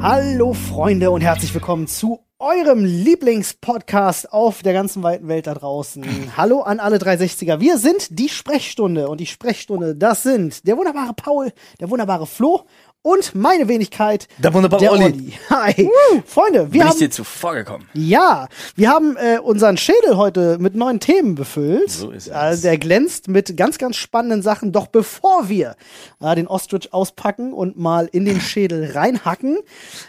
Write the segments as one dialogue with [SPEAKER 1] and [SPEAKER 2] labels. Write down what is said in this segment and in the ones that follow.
[SPEAKER 1] Hallo Freunde und herzlich willkommen zu eurem Lieblingspodcast auf der ganzen weiten Welt da draußen. Hallo an alle 360er. Wir sind die Sprechstunde und die Sprechstunde, das sind der wunderbare Paul, der wunderbare Flo und meine Wenigkeit,
[SPEAKER 2] Der wunderbare
[SPEAKER 1] der
[SPEAKER 2] Olli.
[SPEAKER 1] Olli. Hi. Freunde, wir
[SPEAKER 2] Bin ich
[SPEAKER 1] haben,
[SPEAKER 2] dir zuvor gekommen?
[SPEAKER 1] ja, wir haben äh, unseren Schädel heute mit neuen Themen befüllt.
[SPEAKER 2] So ist es.
[SPEAKER 1] Also der glänzt mit ganz, ganz spannenden Sachen. Doch bevor wir äh, den Ostrich auspacken und mal in den Schädel reinhacken,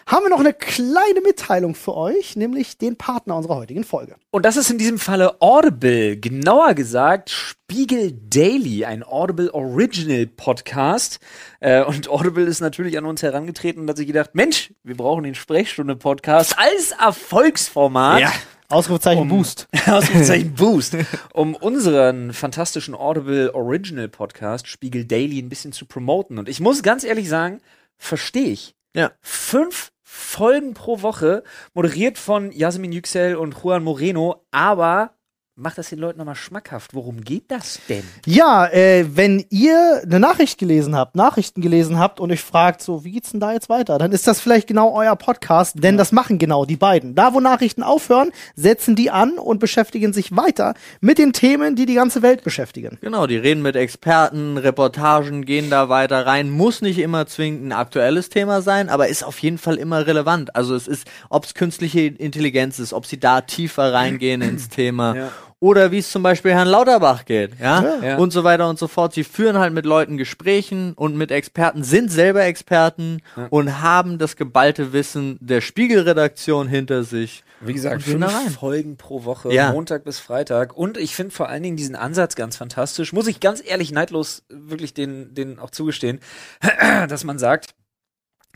[SPEAKER 1] haben wir noch eine kleine Mitteilung für euch, nämlich den Partner unserer heutigen Folge.
[SPEAKER 2] Und das ist in diesem Falle Audible, genauer gesagt Spiegel Daily, ein Audible Original Podcast. Äh, und Audible ist natürlich an uns herangetreten und hat sich gedacht, Mensch, wir brauchen den Sprechstunde Podcast als Erfolgsformat.
[SPEAKER 3] Ja.
[SPEAKER 2] Um
[SPEAKER 1] Ausrufezeichen Boost.
[SPEAKER 2] Ausrufezeichen Boost, um unseren fantastischen Audible Original Podcast Spiegel Daily ein bisschen zu promoten. Und ich muss ganz ehrlich sagen, verstehe ich.
[SPEAKER 3] Ja.
[SPEAKER 2] Fünf Folgen pro Woche, moderiert von Jasmin Yüksel und Juan Moreno, aber macht das den Leuten nochmal schmackhaft. Worum geht das denn?
[SPEAKER 1] Ja, äh, wenn ihr eine Nachricht gelesen habt, Nachrichten gelesen habt und euch fragt, so, wie geht's denn da jetzt weiter? Dann ist das vielleicht genau euer Podcast, denn das machen genau die beiden. Da, wo Nachrichten aufhören, setzen die an und beschäftigen sich weiter mit den Themen, die die ganze Welt beschäftigen.
[SPEAKER 3] Genau, die reden mit Experten, Reportagen, gehen da weiter rein. Muss nicht immer zwingend ein aktuelles Thema sein, aber ist auf jeden Fall immer relevant. Also es ist, ob es künstliche Intelligenz ist, ob sie da tiefer reingehen ins Thema.
[SPEAKER 2] Ja.
[SPEAKER 3] Oder wie es zum Beispiel Herrn Lauterbach geht, ja?
[SPEAKER 2] Ja.
[SPEAKER 3] und so weiter und so fort. Sie führen halt mit Leuten Gesprächen und mit Experten, sind selber Experten und haben das geballte Wissen der Spiegelredaktion hinter sich.
[SPEAKER 2] Wie gesagt,
[SPEAKER 3] gehen da rein.
[SPEAKER 2] fünf Folgen pro Woche,
[SPEAKER 3] Ja.
[SPEAKER 2] Montag bis Freitag. Und ich finde vor allen Dingen diesen Ansatz ganz fantastisch. Muss ich ganz ehrlich neidlos wirklich den, den auch zugestehen, dass man sagt,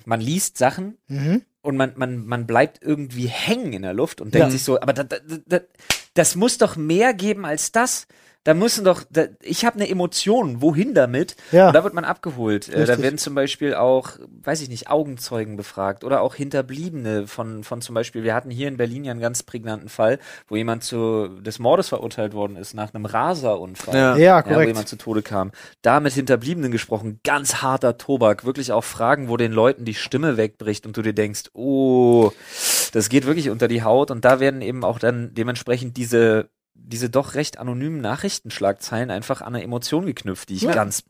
[SPEAKER 2] man liest Sachen
[SPEAKER 3] Mhm.
[SPEAKER 2] und man, man, man bleibt irgendwie hängen in der Luft und denkt
[SPEAKER 1] Ja.
[SPEAKER 2] sich so, aber da, da, da, das muss doch mehr geben als das. Da müssen doch, da, ich habe eine Emotion, wohin damit?
[SPEAKER 1] Ja.
[SPEAKER 2] Und da wird man abgeholt. Äh, da
[SPEAKER 1] Richtig.
[SPEAKER 2] werden zum Beispiel auch, weiß ich nicht, Augenzeugen befragt oder auch Hinterbliebene von, von zum Beispiel, wir hatten hier in Berlin ja einen ganz prägnanten Fall, wo jemand zu, des Mordes verurteilt worden ist nach einem Raserunfall.
[SPEAKER 3] Ja.
[SPEAKER 1] Ja,
[SPEAKER 2] wo
[SPEAKER 1] korrekt.
[SPEAKER 2] jemand zu Tode kam. Da mit Hinterbliebenen gesprochen, ganz harter Tobak, wirklich auch Fragen, wo den Leuten die Stimme wegbricht und du dir denkst, oh, das geht wirklich unter die Haut und da werden eben auch dann dementsprechend diese diese doch recht anonymen Nachrichtenschlagzeilen einfach an eine Emotion geknüpft, die ich
[SPEAKER 1] Ja.
[SPEAKER 2] ganz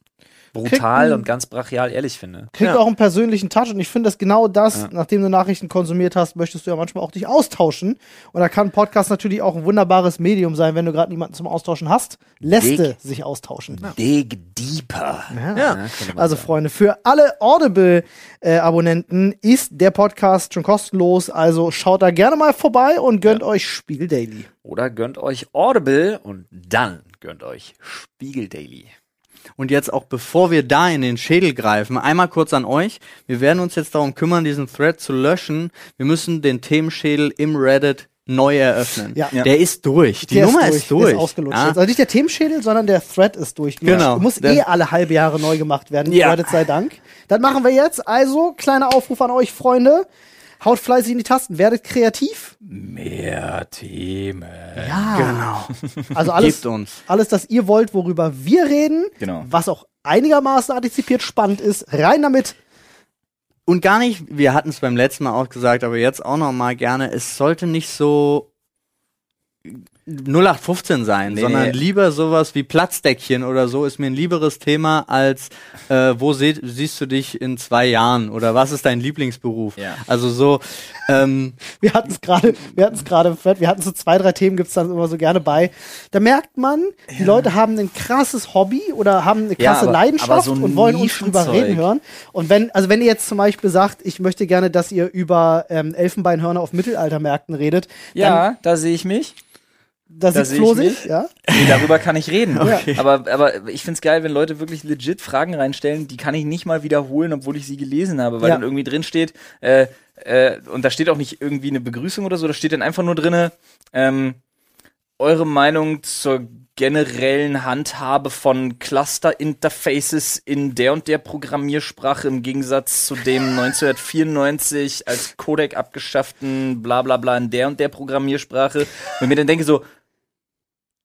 [SPEAKER 1] Kriegt
[SPEAKER 2] brutal
[SPEAKER 1] man-
[SPEAKER 2] und ganz brachial ehrlich finde.
[SPEAKER 1] Kriegt
[SPEAKER 3] Ja.
[SPEAKER 1] auch einen persönlichen Touch und ich finde das genau das,
[SPEAKER 2] Ja.
[SPEAKER 1] nachdem du Nachrichten konsumiert hast, möchtest du ja manchmal auch dich austauschen. Und da kann Podcast natürlich auch ein wunderbares Medium sein, wenn du gerade niemanden zum Austauschen hast. Lässte
[SPEAKER 2] Dick.
[SPEAKER 1] sich austauschen.
[SPEAKER 2] Dig deeper.
[SPEAKER 3] Ja.
[SPEAKER 2] könnte man
[SPEAKER 1] Also
[SPEAKER 2] sagen.
[SPEAKER 1] Freunde, für alle Audible-Abonnenten ist der Podcast schon kostenlos. Also schaut da gerne mal vorbei und gönnt euch Spiegel Daily.
[SPEAKER 2] Oder gönnt euch Audible und dann gönnt euch Spiegel Daily.
[SPEAKER 3] Und jetzt auch bevor wir da in den Schädel greifen, einmal kurz an euch. Wir werden uns jetzt darum kümmern, diesen Thread zu löschen. Wir müssen den Themenschädel im Reddit neu eröffnen.
[SPEAKER 1] Ja. Ja.
[SPEAKER 3] Der ist durch. Die
[SPEAKER 1] Der
[SPEAKER 3] Nummer ist durch. Ah.
[SPEAKER 1] Ist ausgelutscht.
[SPEAKER 3] Ja.
[SPEAKER 1] jetzt. Also nicht der Themenschädel, sondern der Thread ist durch.
[SPEAKER 3] Genau.
[SPEAKER 1] Muss
[SPEAKER 3] Der-
[SPEAKER 1] eh alle halbe Jahre neu gemacht werden.
[SPEAKER 3] Ja.
[SPEAKER 1] Leute, sei Dank. Dann machen wir jetzt also kleiner Aufruf an euch, Freunde. Haut fleißig in die Tasten, werdet kreativ.
[SPEAKER 2] Mehr Themen.
[SPEAKER 1] Ja. Genau. Also alles,
[SPEAKER 3] Gebt uns.
[SPEAKER 1] alles, das ihr wollt, worüber wir reden,
[SPEAKER 4] Genau.
[SPEAKER 1] was auch einigermaßen antizipiert spannend ist, rein damit.
[SPEAKER 3] Und gar nicht, wir hatten es beim letzten Mal auch gesagt, aber jetzt auch nochmal gerne, es sollte nicht so 0815 sein,
[SPEAKER 4] Nee,
[SPEAKER 3] sondern
[SPEAKER 4] nee.
[SPEAKER 3] lieber sowas wie Platzdeckchen oder so ist mir ein lieberes Thema als äh, wo seht, siehst du dich in zwei Jahren oder was ist dein Lieblingsberuf?
[SPEAKER 4] Ja.
[SPEAKER 3] Also so, ähm,
[SPEAKER 1] Wir hatten es gerade, wir hatten es gerade, im Thread, wir hatten so zwei, drei Themen, gibt's dann immer so gerne bei. Da merkt man, die Leute haben ein krasses Hobby oder haben eine
[SPEAKER 4] Ja,
[SPEAKER 1] krasse
[SPEAKER 4] aber-
[SPEAKER 1] Leidenschaft
[SPEAKER 4] aber so ein
[SPEAKER 1] und wollen uns drüber
[SPEAKER 4] Nischenzeug.
[SPEAKER 1] reden hören. Und wenn, also wenn ihr jetzt zum Beispiel sagt, ich möchte gerne, dass ihr über ähm, Elfenbeinhörner auf Mittelaltermärkten redet,
[SPEAKER 4] Ja, da sehe ich mich.
[SPEAKER 1] dann, da
[SPEAKER 4] da sehe
[SPEAKER 1] sieht
[SPEAKER 4] ich
[SPEAKER 1] Flosig,
[SPEAKER 4] mich.
[SPEAKER 1] ja.
[SPEAKER 4] Nee, darüber kann ich reden. Aber, aber ich find's geil, wenn Leute wirklich legit Fragen reinstellen, die kann ich nicht mal wiederholen, obwohl ich sie gelesen habe, weil
[SPEAKER 1] Ja.
[SPEAKER 4] dann irgendwie drin steht, äh, äh, und da steht auch nicht irgendwie eine Begrüßung oder so, da steht dann einfach nur drinne, ähm, eure Meinung zur generellen Handhabe von Cluster-Interfaces in der und der Programmiersprache im Gegensatz zu dem 1994 als Codec abgeschafften bla bla bla in der und der Programmiersprache. Und mir dann denke so,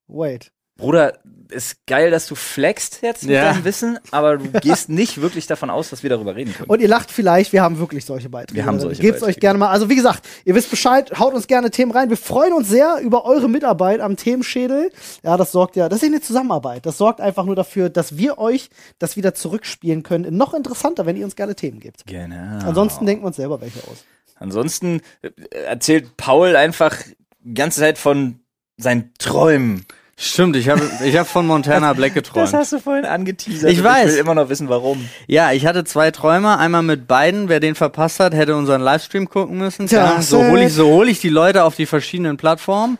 [SPEAKER 1] Wait.
[SPEAKER 5] Bruder, ist geil, dass du flexst jetzt mit
[SPEAKER 3] Ja.
[SPEAKER 5] deinem Wissen,
[SPEAKER 2] Aber du gehst nicht wirklich davon aus, dass wir darüber reden können.
[SPEAKER 1] Und ihr lacht vielleicht, wir haben wirklich solche Beiträge.
[SPEAKER 2] Wir haben
[SPEAKER 1] drin.
[SPEAKER 2] solche
[SPEAKER 1] Gebt's
[SPEAKER 2] Beiträge.
[SPEAKER 1] euch gerne mal. Also wie gesagt, ihr wisst Bescheid, haut uns gerne Themen rein. Wir freuen uns sehr über eure Mitarbeit am Themenschädel. Ja, das sorgt ja, das ist eine Zusammenarbeit. Das sorgt einfach nur dafür, dass wir euch das wieder zurückspielen können. in Noch interessanter, wenn ihr uns gerne Themen gebt.
[SPEAKER 2] genau.
[SPEAKER 1] Ansonsten denken wir uns selber welche aus.
[SPEAKER 2] Ansonsten äh, erzählt Paul einfach die ganze Zeit von seinen Träumen.
[SPEAKER 3] Stimmt, ich habe ich hab von Montana Black geträumt.
[SPEAKER 2] du vorhin angeteasert.
[SPEAKER 3] Ich
[SPEAKER 2] und
[SPEAKER 3] weiß.
[SPEAKER 2] Ich will immer noch wissen, warum.
[SPEAKER 3] Ja, ich hatte zwei Träume. Einmal mit beiden. Wer den verpasst hat, hätte unseren Livestream gucken müssen.
[SPEAKER 1] Tja,
[SPEAKER 3] Ja, so hole ich, so hol ich die Leute auf die verschiedenen Plattformen.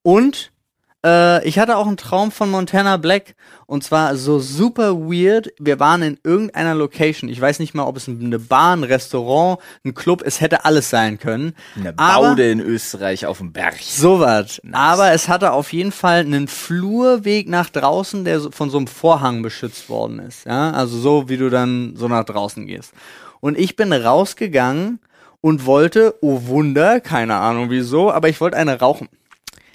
[SPEAKER 3] Und äh, ich hatte auch einen Traum von Montana Black. Und zwar so super weird. Wir waren in irgendeiner Location. Ich weiß nicht mal, ob es eine Bar, ein Restaurant, ein Club, es hätte alles sein können.
[SPEAKER 2] Eine
[SPEAKER 3] Aber-
[SPEAKER 2] Baude in Österreich auf dem Berg.
[SPEAKER 3] Sowas. Aber es hatte auf jeden Fall einen Flurweg nach draußen, der so- von so einem Vorhang beschützt worden ist. Ja? Also so, wie du dann so nach draußen gehst. Und ich bin rausgegangen und wollte, oh Wunder, keine Ahnung wieso, aber ich wollte eine rauchen.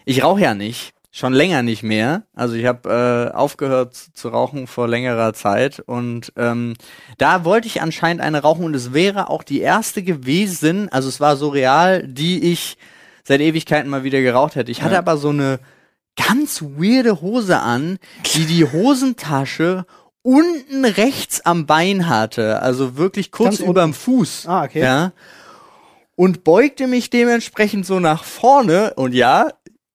[SPEAKER 3] Ich rauche ja nicht, schon länger nicht mehr. Also ich habe äh, aufgehört zu, zu rauchen vor längerer Zeit und ähm, da wollte ich anscheinend eine rauchen und es wäre auch die erste gewesen, also es war so real, die ich seit Ewigkeiten mal wieder geraucht hätte. Ich hatte aber so eine ganz weirde Hose an, die die Hosentasche unten rechts am Bein hatte, also wirklich kurz
[SPEAKER 1] Ganz unten.
[SPEAKER 3] überm Fuß.
[SPEAKER 1] Ah, okay.
[SPEAKER 3] Ja. Und beugte mich dementsprechend so nach vorne und ja,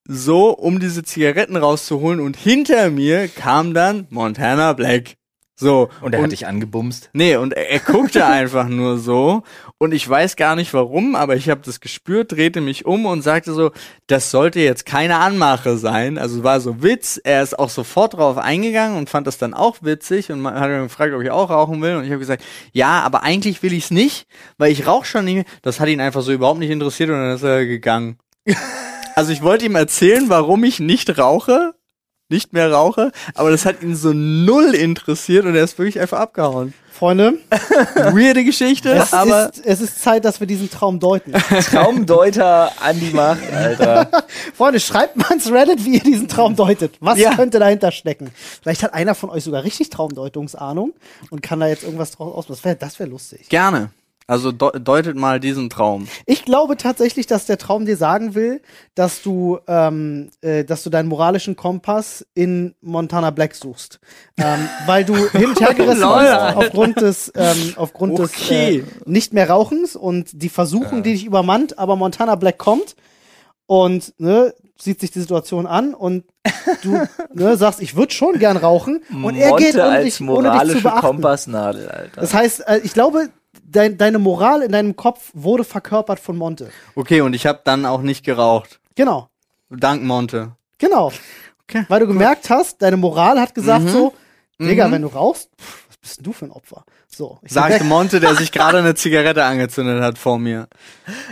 [SPEAKER 3] so, um diese Zigaretten rauszuholen und hinter mir kam dann Montana Black. So.
[SPEAKER 2] Und er hat dich angebumst.
[SPEAKER 3] Nee, und er, er guckte einfach nur so und ich weiß gar nicht warum, aber ich habe das gespürt, drehte mich um und sagte so, das sollte jetzt keine Anmache sein. Also war so Witz, er ist auch sofort drauf eingegangen und fand das dann auch witzig und man hat dann gefragt, ob ich auch rauchen will und ich habe gesagt, ja, aber eigentlich will ich es nicht, weil ich rauche schon nicht mehr. Das hat ihn einfach so überhaupt nicht interessiert und dann ist er gegangen. Also ich wollte ihm erzählen, warum ich nicht rauche, nicht mehr rauche, aber das hat ihn so null interessiert und er ist wirklich einfach abgehauen
[SPEAKER 1] Freunde,
[SPEAKER 3] weirde Geschichte,
[SPEAKER 1] es,
[SPEAKER 3] aber
[SPEAKER 1] ist, es ist Zeit, dass wir diesen Traum deuten.
[SPEAKER 2] Traumdeuter an die Macht, Alter.
[SPEAKER 1] Freunde, schreibt mal ins Reddit, wie ihr diesen Traum deutet. Was
[SPEAKER 3] Ja.
[SPEAKER 1] könnte dahinter stecken? Vielleicht hat einer von euch sogar richtig Traumdeutungsahnung und kann da jetzt irgendwas draus ausmachen. Das wäre das wär lustig.
[SPEAKER 3] gerne. Also deu- deutet mal diesen Traum.
[SPEAKER 1] Ich glaube tatsächlich, dass der Traum dir sagen will, dass du, ähm, äh, dass du deinen moralischen Kompass in Montana Black suchst, ähm, weil du hin und her gerissen
[SPEAKER 3] Lol,
[SPEAKER 1] warst
[SPEAKER 3] Alter.
[SPEAKER 1] aufgrund des, ähm, aufgrund des äh,
[SPEAKER 3] Okay.
[SPEAKER 1] nicht mehr Rauchens und die Versuchung, die dich übermannt, aber Montana Black kommt und ne, sieht sich die Situation an und du ne, sagst, ich würde schon gern rauchen und er geht
[SPEAKER 2] Monte
[SPEAKER 1] ohne dich, ohne
[SPEAKER 2] als
[SPEAKER 1] dich zu
[SPEAKER 2] moralische
[SPEAKER 1] beachten.
[SPEAKER 2] Kompassnadel, Alter.
[SPEAKER 1] Das heißt, äh, ich glaube, dein, deine Moral in deinem Kopf wurde verkörpert von Monte.
[SPEAKER 3] Okay, und ich habe dann auch nicht geraucht.
[SPEAKER 1] Genau,
[SPEAKER 3] Dank Monte.
[SPEAKER 1] genau.
[SPEAKER 3] Okay, Mhm.
[SPEAKER 1] Weil du gemerkt hast, deine Moral hat gesagt so, Digga, wenn du rauchst, pff, was bist denn du für ein Opfer? So, ich sag,
[SPEAKER 3] Sagte Monte, der sich gerade eine Zigarette angezündet hat vor mir.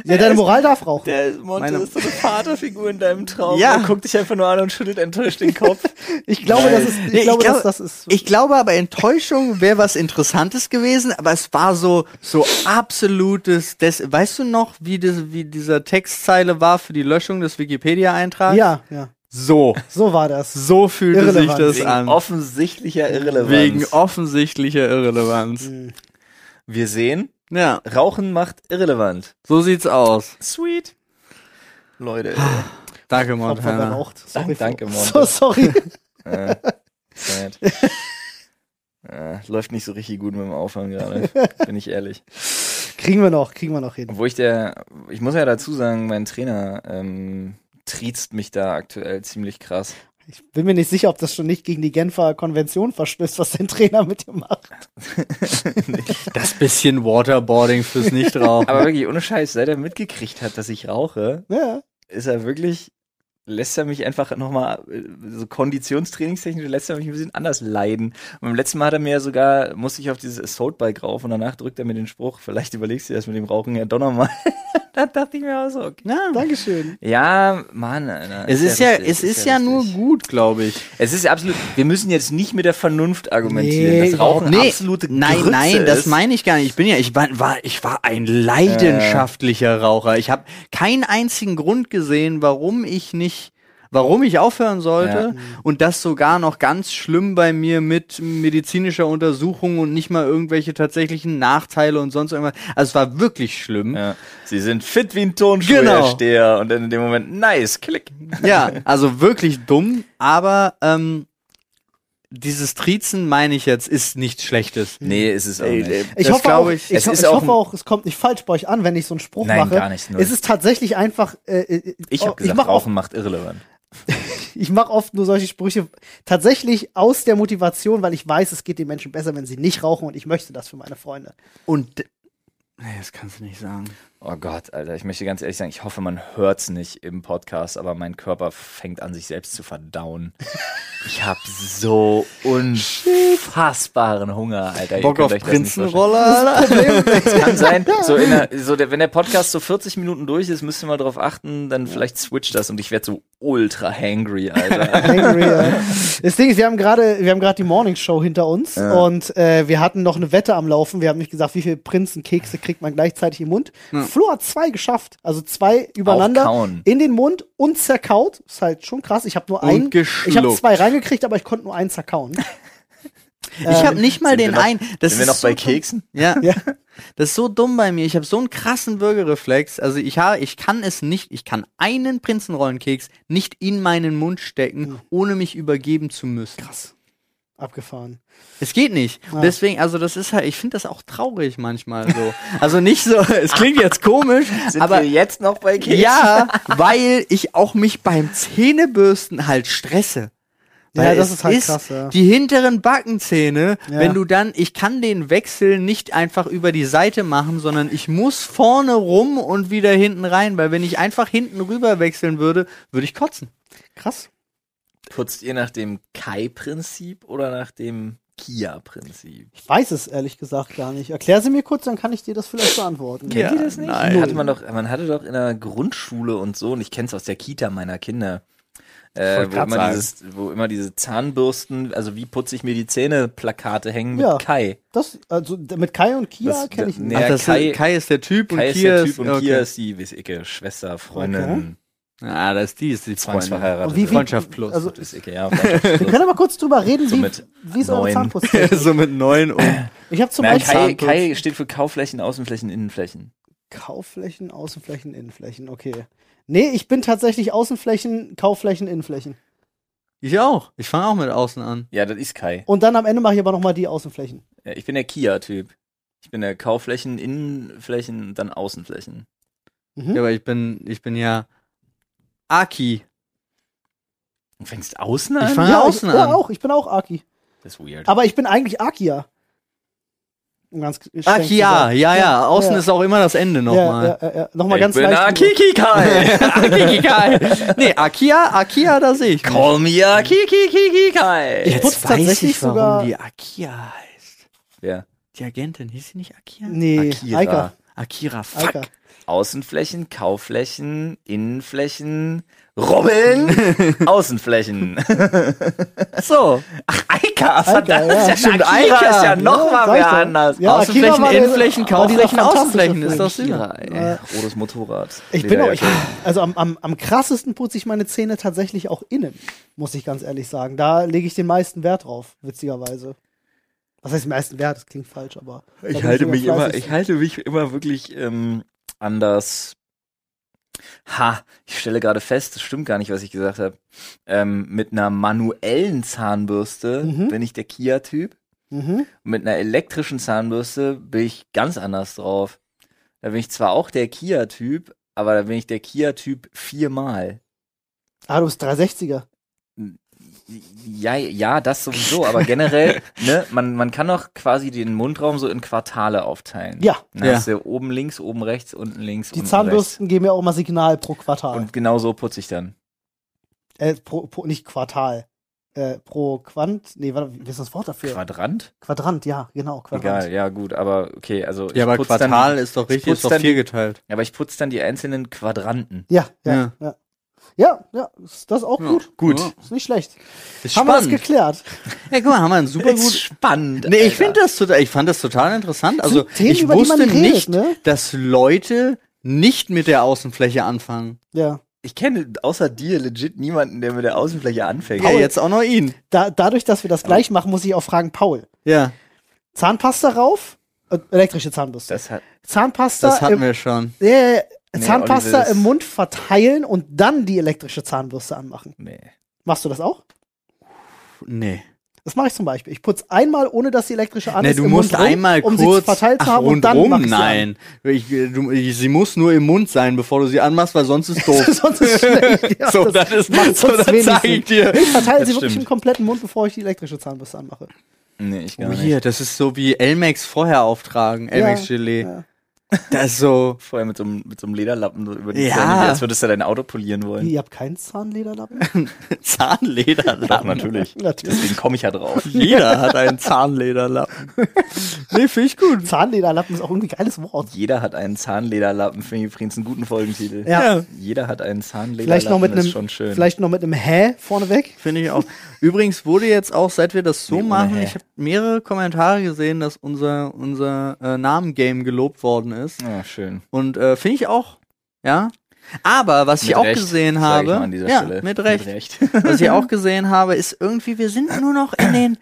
[SPEAKER 1] ja, deine Moral darf rauchen.
[SPEAKER 2] Der Monte
[SPEAKER 3] Meine-
[SPEAKER 2] ist so eine Vaterfigur in deinem Traum.
[SPEAKER 3] Ja.
[SPEAKER 2] Er guckt dich einfach nur an und schüttelt enttäuscht den Kopf.
[SPEAKER 1] Ich glaube, das ist, ich
[SPEAKER 3] Nee, ich
[SPEAKER 1] glaube,
[SPEAKER 3] glaube-
[SPEAKER 1] dass das ist.
[SPEAKER 3] Ich glaube aber, Enttäuschung wäre was Interessantes gewesen, aber es war so, so absolutes, Des weißt du noch, wie, das, wie dieser Textzeile war für die Löschung des Wikipedia-Eintrags?
[SPEAKER 1] ja, ja,
[SPEAKER 3] So,
[SPEAKER 1] so war das.
[SPEAKER 3] so fühlte
[SPEAKER 1] Irrelevant.
[SPEAKER 3] sich das
[SPEAKER 2] Wegen
[SPEAKER 3] an.
[SPEAKER 2] offensichtlicher Irrelevanz.
[SPEAKER 3] Wegen offensichtlicher Irrelevanz.
[SPEAKER 1] Hm,
[SPEAKER 2] Wir sehen,
[SPEAKER 3] Ja,
[SPEAKER 2] Rauchen macht irrelevant.
[SPEAKER 3] so sieht's aus.
[SPEAKER 2] Sweet. Leute.
[SPEAKER 3] Danke,
[SPEAKER 1] Opfer wer
[SPEAKER 3] Montana.
[SPEAKER 1] raucht. Sorry,
[SPEAKER 2] Danke, Monte.
[SPEAKER 1] So, sorry.
[SPEAKER 2] äh, sad. Äh, läuft nicht so richtig gut mit dem Aufhören gerade, bin ich ehrlich.
[SPEAKER 1] kriegen wir noch, kriegen wir noch hin.
[SPEAKER 2] Obwohl ich der, ich muss ja dazu sagen, mein Trainer ähm, triezt mich da aktuell ziemlich krass.
[SPEAKER 1] Ich bin mir nicht sicher, ob das schon nicht gegen die Genfer Konvention verstößt, was dein Trainer mit dir macht.
[SPEAKER 3] Das bisschen Waterboarding fürs Nichtrauchen.
[SPEAKER 2] Aber wirklich, ohne Scheiß, seit er mitgekriegt hat, dass ich rauche,
[SPEAKER 1] Ja.
[SPEAKER 2] ist er wirklich, lässt er mich einfach nochmal, so konditionstrainingstechnisch lässt er mich ein bisschen anders leiden. Und beim letzten Mal hat er mir ja sogar, musste ich auf dieses Assault-Bike rauf und danach drückt er mir den Spruch, vielleicht überlegst du dir das mit dem Rauchen ja doch nochmal. da dachte ich mir auch so, okay.
[SPEAKER 1] Dankeschön.
[SPEAKER 2] Ja, Mann, Alter.
[SPEAKER 3] es ist ja,
[SPEAKER 2] richtig,
[SPEAKER 3] es ist ja nur
[SPEAKER 2] richtig.
[SPEAKER 3] gut, glaube ich.
[SPEAKER 2] Es ist absolut, wir müssen jetzt nicht mit der Vernunft argumentieren.
[SPEAKER 1] Nee,
[SPEAKER 2] das Rauchen
[SPEAKER 3] Nee,
[SPEAKER 2] absolute
[SPEAKER 3] nein,
[SPEAKER 2] Grütze
[SPEAKER 3] nein, das
[SPEAKER 2] ist.
[SPEAKER 3] meine ich gar nicht. Ich bin ja, ich war, war ich war ein Äh. leidenschaftlicher Raucher. Ich habe keinen einzigen Grund gesehen, warum ich nicht warum ich aufhören sollte und das sogar noch ganz schlimm bei mir mit medizinischer Untersuchung und nicht mal irgendwelche tatsächlichen Nachteile und sonst irgendwas. Also es war wirklich schlimm.
[SPEAKER 2] Ja. Sie sind fit wie ein Tonschuhersteher und dann in dem Moment, nice, klick.
[SPEAKER 3] Ja, also wirklich dumm, aber ähm, dieses Triezen, meine ich jetzt, ist nichts Schlechtes.
[SPEAKER 2] Nee, ist es auch nicht.
[SPEAKER 1] Ich
[SPEAKER 3] Das
[SPEAKER 1] hoffe,
[SPEAKER 3] glaub
[SPEAKER 1] auch,
[SPEAKER 3] ich.
[SPEAKER 1] ich,
[SPEAKER 2] Es
[SPEAKER 1] ho-
[SPEAKER 2] ist
[SPEAKER 1] ich
[SPEAKER 2] auch
[SPEAKER 1] hoffe
[SPEAKER 2] ein-
[SPEAKER 1] auch, es kommt nicht falsch bei euch an, wenn ich so einen Spruch
[SPEAKER 2] Nein,
[SPEAKER 1] mache.
[SPEAKER 2] gar nicht, null.
[SPEAKER 1] Es ist tatsächlich einfach, äh, äh,
[SPEAKER 2] Ich habe
[SPEAKER 1] oh,
[SPEAKER 2] gesagt,
[SPEAKER 1] mach oft,
[SPEAKER 2] Rauchen macht irrelevant.
[SPEAKER 1] ich mach oft nur solche Sprüche tatsächlich aus der Motivation, weil ich weiß, es geht den Menschen besser, wenn sie nicht rauchen und ich möchte das für meine Freunde.
[SPEAKER 3] Und nee, das kannst du nicht sagen.
[SPEAKER 2] Oh Gott, Alter, ich möchte ganz ehrlich sagen, ich hoffe, man hört's nicht im Podcast, aber mein Körper fängt an, sich selbst zu verdauen. Ich habe so unfassbaren Hunger, Alter. Ihr
[SPEAKER 3] Bock
[SPEAKER 2] könnt
[SPEAKER 3] auf
[SPEAKER 2] euch das nicht vorstellen.
[SPEAKER 3] Prinzenroller, Alter.
[SPEAKER 2] Es kann sein, so in der, so der, wenn der Podcast so 40 Minuten durch ist, müsst ihr mal drauf achten, dann vielleicht switcht das und ich werde so ultra hangry, Alter.
[SPEAKER 1] Angry, äh. Das Ding ist, wir haben gerade, wir haben gerade die Morning Show hinter uns und äh, wir hatten noch eine Wette am Laufen. Wir haben nicht gesagt, wie viele Prinzenkekse kriegt man gleichzeitig im Mund. Flo hat zwei geschafft, also zwei übereinander
[SPEAKER 2] kauen.
[SPEAKER 1] in den Mund und zerkaut. Ist halt schon krass. Ich habe nur
[SPEAKER 3] Und
[SPEAKER 1] einen, ich habe
[SPEAKER 3] geschluckt.
[SPEAKER 1] zwei reingekriegt, aber ich konnte nur einen zerkauen.
[SPEAKER 3] Ich habe nicht mal
[SPEAKER 2] Sind wir
[SPEAKER 3] den
[SPEAKER 2] noch-
[SPEAKER 3] einen. Das
[SPEAKER 2] Sind wir
[SPEAKER 3] ist
[SPEAKER 2] noch bei
[SPEAKER 3] so dumm.
[SPEAKER 2] Keksen?
[SPEAKER 3] Ja.
[SPEAKER 1] Ja.
[SPEAKER 3] Das ist so dumm bei mir. Ich habe so einen krassen Würgereflex. Also ich habe, ich kann es nicht, ich kann einen Prinzenrollenkeks nicht in meinen Mund stecken, ohne mich übergeben zu müssen. Krass.
[SPEAKER 1] Abgefahren.
[SPEAKER 3] Es geht nicht.
[SPEAKER 1] Ja.
[SPEAKER 3] Deswegen, also das ist halt, ich finde das auch traurig manchmal so. Also nicht so, es klingt jetzt komisch, aber
[SPEAKER 2] jetzt noch bei
[SPEAKER 3] ja, weil ich auch mich beim Zähnebürsten halt stresse.
[SPEAKER 1] Ja,
[SPEAKER 3] Weil
[SPEAKER 1] das
[SPEAKER 3] es
[SPEAKER 1] ist halt krass, ja.
[SPEAKER 3] Die hinteren Backenzähne,
[SPEAKER 1] Ja.
[SPEAKER 3] wenn du dann, ich kann den Wechsel nicht einfach über die Seite machen, sondern ich muss vorne rum und wieder hinten rein, weil wenn ich einfach hinten rüber wechseln würde, würde ich kotzen.
[SPEAKER 1] Krass.
[SPEAKER 2] Putzt ihr nach dem Kai-Prinzip oder nach dem Kia-Prinzip?
[SPEAKER 1] Ich weiß es ehrlich gesagt gar nicht. Erklär sie mir kurz, dann kann ich dir das vielleicht beantworten.
[SPEAKER 3] Ja,
[SPEAKER 1] Kennt ihr
[SPEAKER 3] nein.
[SPEAKER 1] Null.
[SPEAKER 2] Hatte man doch, man hatte doch in der Grundschule und so, und ich kenn's aus der Kita meiner Kinder. Äh,
[SPEAKER 3] Wollte
[SPEAKER 2] wo,
[SPEAKER 3] grad
[SPEAKER 2] immer
[SPEAKER 3] sagen.
[SPEAKER 2] dieses, wo immer diese Zahnbürsten, also wie putze ich mir die Zähne, Plakate hängen mit
[SPEAKER 1] Ja.
[SPEAKER 2] Kai.
[SPEAKER 1] Das, also d- mit Kai und Kia
[SPEAKER 2] Das-
[SPEAKER 1] kenne ich
[SPEAKER 2] da-
[SPEAKER 1] nicht.
[SPEAKER 2] nee. Ja,
[SPEAKER 3] das
[SPEAKER 2] Kai-
[SPEAKER 3] ist, Kai ist der Typ
[SPEAKER 2] Kai
[SPEAKER 3] und
[SPEAKER 2] ist
[SPEAKER 3] Kia
[SPEAKER 2] der Typ und
[SPEAKER 3] okay.
[SPEAKER 2] Kia ist die, wie ist Icke, Schwester, Freundin,
[SPEAKER 3] Ah, das ist die, ist die Freundin.
[SPEAKER 2] zwangsverheiratet.
[SPEAKER 1] Und wie- wie-
[SPEAKER 3] Freundschaft plus.
[SPEAKER 1] Also,
[SPEAKER 2] Das ist Icke, ja. Freundschaft
[SPEAKER 1] wir
[SPEAKER 2] plus.
[SPEAKER 1] können aber kurz drüber reden,
[SPEAKER 2] So
[SPEAKER 1] wie,
[SPEAKER 2] mit
[SPEAKER 1] wie ist eure
[SPEAKER 2] neun.
[SPEAKER 1] Zahnputztechnik?
[SPEAKER 3] so mit neun und
[SPEAKER 1] Ich habe zum
[SPEAKER 2] Na,
[SPEAKER 1] Beispiel
[SPEAKER 2] Kai, Kai steht für Kauflächen, Außenflächen, Innenflächen.
[SPEAKER 1] Kaufflächen, Außenflächen, Innenflächen. Okay. Nee, ich bin tatsächlich Außenflächen, Kaufflächen, Innenflächen.
[SPEAKER 3] ich auch. Ich fange auch mit außen an.
[SPEAKER 2] Ja, das ist Kai.
[SPEAKER 1] Und dann am Ende mache ich aber nochmal die Außenflächen.
[SPEAKER 2] Ja, ich bin der Kia-Typ. Ich bin der Kauflächen, Innenflächen, dann Außenflächen.
[SPEAKER 1] Hm?
[SPEAKER 3] Ja, aber ich bin, ich bin ja Aki.
[SPEAKER 2] Du fängst außen
[SPEAKER 3] Ich
[SPEAKER 2] an?
[SPEAKER 3] fange außen
[SPEAKER 1] ich, ja,
[SPEAKER 3] an.
[SPEAKER 1] auch. Ich bin auch Aki.
[SPEAKER 2] Das ist weird.
[SPEAKER 1] Aber ich bin eigentlich Akia. Um ganz streng zu sein.
[SPEAKER 3] Aki, ja, ja, ja. Außen
[SPEAKER 1] Ja.
[SPEAKER 3] ist auch immer das Ende nochmal.
[SPEAKER 1] Ja, ja, ja. Nochmal
[SPEAKER 2] ich
[SPEAKER 1] ganz
[SPEAKER 2] bin
[SPEAKER 1] leicht.
[SPEAKER 2] Akiki Kai.
[SPEAKER 3] Akiki Kai. Nee, Akia, Akia, da sehe ich.
[SPEAKER 2] Call me Akiki Kiki Kai.
[SPEAKER 1] Ich putze tatsächlich sogar.
[SPEAKER 3] die Akia heißt.
[SPEAKER 2] Ja.
[SPEAKER 3] Die Agentin, hieß sie nicht Akia?
[SPEAKER 1] Nee,
[SPEAKER 2] Akira.
[SPEAKER 1] Aika.
[SPEAKER 3] Akira, fuck.
[SPEAKER 1] Aika.
[SPEAKER 2] Außenflächen, Kaufflächen, Innenflächen, Robben, Außenflächen.
[SPEAKER 3] So,
[SPEAKER 2] Ach, Eika,
[SPEAKER 1] Eika, ja.
[SPEAKER 2] Stimmt,
[SPEAKER 3] Stimmt,
[SPEAKER 2] Eika
[SPEAKER 3] Eika.
[SPEAKER 2] ist ja noch
[SPEAKER 1] Ja, sag
[SPEAKER 2] mal
[SPEAKER 1] ich
[SPEAKER 2] mehr
[SPEAKER 1] doch.
[SPEAKER 2] anders.
[SPEAKER 1] Ja, Akira
[SPEAKER 3] Außenflächen,
[SPEAKER 1] war der-
[SPEAKER 3] Innenflächen,
[SPEAKER 1] war dieser
[SPEAKER 3] Kaufflächen,
[SPEAKER 1] fantastische
[SPEAKER 3] Außenflächen ist
[SPEAKER 1] Film.
[SPEAKER 3] doch Sina.
[SPEAKER 2] Akira, ey. Rotes Motorrad.
[SPEAKER 1] Ich bin auch, ich,
[SPEAKER 2] Lederjacke.
[SPEAKER 1] also am, am, am krassesten putze ich meine Zähne tatsächlich auch innen, muss ich ganz ehrlich sagen. Da lege ich den meisten Wert drauf, witzigerweise. Was heißt meisten Wert? Das klingt falsch, aber. da bin
[SPEAKER 2] Ich halte mich immer,
[SPEAKER 1] fleißig.
[SPEAKER 2] ich halte mich immer wirklich ähm, an das. Ha, ich stelle gerade fest, das stimmt gar nicht, was ich gesagt habe. Ähm, mit einer manuellen Zahnbürste
[SPEAKER 1] Mhm.
[SPEAKER 2] bin ich der Kia-Typ.
[SPEAKER 1] Mhm.
[SPEAKER 2] Mit einer elektrischen Zahnbürste bin ich ganz anders drauf. Da bin ich zwar auch der Kia-Typ, aber da bin ich der Kia-Typ viermal.
[SPEAKER 1] Ah, du bist 360er.
[SPEAKER 2] Ja, ja, das sowieso, aber generell, ne, man, man kann doch quasi den Mundraum so in Quartale aufteilen. Ne,
[SPEAKER 1] Ja.
[SPEAKER 2] Dann
[SPEAKER 3] Ja.
[SPEAKER 2] hast du oben links, oben rechts, unten links,
[SPEAKER 1] Die
[SPEAKER 2] unten
[SPEAKER 1] Zahnbürsten geben ja auch immer Signal pro
[SPEAKER 2] rechts.
[SPEAKER 1] Quartal.
[SPEAKER 2] Und genau so putze ich dann.
[SPEAKER 1] äh, pro, pro, nicht Quartal. Äh, pro Quant. Nee, warte, wie ist das Wort dafür?
[SPEAKER 2] Quadrant?
[SPEAKER 1] Quadrant, ja, genau. Quadrant.
[SPEAKER 2] Egal, ja, gut, aber okay, also
[SPEAKER 3] Ja, aber
[SPEAKER 2] putz
[SPEAKER 3] Quartal
[SPEAKER 2] dann,
[SPEAKER 3] ist doch
[SPEAKER 2] ich
[SPEAKER 3] richtig,
[SPEAKER 2] putz
[SPEAKER 3] ist doch
[SPEAKER 2] dann-
[SPEAKER 3] viergeteilt.
[SPEAKER 2] aber ich putze dann die einzelnen Quadranten.
[SPEAKER 1] Ja, ja,
[SPEAKER 3] Ja.
[SPEAKER 1] ja. Ja, ja, ist- das ist auch gut.
[SPEAKER 3] Gut.
[SPEAKER 1] Ist nicht schlecht.
[SPEAKER 3] Ist
[SPEAKER 1] Haben wir das
[SPEAKER 3] spannend.
[SPEAKER 1] geklärt?
[SPEAKER 3] Ja, guck mal, haben wir einen super
[SPEAKER 2] Ist
[SPEAKER 3] gut.
[SPEAKER 2] spannend.
[SPEAKER 3] Nee, ich
[SPEAKER 2] Alter.
[SPEAKER 3] finde das total, ich fand das total interessant. Also,
[SPEAKER 1] sind Themen,
[SPEAKER 3] ich
[SPEAKER 1] über die man
[SPEAKER 3] wusste
[SPEAKER 1] redet,
[SPEAKER 3] nicht,
[SPEAKER 1] ne?
[SPEAKER 3] dass Leute nicht mit der Außenfläche anfangen.
[SPEAKER 1] Ja.
[SPEAKER 2] Ich kenne außer dir legit niemanden, der mit der Außenfläche anfängt.
[SPEAKER 3] Ja, jetzt auch noch ihn.
[SPEAKER 1] Da, dadurch, dass wir das gleich machen, muss ich auch fragen, Paul.
[SPEAKER 3] Ja,
[SPEAKER 1] Zahnpasta rauf? Äh, elektrische Zahnbürste.
[SPEAKER 2] Das hat,
[SPEAKER 1] Zahnpasta
[SPEAKER 3] das hatten
[SPEAKER 1] im,
[SPEAKER 3] wir schon.
[SPEAKER 1] äh,
[SPEAKER 2] Nee,
[SPEAKER 1] Zahnpasta
[SPEAKER 2] Olli will das-
[SPEAKER 1] im Mund verteilen und dann die elektrische Zahnbürste anmachen.
[SPEAKER 2] nee.
[SPEAKER 1] Machst du das auch?
[SPEAKER 3] Nee.
[SPEAKER 1] Das mache ich zum Beispiel. Ich putze einmal, ohne dass die elektrische an
[SPEAKER 3] Nee,
[SPEAKER 1] ist,
[SPEAKER 3] du
[SPEAKER 1] im
[SPEAKER 3] musst
[SPEAKER 1] Mund rum,
[SPEAKER 3] einmal
[SPEAKER 1] um sie
[SPEAKER 3] kurz
[SPEAKER 1] zu verteilt zu
[SPEAKER 3] ach,
[SPEAKER 1] haben und dann
[SPEAKER 3] rundrum,
[SPEAKER 1] mach ich sie
[SPEAKER 3] nein. Ich, äh, du, ich, sie muss nur im Mund sein, bevor du sie anmachst, weil sonst ist
[SPEAKER 1] an.
[SPEAKER 3] doof.
[SPEAKER 1] Sonst ist es schlecht. Ja,
[SPEAKER 3] so,
[SPEAKER 1] das-
[SPEAKER 3] das ist
[SPEAKER 1] macht
[SPEAKER 3] so,
[SPEAKER 1] sonst
[SPEAKER 3] das
[SPEAKER 1] wenig
[SPEAKER 3] zeig
[SPEAKER 1] Sinn.
[SPEAKER 3] ich dir.
[SPEAKER 1] ich verteile
[SPEAKER 2] Das
[SPEAKER 1] sie wirklich
[SPEAKER 2] stimmt.
[SPEAKER 1] im kompletten Mund, bevor ich die elektrische Zahnbürste anmache.
[SPEAKER 2] Nee, ich gar
[SPEAKER 3] Oh,
[SPEAKER 2] nicht.
[SPEAKER 3] hier, das ist so wie Elmex vorher auftragen, Elmex Gelee.
[SPEAKER 1] ja.
[SPEAKER 3] Das ist so.
[SPEAKER 2] Vorher mit so, einem, mit so einem Lederlappen so über die
[SPEAKER 3] Ja.
[SPEAKER 2] Zähne, als würdest du dein Auto polieren wollen.
[SPEAKER 1] Ihr habt keinen Zahnlederlappen?
[SPEAKER 2] Doch,
[SPEAKER 3] Zahnlederlappen.
[SPEAKER 2] natürlich.
[SPEAKER 1] Natürlich.
[SPEAKER 2] Deswegen komme ich ja drauf.
[SPEAKER 3] Jeder hat einen Zahnlederlappen. Nee, finde ich gut.
[SPEAKER 1] Zahnlederlappen ist auch irgendwie ein geiles Wort.
[SPEAKER 2] Jeder hat einen Zahnlederlappen, finde ich übrigens einen guten Folgentitel.
[SPEAKER 1] Ja.
[SPEAKER 2] Jeder hat einen Zahnlederlappen,
[SPEAKER 1] Vielleicht noch mit
[SPEAKER 2] das
[SPEAKER 1] einem,
[SPEAKER 2] ist schon schön.
[SPEAKER 1] vielleicht noch mit einem Hä vorneweg.
[SPEAKER 3] Finde ich auch. Übrigens wurde jetzt auch, seit wir das so
[SPEAKER 2] Nee, ohne
[SPEAKER 3] machen,
[SPEAKER 2] Hä.
[SPEAKER 3] ich habe mehrere Kommentare gesehen, dass unser, unser äh, Namen-Game gelobt worden ist.
[SPEAKER 2] Ja, schön.
[SPEAKER 3] Und äh, finde ich auch, ja. Aber was ich
[SPEAKER 2] Mit
[SPEAKER 3] auch
[SPEAKER 2] Recht,
[SPEAKER 3] gesehen
[SPEAKER 2] sag ich
[SPEAKER 3] habe,
[SPEAKER 2] mal an dieser
[SPEAKER 3] ja,
[SPEAKER 2] Stelle.
[SPEAKER 3] mit Recht,
[SPEAKER 2] Mit Recht.
[SPEAKER 3] was ich auch gesehen habe, ist irgendwie, wir sind nur noch in den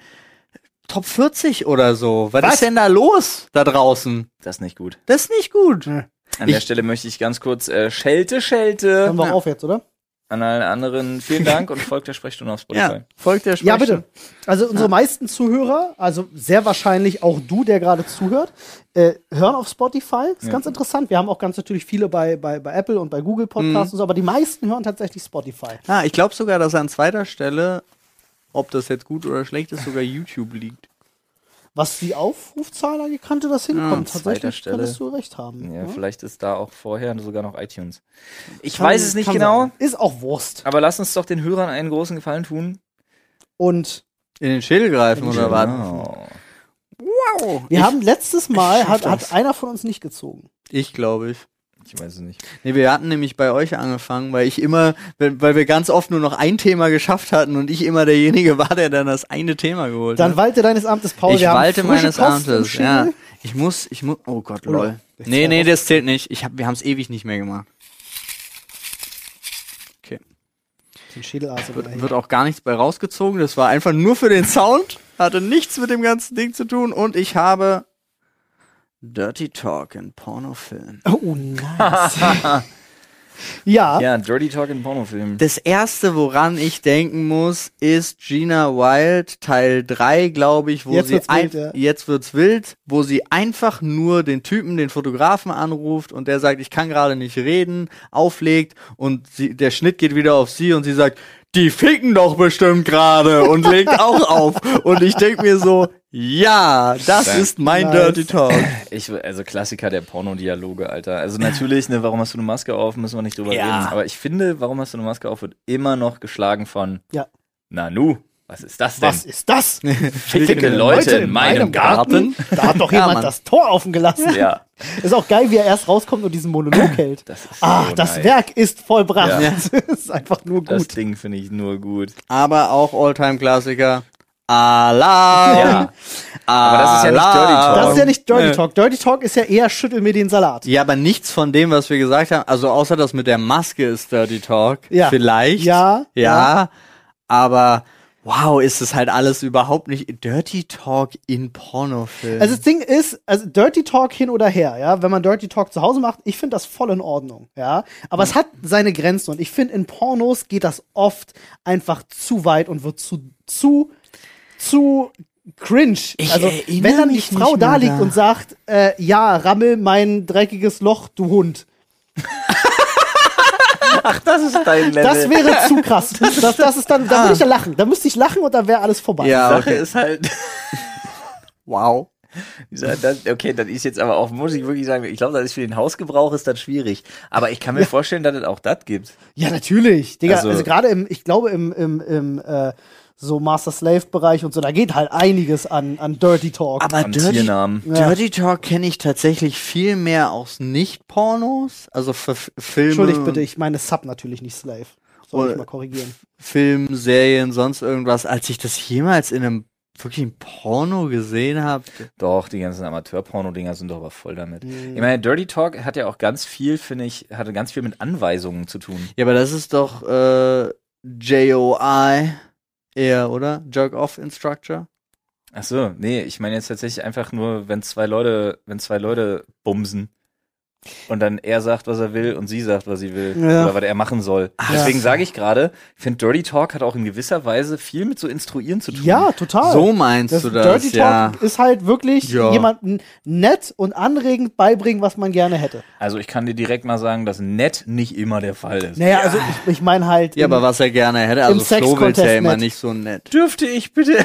[SPEAKER 3] Top 40 oder so. Was,
[SPEAKER 1] Was?
[SPEAKER 3] ist denn da los da draußen?
[SPEAKER 2] Das ist nicht gut.
[SPEAKER 3] Das ist nicht gut.
[SPEAKER 2] An
[SPEAKER 3] Ich-
[SPEAKER 2] der Stelle möchte ich ganz kurz äh, Schelte,
[SPEAKER 1] Hören
[SPEAKER 2] Schelte.
[SPEAKER 1] wir
[SPEAKER 3] Ja.
[SPEAKER 1] auf jetzt, oder?
[SPEAKER 2] An allen anderen vielen Dank und folgt der Sprechstunde auf Spotify.
[SPEAKER 3] Ja, folgt der
[SPEAKER 1] Ja,
[SPEAKER 3] Sprechstunde.
[SPEAKER 1] bitte. Also unsere meisten Zuhörer, also sehr wahrscheinlich auch du, der gerade zuhört, äh, hören auf Spotify. Ist
[SPEAKER 2] Ja.
[SPEAKER 1] ganz interessant. Wir haben auch ganz natürlich viele bei, bei, bei Apple und bei Google
[SPEAKER 2] Mhm.
[SPEAKER 1] Podcasts und so, aber die meisten hören tatsächlich Spotify.
[SPEAKER 3] Ja, Ah, ich glaube sogar, dass an zweiter Stelle, ob das jetzt gut oder schlecht ist, sogar YouTube liegt.
[SPEAKER 1] Was die Aufrufzahlen angeht, könnte das hinkommen.
[SPEAKER 2] zweiter
[SPEAKER 1] tatsächlich
[SPEAKER 2] Stelle.
[SPEAKER 1] könntest du recht haben. ne?
[SPEAKER 2] Ja,
[SPEAKER 1] Ja.
[SPEAKER 2] vielleicht ist da auch vorher sogar noch iTunes. Ich
[SPEAKER 1] Hm? Kann-
[SPEAKER 2] weiß es nicht
[SPEAKER 1] kann
[SPEAKER 2] genau,
[SPEAKER 1] sein. Ist auch Wurst.
[SPEAKER 2] aber lasst uns doch den Hörern einen großen Gefallen tun.
[SPEAKER 1] Und
[SPEAKER 3] In den Schädel greifen oder was?
[SPEAKER 2] Genau.
[SPEAKER 3] Wow.
[SPEAKER 1] wir
[SPEAKER 3] ich,
[SPEAKER 1] haben letztes Mal,
[SPEAKER 3] schaff
[SPEAKER 1] hat, hat
[SPEAKER 3] das.
[SPEAKER 1] einer von uns nicht gezogen.
[SPEAKER 3] ich glaube ich.
[SPEAKER 2] Ich weiß es nicht.
[SPEAKER 3] Nee, wir hatten nämlich bei euch angefangen, weil ich immer, weil weil wir ganz oft nur noch ein Thema geschafft hatten und ich immer derjenige war, der dann das eine Thema geholt
[SPEAKER 1] Dann
[SPEAKER 3] hat.
[SPEAKER 1] walte deines Amtes, Paul.
[SPEAKER 3] ich
[SPEAKER 1] wir haben
[SPEAKER 3] walte
[SPEAKER 1] frische
[SPEAKER 3] meines
[SPEAKER 1] Kost im
[SPEAKER 3] Amtes,
[SPEAKER 1] Schädel.
[SPEAKER 3] ja. Ich muss, ich muss, oh Gott, lol.
[SPEAKER 1] Oder-
[SPEAKER 3] Nee, nee, das zählt nicht. Ich hab, wir haben es ewig nicht mehr gemacht. Okay.
[SPEAKER 1] Den Schädelarzt oder
[SPEAKER 3] Wird, wird auch gar nichts bei rausgezogen. Das war einfach nur für den Sound. Hatte nichts mit dem ganzen Ding zu tun. Und ich habe Dirty Talk in Pornofilm.
[SPEAKER 1] Oh, nice. ja,
[SPEAKER 2] Ja, Dirty Talk in Pornofilm.
[SPEAKER 3] Das erste, woran ich denken muss, ist Gina Wild Teil 3, glaube ich, wo
[SPEAKER 1] Jetzt
[SPEAKER 3] sie
[SPEAKER 1] wird's
[SPEAKER 3] ein-
[SPEAKER 1] wild, ja.
[SPEAKER 3] jetzt wird's wild, wo sie einfach nur den Typen, den Fotografen anruft und der sagt, ich kann gerade nicht reden, auflegt und sie, der Schnitt geht wieder auf sie und sie sagt, die ficken doch bestimmt gerade und legt auch auf und ich denk mir so, ja, das
[SPEAKER 2] Danke.
[SPEAKER 3] ist mein
[SPEAKER 1] Nice.
[SPEAKER 3] Dirty Talk.
[SPEAKER 2] Ich, also Klassiker der Pornodialoge, Alter. Also natürlich, ne, warum hast du eine Maske auf, müssen wir nicht drüber
[SPEAKER 3] Ja.
[SPEAKER 2] reden. Aber ich finde, warum hast du eine Maske auf, wird immer noch geschlagen von
[SPEAKER 1] Ja.
[SPEAKER 2] Nanu, was ist das denn?
[SPEAKER 1] was ist das?
[SPEAKER 2] Fickende Leute in meinem Garten?
[SPEAKER 1] Da hat doch
[SPEAKER 3] Ja,
[SPEAKER 1] jemand
[SPEAKER 3] Mann.
[SPEAKER 1] das Tor offen gelassen.
[SPEAKER 2] Ja,
[SPEAKER 1] Ist auch geil, wie er erst rauskommt und diesen Monolog hält.
[SPEAKER 2] das ist
[SPEAKER 1] Ah,
[SPEAKER 2] so
[SPEAKER 1] das
[SPEAKER 2] nice.
[SPEAKER 1] Werk ist vollbracht.
[SPEAKER 2] Ja.
[SPEAKER 1] Das ist einfach nur
[SPEAKER 2] Das
[SPEAKER 1] gut.
[SPEAKER 2] Ding finde ich nur gut.
[SPEAKER 3] Aber auch Alltime Klassiker. Alarm!
[SPEAKER 2] Ja. Aber das ist ja nicht Dirty Talk.
[SPEAKER 1] Das ist ja nicht Dirty
[SPEAKER 3] Nö.
[SPEAKER 1] Talk. Dirty Talk ist ja eher schüttel mir den Salat.
[SPEAKER 3] Ja, aber nichts von dem, was wir gesagt haben. Also außer das mit der Maske ist Dirty Talk.
[SPEAKER 1] Ja.
[SPEAKER 3] Vielleicht.
[SPEAKER 1] Ja,
[SPEAKER 3] Ja. Aber wow, ist es halt alles überhaupt nicht Dirty Talk in Pornofilmen.
[SPEAKER 1] Also das Ding ist, also Dirty Talk hin oder her, ja, wenn man Dirty Talk zu Hause macht, ich finde das voll in Ordnung, ja. Aber es hat seine Grenzen und ich finde, in Pornos geht das oft einfach zu weit und wird zu, zu, zu cringe.
[SPEAKER 3] Ich
[SPEAKER 1] also,
[SPEAKER 3] erinnere
[SPEAKER 1] wenn dann die
[SPEAKER 3] mich
[SPEAKER 1] Frau
[SPEAKER 3] nicht
[SPEAKER 1] da
[SPEAKER 3] mehr
[SPEAKER 1] liegt
[SPEAKER 3] da.
[SPEAKER 1] und sagt, äh, ja, rammel mein dreckiges Loch, du Hund.
[SPEAKER 2] Das ist dein Level.
[SPEAKER 3] Äh.
[SPEAKER 1] Das wäre zu krass. Das, das ist dann,
[SPEAKER 3] Ah.
[SPEAKER 1] da würde ich ja lachen. Da müsste ich lachen und dann wäre alles vorbei.
[SPEAKER 2] Die
[SPEAKER 3] ja,
[SPEAKER 2] Sache
[SPEAKER 3] okay.
[SPEAKER 2] ist halt,
[SPEAKER 3] wow.
[SPEAKER 2] Ja, das, okay, das ist jetzt aber auch, muss ich wirklich sagen, ich glaube, das ist für den Hausgebrauch ist das schwierig. Aber ich kann mir vorstellen, dass es auch das gibt.
[SPEAKER 1] Ja, natürlich. Digga, also,
[SPEAKER 2] Also-
[SPEAKER 1] gerade im, ich glaube im, im, im äh, so Master Slave Bereich und so, da geht halt einiges an, an Dirty Talk.
[SPEAKER 3] Aber
[SPEAKER 2] Am
[SPEAKER 3] Dirty,
[SPEAKER 2] Tiernamen.
[SPEAKER 1] Ja.
[SPEAKER 3] Dirty Talk kenne ich tatsächlich viel mehr aus Nicht-Pornos. Also für F- Filme.
[SPEAKER 1] Entschuldigt
[SPEAKER 3] und
[SPEAKER 1] bitte, ich meine Sub natürlich nicht Slave. Soll ich
[SPEAKER 3] Oh.
[SPEAKER 1] mal korrigieren.
[SPEAKER 3] Film, Serien, sonst irgendwas, als ich das jemals in einem wirklich ein Porno gesehen habt.
[SPEAKER 2] Doch, die ganzen Amateur-Porno-Dinger sind doch aber voll damit. Ich meine, Dirty Talk hat ja auch ganz viel, finde ich, hatte ganz viel mit Anweisungen zu tun.
[SPEAKER 3] Ja, aber das ist doch äh, JOI eher, oder? Jerk Off Instructor.
[SPEAKER 2] Ach so, nee, ich meine jetzt tatsächlich einfach nur, wenn zwei Leute, wenn zwei Leute bumsen und dann er sagt, was er will und sie sagt, was sie will
[SPEAKER 1] Ja.
[SPEAKER 2] oder was er machen soll. Deswegen sage ich gerade, ich finde Dirty Talk hat auch in gewisser Weise viel mit so instruieren zu tun.
[SPEAKER 1] Ja, total.
[SPEAKER 3] Oh, So meinst
[SPEAKER 1] das
[SPEAKER 3] du das,
[SPEAKER 1] Dirty
[SPEAKER 3] ja.
[SPEAKER 1] Talk ist halt wirklich
[SPEAKER 3] Ja.
[SPEAKER 1] jemandem nett und anregend beibringen, was man gerne hätte.
[SPEAKER 2] Also ich kann dir direkt mal sagen, dass nett nicht immer der Fall ist.
[SPEAKER 1] Naja, also ich, ich meine halt,
[SPEAKER 3] Ja,
[SPEAKER 1] im-
[SPEAKER 3] aber was er gerne hätte, also Flo will's
[SPEAKER 1] Sex-Contest
[SPEAKER 3] ja immer
[SPEAKER 1] nett.
[SPEAKER 3] nicht so nett.
[SPEAKER 2] Dürfte ich bitte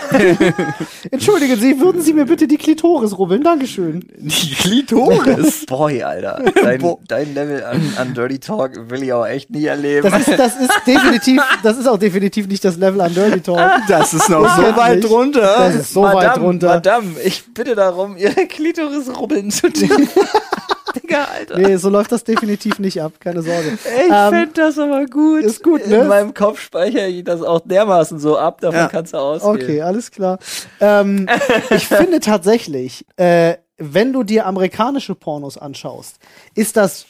[SPEAKER 1] entschuldigen Sie, würden Sie mir bitte die Klitoris rubbeln? Dankeschön.
[SPEAKER 3] Die Klitoris.
[SPEAKER 5] Boy, Alter. Dein,
[SPEAKER 3] Bo-
[SPEAKER 5] dein Level an, an Dirty Talk will ich auch echt nie erleben.
[SPEAKER 1] Das ist, das ist definitiv, das ist auch definitiv nicht das Level an Dirty Talk.
[SPEAKER 3] das ist noch so
[SPEAKER 1] Wirklich?
[SPEAKER 3] weit drunter.
[SPEAKER 1] Das ist so weit runter.
[SPEAKER 5] Madame, ich bitte darum, ihre Klitoris rubbeln zu dürfen. Digga, Alter.
[SPEAKER 1] Nee, so läuft das definitiv nicht ab, keine Sorge.
[SPEAKER 5] Ich
[SPEAKER 1] Ähm,
[SPEAKER 5] find das aber gut.
[SPEAKER 1] ist gut, ne?
[SPEAKER 5] In meinem Kopf speichere ich das auch dermaßen so ab, davon
[SPEAKER 3] Ja.
[SPEAKER 5] kannst du ausgehen.
[SPEAKER 1] Okay, alles klar. Ähm, ich finde tatsächlich, äh, wenn du dir amerikanische Pornos anschaust, ist das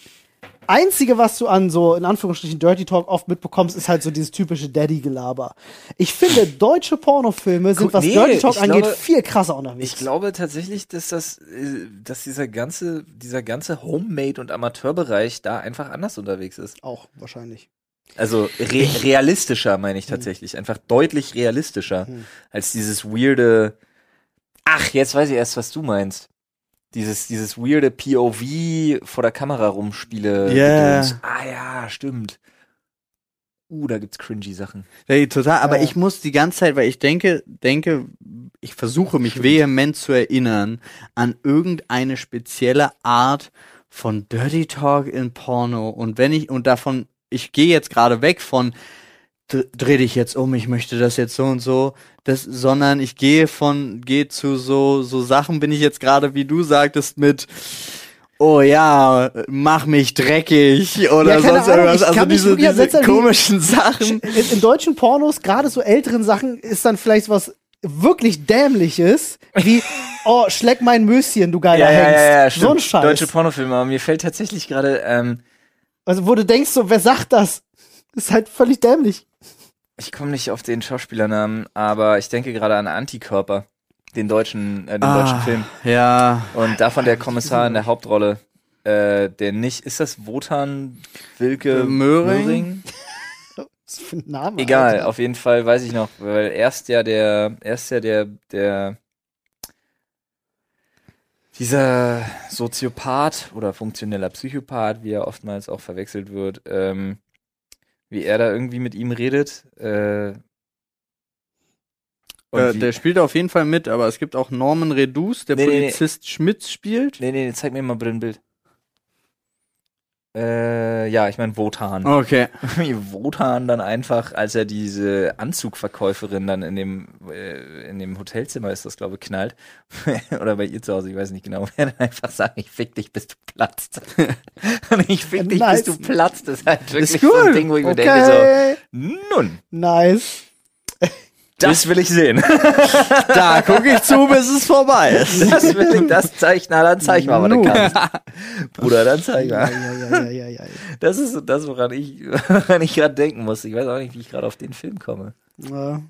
[SPEAKER 1] Einzige, was du an so, in Anführungsstrichen, Dirty Talk oft mitbekommst, ist halt so dieses typische Daddy-Gelaber. Ich finde, deutsche Pornofilme sind,
[SPEAKER 2] Guck,
[SPEAKER 1] was
[SPEAKER 2] nee,
[SPEAKER 1] Dirty Talk
[SPEAKER 2] ich
[SPEAKER 1] angeht,
[SPEAKER 2] glaube-
[SPEAKER 1] viel krasser unterwegs.
[SPEAKER 2] Ich glaube tatsächlich, dass das, äh, dass dieser ganze, dieser ganze Homemade- und Amateurbereich da einfach anders unterwegs ist.
[SPEAKER 1] Auch, wahrscheinlich.
[SPEAKER 2] Also re realistischer meine ich tatsächlich, einfach deutlich realistischer als dieses weirde. Ach, jetzt weiß ich erst, was du meinst. Dieses, dieses weirde POV vor der Kamera rumspiele.
[SPEAKER 3] Yeah.
[SPEAKER 2] Gedöns. Ah ja, stimmt. Uh, da gibt's cringy Sachen.
[SPEAKER 3] Ey, total, aber
[SPEAKER 1] Ja.
[SPEAKER 3] ich muss die ganze Zeit, weil ich denke, denke, ich versuche mich vehement zu erinnern an irgendeine spezielle Art von Dirty Talk in Porno und wenn ich und davon ich gehe jetzt gerade weg von dr- dreh dich jetzt um, ich möchte das jetzt so und so, das sondern ich gehe von gehe zu so so Sachen bin ich jetzt gerade wie du sagtest mit Oh ja, mach mich dreckig oder
[SPEAKER 1] Ja, keine
[SPEAKER 3] sonst
[SPEAKER 1] Ahnung,
[SPEAKER 3] irgendwas.
[SPEAKER 1] ich
[SPEAKER 3] Also
[SPEAKER 1] kann mich
[SPEAKER 3] diese,
[SPEAKER 1] nur wieder
[SPEAKER 3] diese
[SPEAKER 1] setzen, wie-
[SPEAKER 3] komischen Sachen.
[SPEAKER 1] In, in deutschen Pornos, gerade so älteren Sachen, ist dann vielleicht was wirklich dämliches, wie, oh, schleck mein Möschen, du geiler Hengst. so ein Scheiß.
[SPEAKER 2] Deutsche Pornofilme, aber mir fällt tatsächlich gerade, ähm,
[SPEAKER 1] Also, wo du denkst, so, wer sagt das? Ist halt völlig dämlich.
[SPEAKER 2] ich komme nicht auf den Schauspielernamen, aber ich denke gerade an Antikörper, den deutschen, äh, den
[SPEAKER 3] Ah.
[SPEAKER 2] deutschen Film.
[SPEAKER 3] Ja,
[SPEAKER 2] Und davon der Kommissar in der Hauptrolle, äh, der nicht, ist das Wotan Wilke
[SPEAKER 3] Äh, Möhring?
[SPEAKER 1] Was für ein Name.
[SPEAKER 2] Egal,
[SPEAKER 1] Alter.
[SPEAKER 2] auf jeden Fall weiß ich noch, weil erst ja der, erst ja der, der, dieser Soziopath oder funktioneller Psychopath, wie er oftmals auch verwechselt wird, ähm, wie er da irgendwie mit ihm redet, äh, und
[SPEAKER 3] äh,
[SPEAKER 2] wie-
[SPEAKER 3] der spielt auf jeden Fall mit, aber es gibt auch Norman Redus, der
[SPEAKER 2] Nee, nee, nee.
[SPEAKER 3] Polizist Schmitz spielt.
[SPEAKER 2] nee, nee, zeig mir mal bitte ein Bild. Äh, ja, ich meine Wotan.
[SPEAKER 3] Okay.
[SPEAKER 2] wie Wotan dann einfach, als er diese Anzugverkäuferin dann in dem, äh, in dem Hotelzimmer ist, das glaube ich, knallt. Oder bei ihr zu Hause, ich weiß nicht genau, wer dann einfach sagt, ich fick dich, bis du platzt. Und ich fick dich,
[SPEAKER 1] Nice.
[SPEAKER 2] bis du platzt, ist halt wirklich
[SPEAKER 3] Ist
[SPEAKER 2] so ein
[SPEAKER 3] cool.
[SPEAKER 2] Ding, wo ich mir denke,
[SPEAKER 1] Okay.
[SPEAKER 2] so, nun,
[SPEAKER 1] Nice.
[SPEAKER 2] das will ich sehen.
[SPEAKER 3] Da gucke ich zu, bis es vorbei ist.
[SPEAKER 2] Das will ich, das zeig, na, dann zeig mal, was du
[SPEAKER 1] Nun.
[SPEAKER 2] kannst. Bruder, dann zeig
[SPEAKER 1] Ja,
[SPEAKER 2] mal.
[SPEAKER 1] ja, ja, ja, ja, ja.
[SPEAKER 2] Das ist so das, woran ich, woran ich gerade denken muss. Ich weiß auch nicht, wie ich gerade auf den Film komme.
[SPEAKER 1] Ja.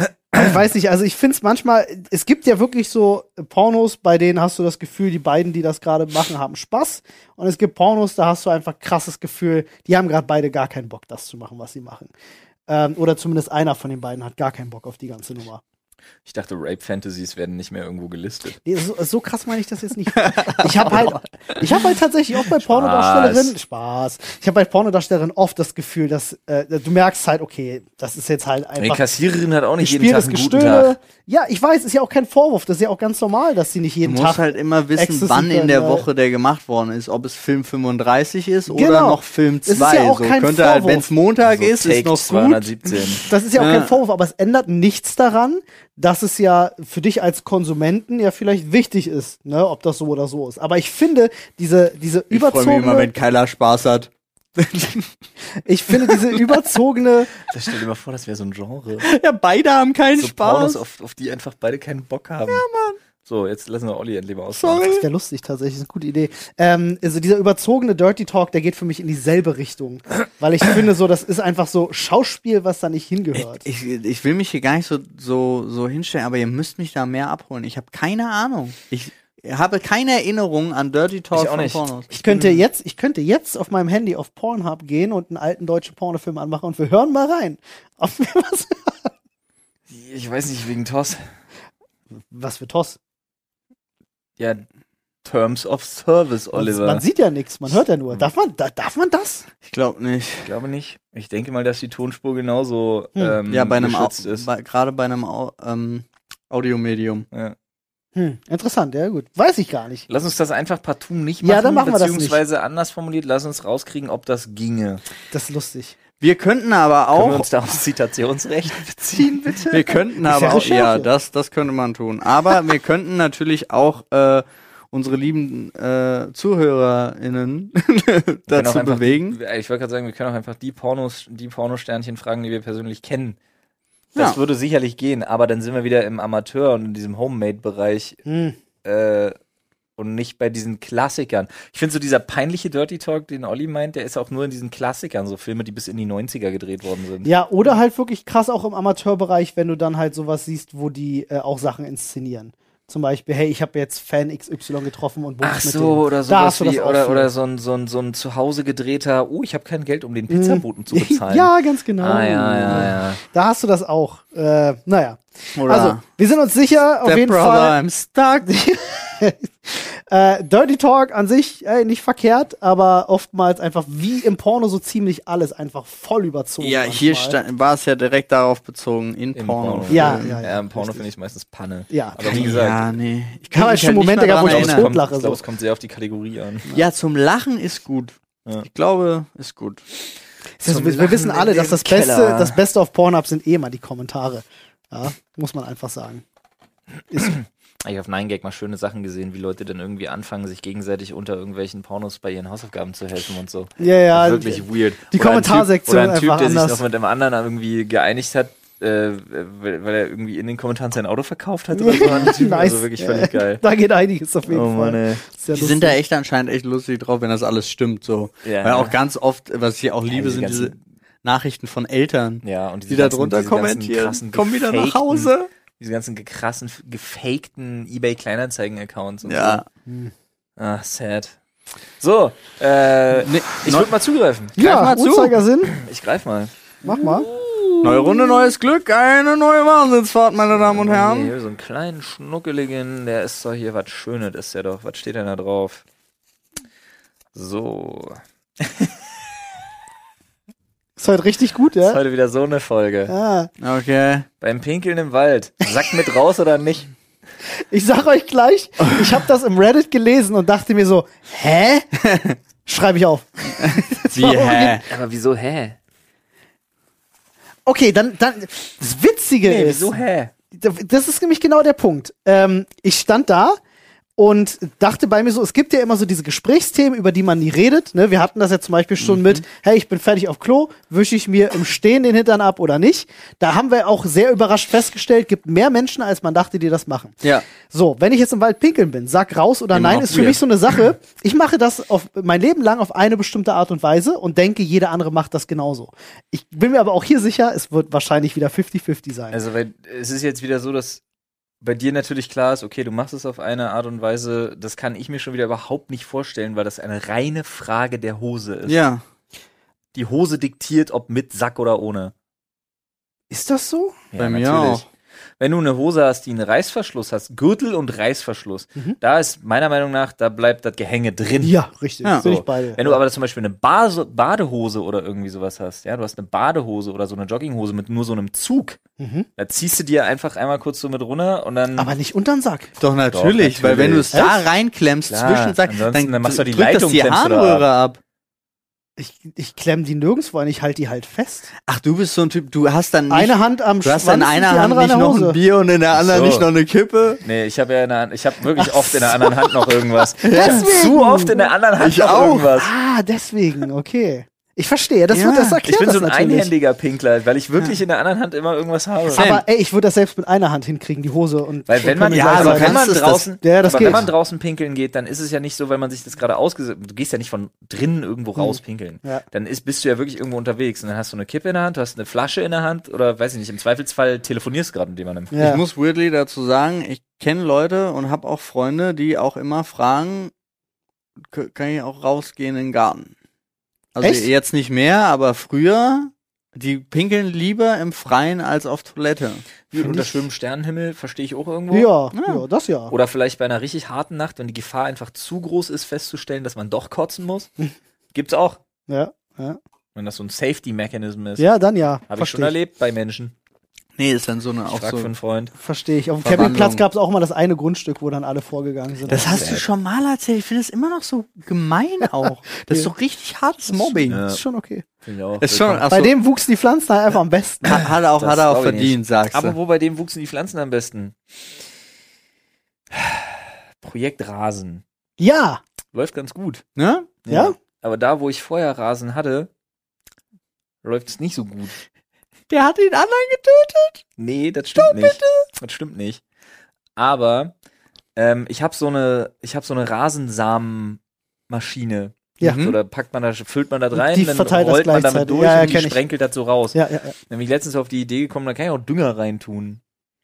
[SPEAKER 1] Ich weiß nicht, also ich finde es manchmal, es gibt ja wirklich so Pornos, bei denen hast du das Gefühl, die beiden, die das gerade machen, haben Spaß. Und es gibt Pornos, da hast du einfach krasses Gefühl, die haben gerade beide gar keinen Bock, das zu machen, was sie machen. Ähm, oder zumindest einer von den beiden hat gar keinen Bock auf die ganze Nummer.
[SPEAKER 2] Ich dachte, Rape-Fantasies werden nicht mehr irgendwo gelistet.
[SPEAKER 1] Nee, so, so krass meine ich das jetzt nicht. Ich habe halt, ich habe halt tatsächlich auch bei Pornodarstellerinnen Spaß. Ich habe bei Pornodarstellerinnen oft das Gefühl, dass äh, du merkst halt, okay, das ist jetzt halt
[SPEAKER 2] Die
[SPEAKER 1] einfach.
[SPEAKER 2] Kassiererin hat auch nicht
[SPEAKER 1] Ich
[SPEAKER 2] jeden
[SPEAKER 1] spiele
[SPEAKER 2] Tag
[SPEAKER 1] das
[SPEAKER 2] einen guten Tag.
[SPEAKER 1] Gestöhne. Ja, ich weiß, ist ja auch kein Vorwurf. Das ist ja auch ganz normal, dass sie nicht
[SPEAKER 3] Du
[SPEAKER 1] jeden
[SPEAKER 3] musst
[SPEAKER 1] Tag.
[SPEAKER 3] halt immer wissen,
[SPEAKER 1] Exzessiv
[SPEAKER 3] wann in
[SPEAKER 1] werden,
[SPEAKER 3] der
[SPEAKER 1] weil-
[SPEAKER 3] Woche der gemacht worden ist, ob es Film 35 ist oder
[SPEAKER 1] Genau.
[SPEAKER 3] noch Film
[SPEAKER 1] Es ist
[SPEAKER 3] 2.
[SPEAKER 1] ja auch
[SPEAKER 3] so
[SPEAKER 1] kein
[SPEAKER 3] könnte halt,
[SPEAKER 1] Vorwurf.
[SPEAKER 3] wenn es Montag ist, ist noch gut.
[SPEAKER 2] 217.
[SPEAKER 1] Das ist ja auch
[SPEAKER 3] Ja.
[SPEAKER 1] kein Vorwurf, aber es ändert nichts daran, dass es ja für dich als Konsumenten ja vielleicht wichtig ist, ne, ob das so oder so ist. Aber ich finde, diese, diese
[SPEAKER 3] Ich freue mich immer,
[SPEAKER 1] überzogene.
[SPEAKER 3] wenn Kyla Spaß hat.
[SPEAKER 1] Ich finde diese überzogene,
[SPEAKER 2] Das stell dir mal vor, das wäre so ein Genre.
[SPEAKER 3] Ja, beide haben keinen
[SPEAKER 2] So Pornos, auf, auf die einfach beide keinen Bock haben. Ja, Mann. So, jetzt lassen wir Olli endlich mal aus.
[SPEAKER 1] das ist ja lustig tatsächlich, das ist eine gute Idee. Ähm, also dieser überzogene Dirty Talk, der geht für mich in dieselbe Richtung, weil ich finde so, das ist einfach so Schauspiel, was da nicht hingehört.
[SPEAKER 3] Ich, ich will mich hier gar nicht so, so, so hinstellen, aber ihr müsst mich da mehr abholen. Ich habe keine Ahnung. Ich habe keine Erinnerung an Dirty Talk
[SPEAKER 2] Ich auch
[SPEAKER 3] von
[SPEAKER 2] nicht.
[SPEAKER 3] Pornos. Mhm.
[SPEAKER 1] Ich könnte jetzt, ich könnte jetzt auf meinem Handy auf Pornhub gehen und einen alten deutschen Pornofilm anmachen und wir hören mal rein. Ob wir was,
[SPEAKER 2] Ich weiß nicht, wegen Toss.
[SPEAKER 1] was für Toss.
[SPEAKER 2] Ja, Terms of Service, Oliver.
[SPEAKER 1] Man sieht ja nichts, man hört ja nur. Darf man, da, darf man das?
[SPEAKER 3] Ich glaube nicht.
[SPEAKER 2] ich glaube nicht. Ich denke mal, dass die Tonspur genauso
[SPEAKER 1] Hm.
[SPEAKER 2] ähm,
[SPEAKER 3] Ja, bei einem Au
[SPEAKER 2] geschützt ist.
[SPEAKER 3] bei- gerade bei einem Au ähm, Audiomedium.
[SPEAKER 2] Ja.
[SPEAKER 1] Hm, interessant, ja gut. Weiß ich gar nicht.
[SPEAKER 2] Lass uns das einfach partout nicht machen,
[SPEAKER 1] Ja, dann machen wir das nicht.
[SPEAKER 2] beziehungsweise anders formuliert, lass uns rauskriegen, ob das ginge.
[SPEAKER 1] Das ist lustig.
[SPEAKER 3] Wir könnten aber
[SPEAKER 2] Können wir
[SPEAKER 3] auch
[SPEAKER 2] uns da aufs Zitationsrecht beziehen, bitte?
[SPEAKER 3] Wir
[SPEAKER 1] Ist
[SPEAKER 3] könnten
[SPEAKER 1] ja
[SPEAKER 3] aber auch,
[SPEAKER 1] Recherche.
[SPEAKER 3] ja, das, das könnte man tun. Aber wir könnten natürlich auch äh, unsere lieben äh, ZuhörerInnen
[SPEAKER 2] können auch
[SPEAKER 3] dazu
[SPEAKER 2] einfach
[SPEAKER 3] bewegen.
[SPEAKER 2] Ich wollte gerade sagen, wir können auch einfach die Pornos, die Pornosternchen fragen, die wir persönlich kennen. Das
[SPEAKER 3] Ja.
[SPEAKER 2] würde sicherlich gehen, aber dann sind wir wieder im Amateur und in diesem Homemade-Bereich
[SPEAKER 1] Hm.
[SPEAKER 2] äh, und nicht bei diesen Klassikern. Ich finde so dieser peinliche Dirty Talk, den Olli meint, der ist auch nur in diesen Klassikern, so Filme, die bis in die 90er gedreht worden sind.
[SPEAKER 1] Ja, oder halt wirklich krass auch im Amateurbereich, wenn du dann halt sowas siehst, wo die äh, auch Sachen inszenieren. Zum Beispiel, hey, ich habe jetzt Fan XY getroffen und bumst
[SPEAKER 2] Ach
[SPEAKER 1] mit
[SPEAKER 2] so,
[SPEAKER 1] dem.
[SPEAKER 2] oder
[SPEAKER 1] Da
[SPEAKER 2] sowas
[SPEAKER 1] hast du das
[SPEAKER 2] wie,
[SPEAKER 1] auch
[SPEAKER 2] oder,
[SPEAKER 1] für.
[SPEAKER 2] oder so ein, so ein, so ein zu Hause gedrehter, oh, ich habe kein Geld, um den Pizzaboten zu bezahlen.
[SPEAKER 1] Ja, ganz genau.
[SPEAKER 2] Ah, ja, ja, ja.
[SPEAKER 1] Da hast du das auch. Äh, naja.
[SPEAKER 3] Oder
[SPEAKER 1] Also, wir sind uns sicher, auf
[SPEAKER 3] Step
[SPEAKER 1] jeden
[SPEAKER 3] Brother,
[SPEAKER 1] Fall.
[SPEAKER 3] I'm stuck.
[SPEAKER 1] Äh, Dirty Talk an sich ey, nicht verkehrt, aber oftmals einfach wie im Porno so ziemlich alles einfach voll überzogen.
[SPEAKER 3] Ja, hier
[SPEAKER 1] manchmal.
[SPEAKER 3] sta- war es ja direkt darauf bezogen, in
[SPEAKER 2] Im
[SPEAKER 3] Porno.
[SPEAKER 2] Porno.
[SPEAKER 1] Ja,
[SPEAKER 2] ja,
[SPEAKER 1] ja, ja,
[SPEAKER 2] im ähm, Porno
[SPEAKER 1] richtig.
[SPEAKER 2] finde ich meistens Panne.
[SPEAKER 1] Ja.
[SPEAKER 2] Aber wie gesagt,
[SPEAKER 3] ja, nee. Ich
[SPEAKER 1] Ja, aber
[SPEAKER 3] mich halt
[SPEAKER 1] schon
[SPEAKER 3] nicht
[SPEAKER 1] Momente
[SPEAKER 3] mehr
[SPEAKER 1] gab, wo
[SPEAKER 3] dran
[SPEAKER 1] ich
[SPEAKER 2] ich
[SPEAKER 1] auch
[SPEAKER 2] glaube,
[SPEAKER 3] erinnern.
[SPEAKER 1] Totlache
[SPEAKER 2] es,
[SPEAKER 1] so.
[SPEAKER 2] glaub, es kommt sehr auf die Kategorie an.
[SPEAKER 3] Ja, zum Lachen ist gut.
[SPEAKER 2] Ja.
[SPEAKER 3] Ich glaube, ist gut.
[SPEAKER 1] Das ist,
[SPEAKER 2] Zum
[SPEAKER 1] wir, wir
[SPEAKER 2] Lachen
[SPEAKER 1] wissen alle,
[SPEAKER 2] in
[SPEAKER 1] dass
[SPEAKER 2] den
[SPEAKER 1] das Beste,
[SPEAKER 2] Keller.
[SPEAKER 1] das Beste auf Pornhub sind eh mal die Kommentare. Ja, muss man einfach sagen.
[SPEAKER 2] Ich habe auf 9gag mal schöne Sachen gesehen, wie Leute dann irgendwie anfangen, sich gegenseitig unter irgendwelchen Pornos bei ihren Hausaufgaben zu helfen und so.
[SPEAKER 1] Ja, ja.
[SPEAKER 2] Wirklich weird.
[SPEAKER 1] die
[SPEAKER 2] Oder ein Typ-
[SPEAKER 1] Kommentarsektion
[SPEAKER 2] Oder ein Typ,
[SPEAKER 1] einfach
[SPEAKER 2] der sich
[SPEAKER 1] anders.
[SPEAKER 2] noch mit dem anderen irgendwie geeinigt hat, äh, weil weil er irgendwie in den Kommentaren sein Auto verkauft hat oder so. an den Typen. Also wirklich völlig geil.
[SPEAKER 1] Da geht einiges auf jeden
[SPEAKER 2] Oh Mann,
[SPEAKER 1] Fall.
[SPEAKER 2] ey.
[SPEAKER 1] Sehr
[SPEAKER 3] Die sind da echt anscheinend echt lustig drauf, wenn das alles stimmt. So.
[SPEAKER 2] Ja.
[SPEAKER 3] Weil auch ganz oft, was ich auch liebe,
[SPEAKER 2] diese
[SPEAKER 3] sind diese
[SPEAKER 2] ganzen-
[SPEAKER 3] Nachrichten von Eltern.
[SPEAKER 2] Ja, und diese
[SPEAKER 3] die da
[SPEAKER 2] ganzen-
[SPEAKER 3] drunter
[SPEAKER 2] diese ganzen
[SPEAKER 3] kommentieren.
[SPEAKER 2] krassen
[SPEAKER 3] Komm wieder nach
[SPEAKER 2] gefakten-
[SPEAKER 3] Hause.
[SPEAKER 2] Diese ganzen ge- krassen, gefakten Ebay-Kleinanzeigen-Accounts und
[SPEAKER 3] Ja.
[SPEAKER 2] so. Ah, sad. So, äh,
[SPEAKER 3] Ne,
[SPEAKER 2] ich würde mal zugreifen.
[SPEAKER 1] ja,
[SPEAKER 3] Greif mal zu.
[SPEAKER 1] Uhrzeigersinn.
[SPEAKER 2] Ich greif mal.
[SPEAKER 1] Mach mal.
[SPEAKER 3] Neue Runde, neues Glück, eine neue Wahnsinnsfahrt, meine Damen und
[SPEAKER 2] Nee,
[SPEAKER 3] Herren.
[SPEAKER 2] hier so einen kleinen Schnuckeligen, der ist doch hier was Schönes, ist der doch. Was steht denn da drauf? So.
[SPEAKER 1] Ist heute richtig gut,
[SPEAKER 2] Ist
[SPEAKER 1] ja?
[SPEAKER 2] heute wieder so eine Folge.
[SPEAKER 1] Ah,
[SPEAKER 3] Okay.
[SPEAKER 2] Beim Pinkeln im Wald. Sack mit raus oder nicht?
[SPEAKER 1] ich sag euch gleich, ich habe das im Reddit gelesen und dachte mir so, hä? Schreibe ich auf.
[SPEAKER 3] Wie, hä?
[SPEAKER 2] Aber wieso hä?
[SPEAKER 1] Okay, dann, dann das Witzige
[SPEAKER 2] Nee,
[SPEAKER 1] ist.
[SPEAKER 2] wieso hä?
[SPEAKER 1] das ist nämlich genau der Punkt. Ähm, ich stand da und dachte bei mir so, es gibt ja immer so diese Gesprächsthemen, über die man nie redet. Ne? Wir hatten das ja zum Beispiel schon mit, hey, ich bin fertig auf Klo, wische ich mir im Stehen den Hintern ab oder nicht. Da haben wir auch sehr überrascht festgestellt, gibt mehr Menschen, als man dachte, die das machen.
[SPEAKER 3] Ja.
[SPEAKER 1] So, wenn ich jetzt im Wald pinkeln bin, sag raus oder
[SPEAKER 2] Immer
[SPEAKER 1] nein,
[SPEAKER 2] noch
[SPEAKER 1] ist für
[SPEAKER 2] weird.
[SPEAKER 1] mich so eine Sache. Ich mache das auf mein Leben lang auf eine bestimmte Art und Weise und denke, jeder andere macht das genauso. Ich bin mir aber auch hier sicher, es wird wahrscheinlich wieder 50-50 sein.
[SPEAKER 2] Also, weil es ist jetzt wieder so, dass bei dir natürlich klar ist, okay, du machst es auf eine Art und Weise, das kann ich mir schon wieder überhaupt nicht vorstellen, weil das eine reine Frage der Hose ist.
[SPEAKER 3] Ja.
[SPEAKER 2] Die Hose diktiert, ob mit Sack oder ohne.
[SPEAKER 1] ist das so?
[SPEAKER 2] Ja,
[SPEAKER 3] Bei mir auch.
[SPEAKER 2] Wenn du eine Hose hast, die einen Reißverschluss hast, Gürtel und Reißverschluss,
[SPEAKER 1] Mhm.
[SPEAKER 2] da ist meiner Meinung nach, da bleibt das Gehänge drin.
[SPEAKER 1] Ja, richtig.
[SPEAKER 3] Mhm. Ja.
[SPEAKER 1] Bin
[SPEAKER 2] So.
[SPEAKER 1] ich beide.
[SPEAKER 2] Wenn du aber zum Beispiel eine Base, Badehose oder irgendwie sowas hast, ja, du hast eine Badehose oder so eine Jogginghose mit nur so einem Zug,
[SPEAKER 1] Mhm.
[SPEAKER 2] da ziehst du dir einfach einmal kurz so mit runter und dann.
[SPEAKER 1] Aber nicht untern Sack.
[SPEAKER 3] Doch, natürlich, weil wenn du es da reinklemmst,
[SPEAKER 2] Klar,
[SPEAKER 3] zwischen Sack,
[SPEAKER 2] ansonsten, dann machst du die
[SPEAKER 3] drückt
[SPEAKER 2] Leitung,
[SPEAKER 3] das die
[SPEAKER 2] klemmst du da
[SPEAKER 3] Harnröhre ab.
[SPEAKER 1] Ich, ich klemm die nirgendwo ein, ich halte die halt fest.
[SPEAKER 3] Ach, du bist so ein Typ, du hast dann nicht,
[SPEAKER 1] eine Hand am
[SPEAKER 3] du hast
[SPEAKER 1] Schwanz,
[SPEAKER 3] in einer
[SPEAKER 1] die
[SPEAKER 3] Hand
[SPEAKER 1] andere
[SPEAKER 3] nicht
[SPEAKER 1] an der
[SPEAKER 3] noch
[SPEAKER 1] Hose.
[SPEAKER 3] ein Bier und in der anderen
[SPEAKER 2] so.
[SPEAKER 3] nicht noch eine Kippe.
[SPEAKER 2] Nee, ich habe ja in der, ich habe wirklich oft in der anderen Hand noch irgendwas. Ich hab
[SPEAKER 1] Deswegen.
[SPEAKER 2] zu oft in der anderen Hand
[SPEAKER 3] Ich
[SPEAKER 2] noch
[SPEAKER 3] auch.
[SPEAKER 2] irgendwas.
[SPEAKER 1] Ah, deswegen, okay. Ich verstehe, das wird
[SPEAKER 3] Ja,
[SPEAKER 1] das erklärt
[SPEAKER 6] Ich bin
[SPEAKER 1] das
[SPEAKER 6] so ein
[SPEAKER 1] natürlich.
[SPEAKER 6] einhändiger Pinkler, weil ich wirklich in der anderen Hand immer irgendwas habe.
[SPEAKER 1] Aber ey, ich würde das selbst mit einer Hand hinkriegen, die Hose und
[SPEAKER 2] Weil wenn man,
[SPEAKER 1] und
[SPEAKER 2] ja,
[SPEAKER 3] gleich
[SPEAKER 2] aber
[SPEAKER 3] sagen.
[SPEAKER 2] wenn man
[SPEAKER 3] Kannst es
[SPEAKER 2] draußen,
[SPEAKER 1] das- Ja, das
[SPEAKER 2] aber wenn
[SPEAKER 1] geht.
[SPEAKER 2] man draußen pinkeln geht, dann ist es ja nicht so, weil man sich das gerade ausgesetzt, du gehst ja nicht von drinnen irgendwo raus pinkeln.
[SPEAKER 1] Hm. Ja.
[SPEAKER 2] Dann ist, bist du ja wirklich irgendwo unterwegs und dann hast du eine Kippe in der Hand, du hast eine Flasche in der Hand oder weiß ich nicht, im Zweifelsfall telefonierst gerade mit jemandem.
[SPEAKER 1] ja.
[SPEAKER 3] Ich muss weirdly dazu sagen, ich kenne Leute und habe auch Freunde, die auch immer fragen, k- kann ich auch rausgehen in den Garten? Also
[SPEAKER 1] Echt?
[SPEAKER 3] jetzt nicht mehr, aber früher, die pinkeln lieber im Freien als auf Toilette.
[SPEAKER 2] Gut, unter schwimmendem Sternenhimmel verstehe ich auch irgendwo.
[SPEAKER 1] ja,
[SPEAKER 3] Ja.
[SPEAKER 1] ja, das ja.
[SPEAKER 2] Oder vielleicht bei einer richtig harten Nacht, wenn die Gefahr einfach zu groß ist, festzustellen, dass man doch kotzen muss. Gibt's auch,
[SPEAKER 1] Ja, ja.
[SPEAKER 2] wenn das so ein Safety-Mechanism ist.
[SPEAKER 1] ja, dann ja.
[SPEAKER 2] Habe ich schon
[SPEAKER 1] Versteh
[SPEAKER 2] erlebt bei Menschen.
[SPEAKER 3] Nee, ist dann so eine
[SPEAKER 2] Ich
[SPEAKER 3] auch
[SPEAKER 2] frag für
[SPEAKER 3] so.
[SPEAKER 2] einen Freund.
[SPEAKER 1] Verstehe ich. Auf dem
[SPEAKER 3] Verwandlung.
[SPEAKER 1] Campingplatz gab es auch mal das eine Grundstück, wo dann alle vorgegangen sind.
[SPEAKER 3] Das hast du schon mal erzählt. Ich finde es immer noch so gemein auch. Das ist so richtig hartes Mobbing.
[SPEAKER 2] Ja.
[SPEAKER 1] ist schon okay.
[SPEAKER 2] Finde ich auch.
[SPEAKER 3] Ist schon, ach
[SPEAKER 1] Bei
[SPEAKER 3] so,
[SPEAKER 1] dem wuchsen die Pflanzen halt einfach am besten.
[SPEAKER 3] ha- hat er auch,
[SPEAKER 2] Das
[SPEAKER 3] hat er auch
[SPEAKER 2] glaub ich nicht.
[SPEAKER 3] verdient, sagst
[SPEAKER 2] Aber
[SPEAKER 3] du.
[SPEAKER 2] wo bei dem wuchsen die Pflanzen am besten? Projekt Rasen.
[SPEAKER 1] Ja,
[SPEAKER 2] Läuft ganz gut.
[SPEAKER 3] Ne?
[SPEAKER 1] ja.
[SPEAKER 2] Aber da, wo ich vorher Rasen hatte, läuft es nicht so gut.
[SPEAKER 3] Der hat ihn anderen getötet.
[SPEAKER 2] Nee, das stimmt nicht. Das stimmt nicht. Aber ähm, ich habe so eine, ich habe so eine Rasensamenmaschine.
[SPEAKER 1] Ja.
[SPEAKER 3] Mhm.
[SPEAKER 2] So, da packt man da, füllt man da rein,
[SPEAKER 1] Hm? Die
[SPEAKER 2] dann
[SPEAKER 1] verteilt das
[SPEAKER 2] rollt man damit
[SPEAKER 1] gleichzeitig.
[SPEAKER 2] durch
[SPEAKER 1] Ja, ja,
[SPEAKER 2] und die
[SPEAKER 1] kenn ich.
[SPEAKER 2] sprenkelt das so raus.
[SPEAKER 1] Ja, ja, ja.
[SPEAKER 2] Dann bin ich letztens auf die Idee gekommen, da kann ich auch Dünger reintun.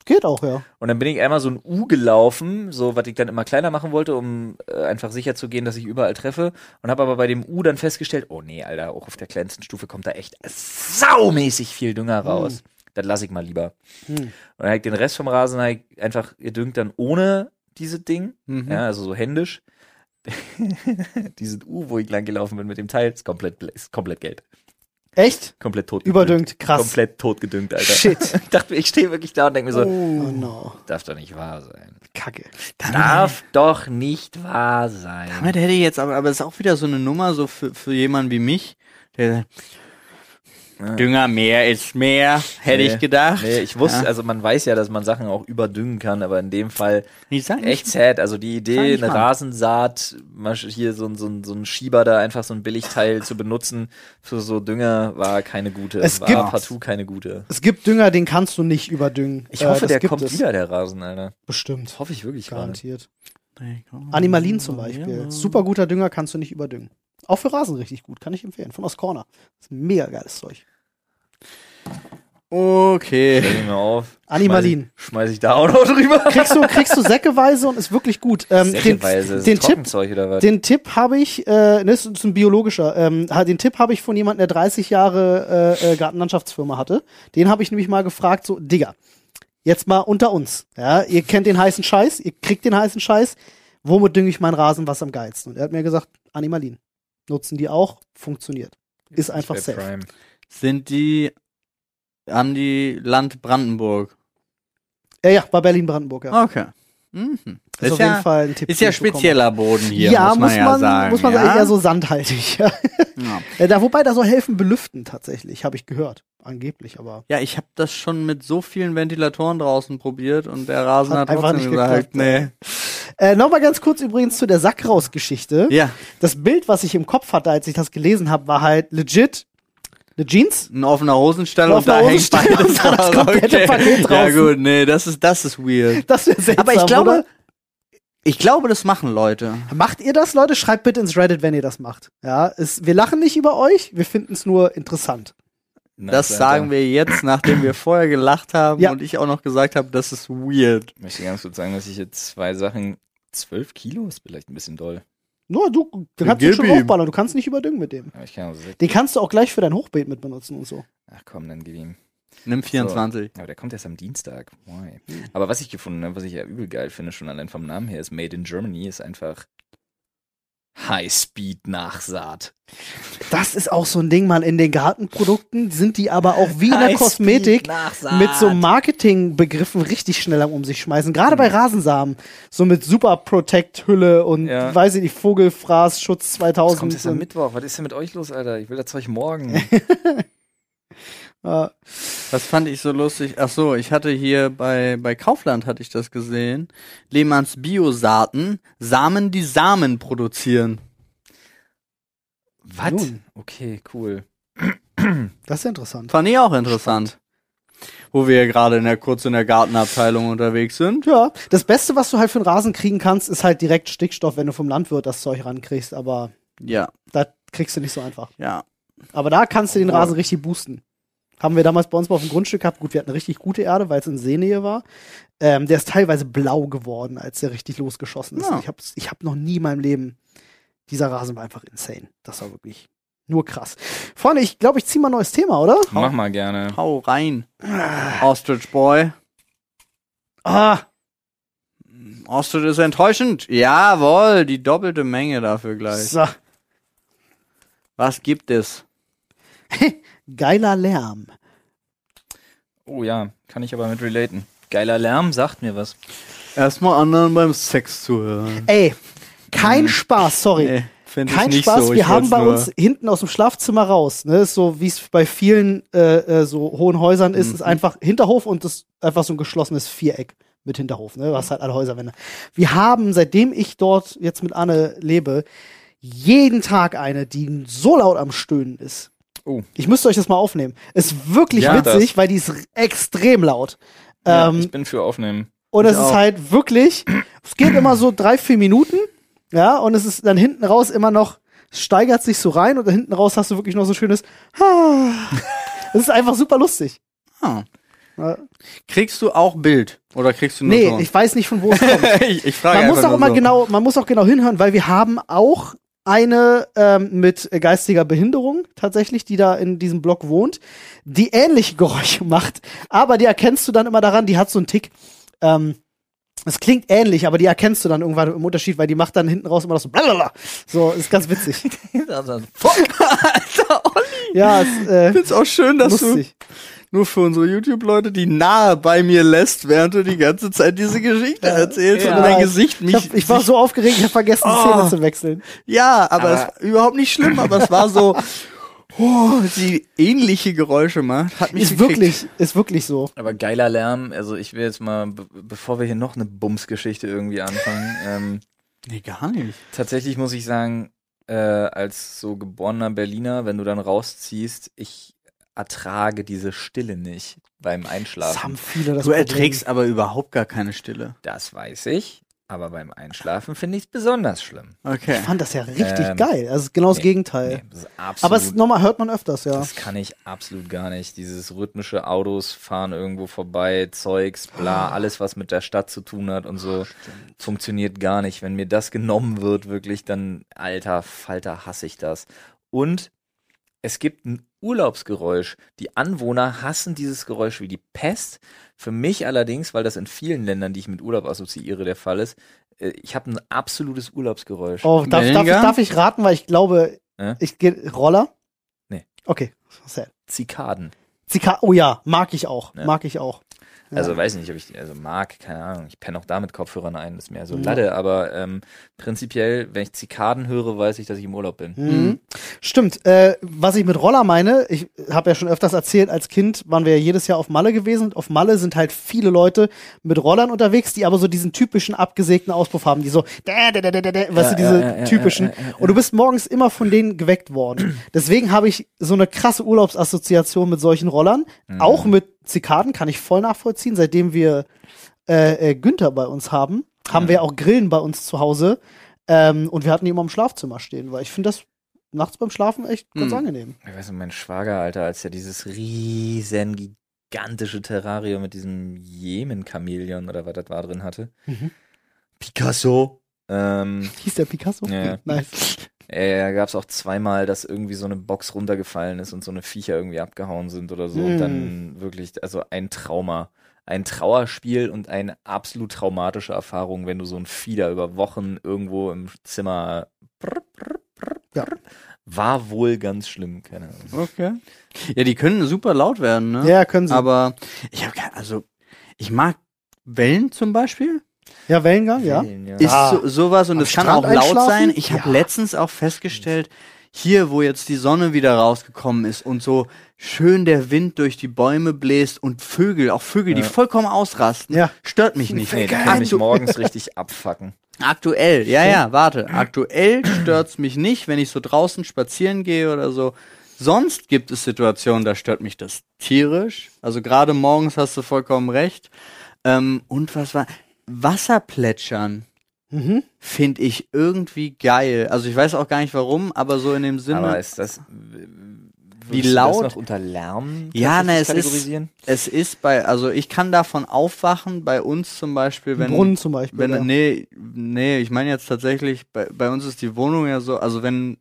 [SPEAKER 1] Geht auch, ja.
[SPEAKER 2] Und dann bin ich einmal so ein U gelaufen, so was ich dann immer kleiner machen wollte, um äh, einfach sicher zu gehen, dass ich überall treffe. Und habe aber bei dem U dann festgestellt, oh nee, Alter, auch auf der kleinsten Stufe kommt da echt saumäßig viel Dünger raus. Das lasse ich mal lieber.
[SPEAKER 1] Hm.
[SPEAKER 2] Und dann habe ich den Rest vom Rasen hab ich einfach gedüngt dann ohne dieses Ding,
[SPEAKER 3] Mhm.
[SPEAKER 2] ja, also so händisch. dieses U, wo ich lang gelaufen bin mit dem Teil, ist komplett, ist komplett Geld.
[SPEAKER 1] Echt?
[SPEAKER 2] Komplett tot.
[SPEAKER 1] Überdüngt, krass.
[SPEAKER 2] Komplett tot gedüngt, Alter.
[SPEAKER 1] Shit.
[SPEAKER 2] Ich dachte, mir, ich stehe wirklich da und denke mir so,
[SPEAKER 1] Oh no.
[SPEAKER 2] darf doch nicht wahr sein.
[SPEAKER 1] Kacke.
[SPEAKER 2] Darf doch nicht wahr sein.
[SPEAKER 3] Damit hätte ich jetzt, aber, aber es ist auch wieder so eine Nummer, so für, für jemanden wie mich, der Dünger mehr ist mehr, hätte
[SPEAKER 2] Nee.
[SPEAKER 3] ich gedacht.
[SPEAKER 2] Nee, ich wusste,
[SPEAKER 3] Ja.
[SPEAKER 2] also man weiß ja, dass man Sachen auch überdüngen kann, aber in dem Fall
[SPEAKER 3] Ich sag
[SPEAKER 2] echt
[SPEAKER 3] echt.
[SPEAKER 2] sad. Also die
[SPEAKER 3] Sag
[SPEAKER 2] Idee,
[SPEAKER 3] nicht
[SPEAKER 2] eine
[SPEAKER 3] mal.
[SPEAKER 2] Rasensaat, mal hier so, ein- so, ein- so ein Schieber da, einfach so ein Billigteil zu benutzen für so Dünger, war keine gute.
[SPEAKER 1] Es
[SPEAKER 2] war
[SPEAKER 1] gibt-
[SPEAKER 2] partout keine gute.
[SPEAKER 1] Es gibt Dünger, den kannst du nicht überdüngen. Äh,
[SPEAKER 2] Ich hoffe,
[SPEAKER 1] das
[SPEAKER 2] der
[SPEAKER 1] gibt
[SPEAKER 2] kommt
[SPEAKER 1] es.
[SPEAKER 2] wieder, der Rasen, Alter.
[SPEAKER 1] Bestimmt.
[SPEAKER 2] Das hoffe ich wirklich gerade.
[SPEAKER 1] Garantiert. Animalin zum Beispiel. Super guter Dünger kannst du nicht überdüngen. Auch für Rasen richtig gut, kann ich empfehlen. Von Oscorner. Das ist ein mega geiles Zeug.
[SPEAKER 3] Okay.
[SPEAKER 2] Stell ihn mir auf.
[SPEAKER 1] Animalin.
[SPEAKER 2] Schmeiß ich, schmeiß ich da auch noch drüber.
[SPEAKER 1] Kriegst du, kriegst du säckeweise und ist wirklich gut. Ähm,
[SPEAKER 2] Säckeweise,
[SPEAKER 1] den, den
[SPEAKER 2] das ist
[SPEAKER 1] Tipp
[SPEAKER 2] Trockenzeug oder was?
[SPEAKER 1] Den Tipp habe ich, äh, ne, ist, ist ein biologischer, ähm, ha- den Tipp habe ich von jemandem, der 30 Jahre äh, äh, Gartenlandschaftsfirma hatte. Den habe ich nämlich mal gefragt, so, Digga, jetzt mal unter uns. Ja, ihr kennt den heißen Scheiß, ihr kriegt den heißen Scheiß. Womit dünge ich meinen Rasen was am geilsten? Und er hat mir gesagt, Animalin. Nutzen die auch, funktioniert. Ist einfach
[SPEAKER 2] Bei
[SPEAKER 1] safe.
[SPEAKER 2] Prime.
[SPEAKER 3] Sind die, haben die Land Brandenburg?
[SPEAKER 1] Ja, ja, bei Berlin-Brandenburg, ja.
[SPEAKER 3] Okay. Mhm.
[SPEAKER 1] ist, auf
[SPEAKER 3] ja,
[SPEAKER 1] jeden Fall ein Tipp.
[SPEAKER 3] Ah, ist ja
[SPEAKER 1] den ich bekommen
[SPEAKER 3] spezieller Boden
[SPEAKER 1] habe.
[SPEAKER 3] hier,
[SPEAKER 1] ja,
[SPEAKER 3] muss man ja sagen.
[SPEAKER 1] muss man
[SPEAKER 3] ja?
[SPEAKER 1] sagen, eher so sandhaltig. Ja.
[SPEAKER 3] Ja.
[SPEAKER 1] Äh, Da, wobei da soll helfen belüften tatsächlich, habe ich gehört. Angeblich, aber
[SPEAKER 3] Ja, ich habe das schon mit so vielen Ventilatoren draußen probiert und der Rasen
[SPEAKER 1] Hat
[SPEAKER 3] hat,
[SPEAKER 1] einfach nicht
[SPEAKER 3] trotzdem gesagt, nee.
[SPEAKER 1] geklappt. Äh, Nochmal ganz kurz übrigens zu der Sackraus-Geschichte.
[SPEAKER 3] Ja,
[SPEAKER 1] Das Bild, was ich im Kopf hatte, als ich das gelesen habe, war halt legit eine Jeans.
[SPEAKER 3] ein offener Hosenstall
[SPEAKER 1] Ein
[SPEAKER 3] und da
[SPEAKER 1] offener
[SPEAKER 3] hängt
[SPEAKER 1] Hosenstall
[SPEAKER 3] beides
[SPEAKER 1] und da das
[SPEAKER 3] raus.
[SPEAKER 1] komplette Paket
[SPEAKER 3] Ja
[SPEAKER 1] draußen.
[SPEAKER 3] gut, nee, das ist, das ist weird.
[SPEAKER 1] Das wäre seltsam,
[SPEAKER 3] Aber ich glaube,
[SPEAKER 1] oder?
[SPEAKER 3] ich glaube, das machen Leute.
[SPEAKER 1] Macht ihr das, Leute? Schreibt bitte ins Reddit, wenn ihr das macht. Ja, es, wir lachen nicht über euch, wir finden es nur interessant.
[SPEAKER 3] Das sagen wir jetzt, nachdem wir vorher gelacht haben
[SPEAKER 1] Ja.
[SPEAKER 3] und ich auch noch gesagt habe, das ist weird.
[SPEAKER 6] Ich möchte ganz kurz sagen, dass ich jetzt zwei Sachen. 12 Kilo ist vielleicht ein bisschen doll.
[SPEAKER 1] Nur du, du kannst ihn
[SPEAKER 3] Gib
[SPEAKER 1] schon
[SPEAKER 3] ihm.
[SPEAKER 1] hochballern, du kannst nicht überdüngen mit dem.
[SPEAKER 6] Aber ich kann auch sechs.
[SPEAKER 1] Den kannst du auch gleich für dein Hochbeet mit benutzen und so.
[SPEAKER 6] Ach komm, dann gib ihm.
[SPEAKER 3] Nimm 24.
[SPEAKER 6] Aber der kommt erst am Dienstag. Why?
[SPEAKER 1] Hm.
[SPEAKER 6] Aber was ich gefunden habe, was ich ja übel geil finde, schon allein vom Namen her, ist Made in Germany, ist einfach High-Speed-Nachsaat.
[SPEAKER 1] Das ist auch so ein Ding, man. In den Gartenprodukten sind die aber auch wie in der
[SPEAKER 6] High-Speed
[SPEAKER 1] Kosmetik
[SPEAKER 6] Nachsaat.
[SPEAKER 1] mit so Marketingbegriffen richtig schnell am um sich schmeißen. Gerade
[SPEAKER 6] Mhm.
[SPEAKER 1] bei Rasensamen. So mit Super Protect Hülle und
[SPEAKER 6] Ja.
[SPEAKER 1] weiß ich nicht, Vogelfraß Schutz
[SPEAKER 6] Was
[SPEAKER 1] 2000.
[SPEAKER 6] kommt erst am
[SPEAKER 1] und,
[SPEAKER 6] Mittwoch? Was ist denn mit euch los, Alter? Ich will das Zeug morgen.
[SPEAKER 1] äh,
[SPEAKER 3] Das fand ich so lustig. Ach so, ich hatte hier bei, bei Kaufland hatte ich das gesehen. Lehmanns Biosaaten, Samen, die Samen produzieren.
[SPEAKER 2] Was?
[SPEAKER 1] Nun,
[SPEAKER 2] Okay, cool.
[SPEAKER 1] das ist interessant.
[SPEAKER 3] Fand ich auch interessant. Wo wir gerade in der, kurz in der Gartenabteilung unterwegs sind.
[SPEAKER 1] Ja, das Beste, was du halt für einen Rasen kriegen kannst, ist halt direkt Stickstoff, wenn du vom Landwirt das Zeug rankriegst, aber
[SPEAKER 3] Ja,
[SPEAKER 1] da kriegst du nicht so einfach.
[SPEAKER 3] ja.
[SPEAKER 1] Aber da kannst du den Rasen richtig boosten. Haben wir damals bei uns mal auf dem Grundstück gehabt. Gut, wir hatten eine richtig gute Erde, weil es in Seenähe war. Ähm, der ist teilweise blau geworden, als der richtig losgeschossen ist.
[SPEAKER 3] Ja.
[SPEAKER 1] Ich habe ich hab noch nie in meinem Leben. Dieser Rasen war einfach insane. Das war wirklich nur krass. Freunde, ich glaube, ich ziehe mal ein neues Thema, oder?
[SPEAKER 2] Mach mal gerne.
[SPEAKER 3] Hau rein. Ostrich Boy.
[SPEAKER 1] Ah,
[SPEAKER 3] Ostrich ist enttäuschend. Jawohl, die doppelte Menge dafür gleich.
[SPEAKER 1] so.
[SPEAKER 3] Was gibt es?
[SPEAKER 1] geiler Lärm.
[SPEAKER 2] Oh ja, kann ich aber mit relaten. Geiler Lärm, sagt mir was.
[SPEAKER 3] Erstmal anderen beim Sex zuhören.
[SPEAKER 1] Ey, kein Spaß, sorry.
[SPEAKER 3] Mhm. Nee, find ich
[SPEAKER 1] Kein
[SPEAKER 3] nicht
[SPEAKER 1] Spaß,
[SPEAKER 3] so. Ich
[SPEAKER 1] wir haben
[SPEAKER 3] wollt's
[SPEAKER 1] bei
[SPEAKER 3] nur-
[SPEAKER 1] uns hinten aus dem Schlafzimmer raus, ne? Ist so wie es bei vielen äh, äh, so hohen Häusern ist, ist
[SPEAKER 3] Mhm.
[SPEAKER 1] einfach Hinterhof und das einfach so ein geschlossenes Viereck mit Hinterhof, ne? Was halt alle Häuserwände. Wir haben, seitdem ich dort jetzt mit Anne lebe, jeden Tag eine, die so laut am Stöhnen ist.
[SPEAKER 2] Oh.
[SPEAKER 1] Ich müsste euch das mal aufnehmen. Ist wirklich
[SPEAKER 2] Ja,
[SPEAKER 1] witzig, weil die ist extrem laut.
[SPEAKER 2] Ja,
[SPEAKER 1] Ähm,
[SPEAKER 2] ich bin für aufnehmen.
[SPEAKER 1] und
[SPEAKER 3] Ich
[SPEAKER 1] es ist
[SPEAKER 3] auch.
[SPEAKER 1] halt wirklich, es geht immer so drei, vier Minuten, ja, und es ist dann hinten raus immer noch, es steigert sich so rein und dann hinten raus hast du wirklich noch so schönes. Es ist einfach super lustig.
[SPEAKER 3] Ah.
[SPEAKER 1] Ja.
[SPEAKER 3] Kriegst du auch Bild? Oder kriegst du nur
[SPEAKER 1] Nee,
[SPEAKER 3] Ton?
[SPEAKER 1] ich weiß nicht, von wo es kommt.
[SPEAKER 3] ich, ich frage
[SPEAKER 1] Man muss
[SPEAKER 3] einfach
[SPEAKER 1] auch
[SPEAKER 3] nur
[SPEAKER 1] immer
[SPEAKER 3] so.
[SPEAKER 1] genau, man muss auch genau hinhören, weil wir haben auch eine ähm, mit geistiger Behinderung tatsächlich, die da in diesem Block wohnt, die ähnliche Geräusche macht, aber die erkennst du dann immer daran, die hat so einen Tick. Ähm, es klingt ähnlich, aber die erkennst du dann irgendwann im Unterschied, weil die macht dann hinten raus immer noch so blablabla. So, ist ganz witzig. ja, ist, äh,
[SPEAKER 3] Find's auch schön, dass
[SPEAKER 1] lustig.
[SPEAKER 3] du nur für unsere YouTube-Leute die nahe bei mir lässt, während du die ganze Zeit diese Geschichte erzählst
[SPEAKER 1] ja.
[SPEAKER 3] und dein Gesicht
[SPEAKER 1] Ich,
[SPEAKER 3] mich.
[SPEAKER 1] hab, ich war so aufgeregt, ich habe vergessen, die
[SPEAKER 3] Oh.
[SPEAKER 1] Szene zu wechseln.
[SPEAKER 3] Ja, aber,
[SPEAKER 5] Aber-
[SPEAKER 3] es war überhaupt nicht schlimm, aber es war so, oh, sie ähnliche Geräusche macht, hat mich
[SPEAKER 1] Ist
[SPEAKER 3] gekriegt.
[SPEAKER 1] wirklich, ist wirklich so.
[SPEAKER 2] Aber geiler Lärm, also ich will jetzt mal, be bevor wir hier noch eine Bums-Geschichte irgendwie anfangen, ähm,
[SPEAKER 3] Nee, gar nicht.
[SPEAKER 2] tatsächlich muss ich sagen, äh, als so geborener Berliner, wenn du dann rausziehst, ich ertrage diese Stille nicht beim
[SPEAKER 1] Das haben
[SPEAKER 2] Einschlafen.
[SPEAKER 1] viele das
[SPEAKER 3] Du
[SPEAKER 1] Problem.
[SPEAKER 3] erträgst aber überhaupt gar keine Stille.
[SPEAKER 2] Das weiß ich, aber beim Einschlafen finde ich es besonders schlimm.
[SPEAKER 3] Okay.
[SPEAKER 1] Ich fand das ja richtig
[SPEAKER 2] Ähm,
[SPEAKER 1] geil. Also genau das
[SPEAKER 2] nee,
[SPEAKER 1] Gegenteil.
[SPEAKER 2] Nee, das ist absolut,
[SPEAKER 1] Aber es nochmal hört man öfters, ja.
[SPEAKER 2] das kann ich absolut gar nicht. Dieses rhythmische Autos fahren irgendwo vorbei, Zeugs,
[SPEAKER 1] Ah.
[SPEAKER 2] bla, alles was mit der Stadt zu tun hat und so, funktioniert gar nicht. Wenn mir das genommen wird, wirklich, dann alter Falter hasse ich das. Und es gibt ein Urlaubsgeräusch. Die Anwohner hassen dieses Geräusch wie die Pest. Für mich allerdings, weil das in vielen Ländern, die ich mit Urlaub assoziiere, der Fall ist, äh, ich habe ein absolutes Urlaubsgeräusch.
[SPEAKER 1] Oh, darf, darf, ich,
[SPEAKER 3] Wellengang?
[SPEAKER 1] darf ich raten, weil ich glaube,
[SPEAKER 2] Äh?
[SPEAKER 1] ich gehe Roller?
[SPEAKER 2] Nee.
[SPEAKER 1] Okay, sad.
[SPEAKER 2] Zikaden.
[SPEAKER 1] Zika oh ja, mag ich auch.
[SPEAKER 2] Ja.
[SPEAKER 1] Mag ich auch. Ja.
[SPEAKER 2] Also weiß nicht, ob ich also mag, keine Ahnung. Ich penne auch da mit Kopfhörern ein, ist mir so
[SPEAKER 1] Ja.
[SPEAKER 2] Lade, aber ähm, prinzipiell, wenn ich Zikaden höre, weiß ich, dass ich im Urlaub bin.
[SPEAKER 1] Mhm. Stimmt. Äh, was ich mit Roller meine, ich habe ja schon öfters erzählt, als Kind waren wir ja jedes Jahr auf Malle gewesen. Und auf Malle sind halt viele Leute mit Rollern unterwegs, die aber so diesen typischen abgesägten Auspuff haben, die so, dä, dä, dä, dä, dä, dä, weißt du,
[SPEAKER 2] ja,
[SPEAKER 1] diese
[SPEAKER 2] ja, ja,
[SPEAKER 1] typischen.
[SPEAKER 2] ja, ja,
[SPEAKER 1] Und du bist morgens immer von denen geweckt worden. Deswegen habe ich so eine krasse Urlaubsassoziation mit solchen Rollern.
[SPEAKER 2] Mhm.
[SPEAKER 1] Auch mit Zikaden kann ich voll nachvollziehen, seitdem wir äh, äh, Günther bei uns haben, haben wir auch Grillen bei uns zu Hause. Ähm, und wir hatten die immer im Schlafzimmer stehen, weil ich finde das nachts beim Schlafen echt ganz
[SPEAKER 3] Mhm.
[SPEAKER 1] angenehm.
[SPEAKER 2] Ich weiß nicht, mein Schwager, Alter, als der dieses riesen gigantische Terrarium mit diesem Jemen-Chamäleon oder was das war drin hatte.
[SPEAKER 1] Mhm.
[SPEAKER 2] Picasso. Ähm,
[SPEAKER 1] Hieß der Picasso?
[SPEAKER 2] Ja, ja.
[SPEAKER 1] Nice.
[SPEAKER 2] äh, da gab es auch zweimal, dass irgendwie so eine Box runtergefallen ist und so eine Viecher irgendwie abgehauen sind oder so. Und
[SPEAKER 1] Mm.
[SPEAKER 3] Hm.
[SPEAKER 2] dann wirklich, also ein Trauma. Ein Trauerspiel und eine absolut traumatische Erfahrung, wenn du so ein Fieder über Wochen irgendwo im Zimmer prr, prr, prr,
[SPEAKER 1] Ja.
[SPEAKER 2] prr, war wohl ganz schlimm, keine Ahnung.
[SPEAKER 3] Okay. Ja, die können super laut werden, ne?
[SPEAKER 1] Ja, können sie.
[SPEAKER 3] Aber ich habe also ich mag Wellen zum Beispiel.
[SPEAKER 1] ja, Wellengang, ja.
[SPEAKER 2] Wellen, ja.
[SPEAKER 3] Ist
[SPEAKER 1] Ah.
[SPEAKER 3] so, sowas und
[SPEAKER 1] Am
[SPEAKER 3] es kann
[SPEAKER 1] Strand
[SPEAKER 3] auch laut
[SPEAKER 1] einschlafen?
[SPEAKER 3] sein. Ich habe
[SPEAKER 1] Ja.
[SPEAKER 3] letztens auch festgestellt, hier, wo jetzt die Sonne wieder rausgekommen ist und so schön der Wind durch die Bäume bläst und Vögel, auch Vögel, die vollkommen ausrasten,
[SPEAKER 1] Ja.
[SPEAKER 3] stört mich nicht.
[SPEAKER 2] Nee, da kann mich morgens richtig abfacken.
[SPEAKER 3] Aktuell, ja, ja, warte. Aktuell stört's mich nicht, wenn ich so draußen spazieren gehe oder so. Sonst gibt es Situationen, da stört mich das tierisch. Also gerade morgens hast du vollkommen recht. Ähm, und was war? Wasserplätschern
[SPEAKER 1] Mhm.
[SPEAKER 3] finde ich irgendwie geil. Also ich weiß auch gar nicht warum, aber so in dem Sinne.
[SPEAKER 5] Aber ist
[SPEAKER 2] äh,
[SPEAKER 5] das.
[SPEAKER 3] Wie
[SPEAKER 5] würdest du das
[SPEAKER 3] laut-
[SPEAKER 5] noch unter Lärm
[SPEAKER 3] Ja, na, es ist,
[SPEAKER 5] kategorisieren?
[SPEAKER 3] es ist bei, also ich kann davon aufwachen, bei uns zum Beispiel, wenn.
[SPEAKER 1] Brunnen zum Beispiel.
[SPEAKER 3] Wenn,
[SPEAKER 1] ja.
[SPEAKER 3] Nee, nee, ich meine jetzt tatsächlich, bei, bei uns ist die Wohnung ja so, also wenn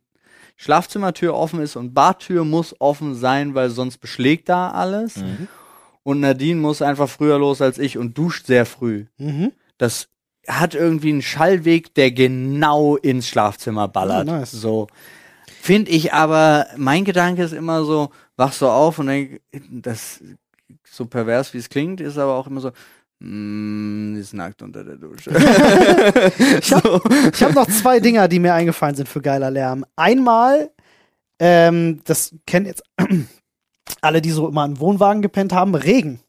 [SPEAKER 3] Schlafzimmertür offen ist und Badtür muss offen sein, weil sonst beschlägt da alles. Und Nadine muss einfach früher los als ich und duscht sehr früh.
[SPEAKER 1] Mhm.
[SPEAKER 3] Das hat irgendwie einen Schallweg, der genau ins Schlafzimmer ballert.
[SPEAKER 1] Ah, nice.
[SPEAKER 3] So. Finde ich aber, mein Gedanke ist immer so, wachst so auf und denk, das, so pervers wie es klingt, ist aber auch immer so, mm, die ist nackt unter der Dusche.
[SPEAKER 1] Ich habe hab noch zwei Dinger, die mir eingefallen sind für geiler Lärm. Einmal, ähm, das kennen jetzt alle, die so immer einen Wohnwagen gepennt haben, Regen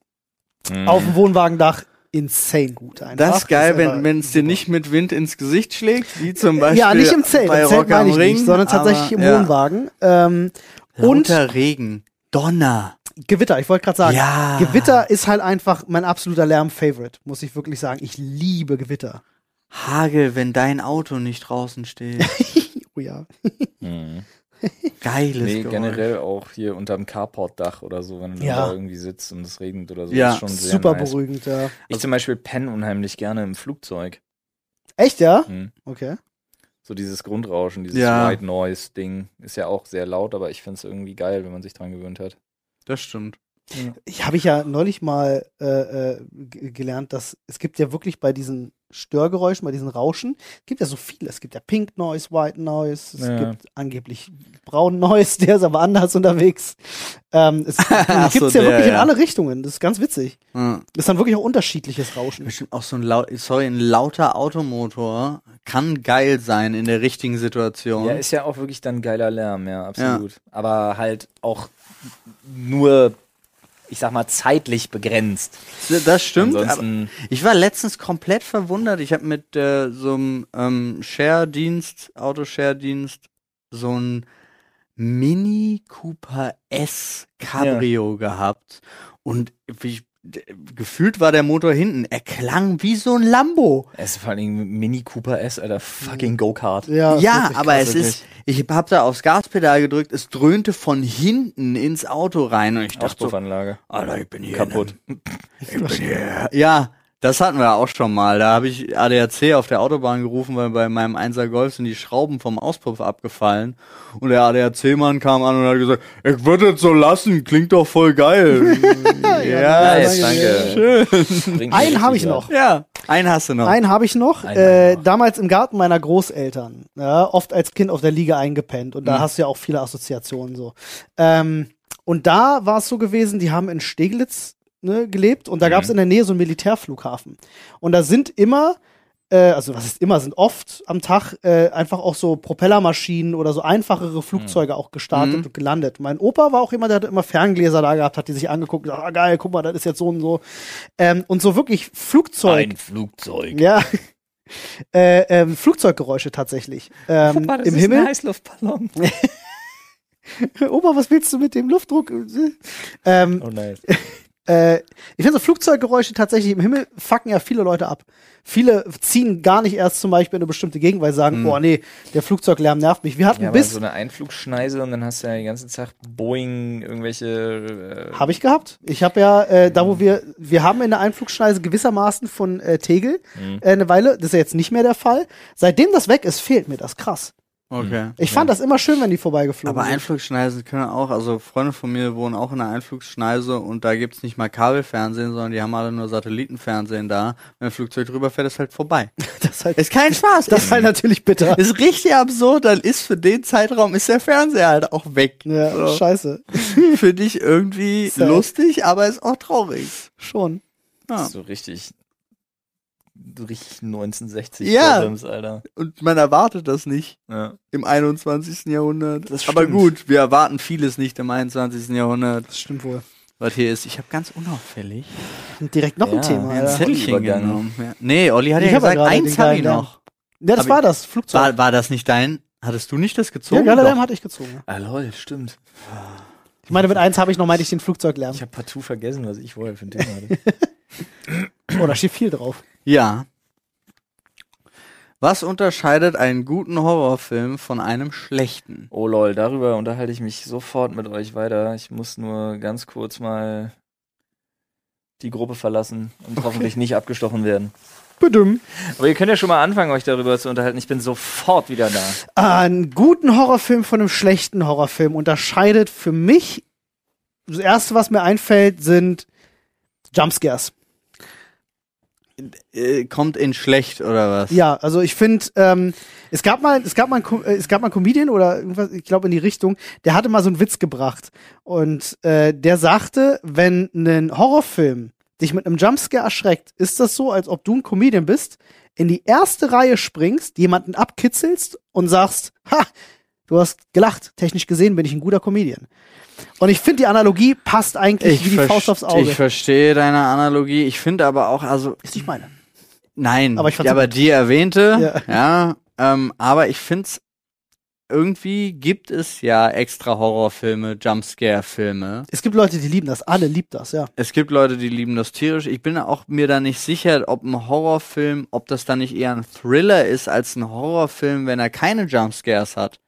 [SPEAKER 1] auf dem Wohnwagendach. Insane gut einfach.
[SPEAKER 3] Mhm. Das ist geil,
[SPEAKER 1] aber-
[SPEAKER 3] wenn es dir nicht mit Wind ins Gesicht schlägt, wie zum Beispiel
[SPEAKER 1] Ja, nicht im Zelt,
[SPEAKER 3] bei
[SPEAKER 1] im Zelt
[SPEAKER 3] Rock am
[SPEAKER 1] meine ich
[SPEAKER 3] Ring,
[SPEAKER 1] nicht, sondern tatsächlich
[SPEAKER 3] aber,
[SPEAKER 1] im Wohnwagen. Ähm,
[SPEAKER 3] Ja.
[SPEAKER 1] und
[SPEAKER 3] Unter Regen, Donner.
[SPEAKER 1] Gewitter, ich wollte gerade sagen,
[SPEAKER 3] Ja.
[SPEAKER 1] Gewitter ist halt einfach mein absoluter Lärm-Favorite, muss ich wirklich sagen. Ich liebe Gewitter.
[SPEAKER 3] Hagel, wenn dein Auto nicht draußen steht.
[SPEAKER 1] Oh ja.
[SPEAKER 2] Mhm,
[SPEAKER 3] Geiles
[SPEAKER 2] Nee,
[SPEAKER 3] Geräusch.
[SPEAKER 2] generell auch hier unterm Carportdach oder so, wenn du
[SPEAKER 1] Ja.
[SPEAKER 2] da irgendwie sitzt und es regnet oder so.
[SPEAKER 3] Ja,
[SPEAKER 2] ist schon sehr
[SPEAKER 1] Super
[SPEAKER 2] nice.
[SPEAKER 1] beruhigend, ja.
[SPEAKER 2] Ich zum Beispiel penne unheimlich gerne im Flugzeug.
[SPEAKER 1] Echt, ja?
[SPEAKER 2] Mhm.
[SPEAKER 1] Okay.
[SPEAKER 2] So dieses Grundrauschen, dieses
[SPEAKER 3] Ja.
[SPEAKER 2] White Noise Ding ist ja auch sehr laut, aber ich finde es irgendwie geil, wenn man sich dran gewöhnt hat.
[SPEAKER 3] Das stimmt.
[SPEAKER 1] Ich habe ich ja neulich mal äh, äh, g- gelernt, dass es gibt ja wirklich bei diesen Störgeräuschen, bei diesen Rauschen, es gibt ja so viele. Es gibt ja Pink Noise, White Noise, es
[SPEAKER 2] Ja.
[SPEAKER 1] gibt angeblich Braun Noise, der ist aber anders unterwegs. Ähm, es
[SPEAKER 3] Ach so,
[SPEAKER 1] gibt's ja
[SPEAKER 3] der,
[SPEAKER 1] wirklich in
[SPEAKER 3] ja.
[SPEAKER 1] alle Richtungen. Das ist ganz witzig.
[SPEAKER 3] Ja.
[SPEAKER 1] Das ist dann wirklich auch unterschiedliches Rauschen.
[SPEAKER 3] Bestimmt auch so ein laut, sorry, ein lauter Automotor kann geil sein in der richtigen Situation.
[SPEAKER 2] Ja, ist ja auch wirklich dann geiler Lärm, ja, absolut. Aber halt auch nur, ich sag mal, zeitlich begrenzt.
[SPEAKER 3] das stimmt. aber-
[SPEAKER 2] Ansonsten,
[SPEAKER 3] Ich war letztens komplett verwundert. Ich habe mit äh, so einem ähm, Share-Dienst, Autoshare-Dienst, so ein Mini Cooper S Cabrio gehabt. Und wie, d- gefühlt war der Motor hinten. Er klang wie so ein Lambo.
[SPEAKER 2] es ist vor allen Dingen Mini Cooper S, Alter, fucking Go-Kart.
[SPEAKER 1] Ja,
[SPEAKER 3] ja,
[SPEAKER 1] wirklich
[SPEAKER 3] aber
[SPEAKER 1] krass,
[SPEAKER 3] es
[SPEAKER 1] wirklich.
[SPEAKER 3] ist, ich hab da aufs Gaspedal gedrückt, es dröhnte von hinten ins Auto rein und ich dachte so,
[SPEAKER 2] Auspuffanlage.
[SPEAKER 3] Alter, ich bin hier
[SPEAKER 2] Kaputt.
[SPEAKER 3] Ja, das hatten wir auch schon mal. Da habe ich ADAC auf der Autobahn gerufen, weil bei meinem 1er Golf sind die Schrauben vom Auspuff abgefallen. Und der ADAC-Mann kam an und hat gesagt, ich würde es so lassen, klingt doch voll geil. ja,
[SPEAKER 2] Nice,
[SPEAKER 1] danke.
[SPEAKER 2] Ah, danke.
[SPEAKER 1] Einen habe ich noch.
[SPEAKER 3] ja. Einen hast du noch.
[SPEAKER 1] Einen habe ich noch.
[SPEAKER 2] Genau. Einen habe
[SPEAKER 1] äh,
[SPEAKER 2] ich noch.
[SPEAKER 1] damals im Garten meiner Großeltern. Ja, oft als Kind auf der Liege eingepennt. Und
[SPEAKER 2] Mhm.
[SPEAKER 1] da hast du ja auch viele Assoziationen so. Ähm, und da war es so gewesen, die haben in Steglitz ne, gelebt und da
[SPEAKER 2] Mhm.
[SPEAKER 1] gab es in der Nähe so einen Militärflughafen. Und da sind immer, äh, also was ist immer, sind oft am Tag äh, einfach auch so Propellermaschinen oder so
[SPEAKER 2] Mhm.
[SPEAKER 1] einfachere Flugzeuge auch gestartet und gelandet. Mein Opa war auch immer, der hat immer Ferngläser da gehabt, hat die sich angeguckt, und gesagt, ah geil, guck mal, das ist jetzt so und so. Ähm, und so wirklich Flugzeug.
[SPEAKER 2] Ein Flugzeug.
[SPEAKER 1] Ja. Äh, ähm, Flugzeuggeräusche tatsächlich. Ähm, Im Himmel.
[SPEAKER 2] Heißluftballon.
[SPEAKER 1] Opa, was willst du mit dem Luftdruck? Ähm,
[SPEAKER 2] Oh nice.
[SPEAKER 1] äh, ich finde so Flugzeuggeräusche tatsächlich im Himmel fucken ja viele Leute ab. Viele ziehen gar nicht erst zum Beispiel in eine bestimmte Gegend, weil sie sagen, boah, nee, der Flugzeuglärm nervt mich. Wir hatten
[SPEAKER 2] Hm. Ja, aber
[SPEAKER 1] bis,
[SPEAKER 2] so eine Einflugschneise und dann hast du ja den ganzen Tag Boeing irgendwelche. Äh,
[SPEAKER 1] habe ich gehabt. Ich habe ja,
[SPEAKER 2] Hm.
[SPEAKER 1] äh, da wo wir, wir haben in der Einflugschneise gewissermaßen von äh, Tegel
[SPEAKER 2] Hm.
[SPEAKER 1] äh, eine Weile, das ist ja jetzt nicht mehr der Fall. Seitdem das weg ist, fehlt mir das krass.
[SPEAKER 3] Okay.
[SPEAKER 1] Ich fand das immer schön, wenn die vorbeigeflogen
[SPEAKER 3] Aber
[SPEAKER 1] sind.
[SPEAKER 3] Einflugschneisen können auch, also Freunde von mir wohnen auch in einer Einflugschneise und da gibt's nicht mal Kabelfernsehen, sondern die haben alle nur Satellitenfernsehen da. Wenn ein Flugzeug drüber fährt, ist halt vorbei.
[SPEAKER 1] Das ist halt
[SPEAKER 3] Ist kein Spaß.
[SPEAKER 1] Das ist halt natürlich bitter.
[SPEAKER 3] Ist richtig absurd, dann ist für den Zeitraum ist der Fernseher halt auch weg.
[SPEAKER 1] Ja,
[SPEAKER 3] so.
[SPEAKER 1] scheiße.
[SPEAKER 3] Finde ich irgendwie
[SPEAKER 1] Sad.
[SPEAKER 3] lustig, aber ist auch traurig.
[SPEAKER 1] Schon.
[SPEAKER 3] Ja.
[SPEAKER 2] äh, So richtig. Richtig 1960
[SPEAKER 3] Ja.
[SPEAKER 2] Problems, Alter.
[SPEAKER 3] Und man erwartet das nicht
[SPEAKER 2] Ja.
[SPEAKER 3] im 21. Jahrhundert.
[SPEAKER 2] Das
[SPEAKER 3] aber
[SPEAKER 2] stimmt.
[SPEAKER 3] gut, wir erwarten vieles nicht im 21. Jahrhundert.
[SPEAKER 1] Das stimmt wohl.
[SPEAKER 3] Was hier ist, ich habe ganz unauffällig
[SPEAKER 1] Und direkt noch
[SPEAKER 2] Ja.
[SPEAKER 1] ein Thema.
[SPEAKER 2] Ja.
[SPEAKER 1] Alter.
[SPEAKER 3] Äh,
[SPEAKER 2] Zettelchen genommen.
[SPEAKER 3] Ja. Nee, Olli hat
[SPEAKER 1] Ich
[SPEAKER 3] ja
[SPEAKER 1] hab ja
[SPEAKER 3] gesagt,
[SPEAKER 1] gerade den
[SPEAKER 3] eins habe ich
[SPEAKER 1] geilen
[SPEAKER 3] noch.
[SPEAKER 1] Ja, das
[SPEAKER 3] Hab
[SPEAKER 1] war das Flugzeug.
[SPEAKER 3] War, war das nicht dein? Hattest du nicht das
[SPEAKER 1] ja,
[SPEAKER 3] gezogen?
[SPEAKER 1] Galileo
[SPEAKER 3] Doch.
[SPEAKER 1] hatte ich gezogen.
[SPEAKER 2] Ah, lol, stimmt.
[SPEAKER 1] Ich meine, mit eins habe ich noch, meinte ich, den Flugzeuglärm.
[SPEAKER 2] Ich habe partout vergessen, was ich vorher für ein Thema hatte.
[SPEAKER 1] Oh, da steht viel drauf.
[SPEAKER 3] ja. Was unterscheidet einen guten Horrorfilm von einem schlechten?
[SPEAKER 2] Oh lol, darüber unterhalte ich mich sofort mit euch weiter. Ich muss nur ganz kurz mal die Gruppe verlassen und hoffentlich nicht abgestochen werden.
[SPEAKER 1] Bedümm.
[SPEAKER 2] Aber ihr könnt ja schon mal anfangen, euch darüber zu unterhalten. Ich bin sofort wieder da.
[SPEAKER 1] Einen guten Horrorfilm von einem schlechten Horrorfilm unterscheidet für mich. Das erste, was mir einfällt, sind Jumpscares.
[SPEAKER 3] Äh, kommt in schlecht oder was?
[SPEAKER 1] Ja, also ich finde, ähm, es gab mal, es gab mal, ein Co- äh, es gab mal einen Comedian oder irgendwas, ich glaube in die Richtung, der hatte mal so einen Witz gebracht und äh, der sagte, wenn ein Horrorfilm dich mit einem Jumpscare erschreckt, ist das so, als ob du ein Comedian bist, in die erste Reihe springst, jemanden abkitzelst und sagst, ha, du hast gelacht, technisch gesehen bin ich ein guter Comedian. Und ich finde die Analogie passt eigentlich wie die
[SPEAKER 3] verst-
[SPEAKER 1] Faust aufs Auge.
[SPEAKER 3] ich verstehe deine Analogie. Ich finde aber auch, also
[SPEAKER 1] ist nicht meine.
[SPEAKER 3] Nein,
[SPEAKER 1] Aber ich fand's
[SPEAKER 3] ja, aber die erwähnte, ja, ähm, aber ich find's irgendwie gibt es ja extra Horrorfilme, Jumpscare-Filme.
[SPEAKER 1] Es gibt Leute, die lieben das, alle liebt das, ja.
[SPEAKER 3] Es gibt Leute, die lieben das tierisch. Ich bin auch mir da nicht sicher, ob ein Horrorfilm, ob das dann nicht eher ein Thriller ist als ein Horrorfilm, wenn er keine Jumpscares hat.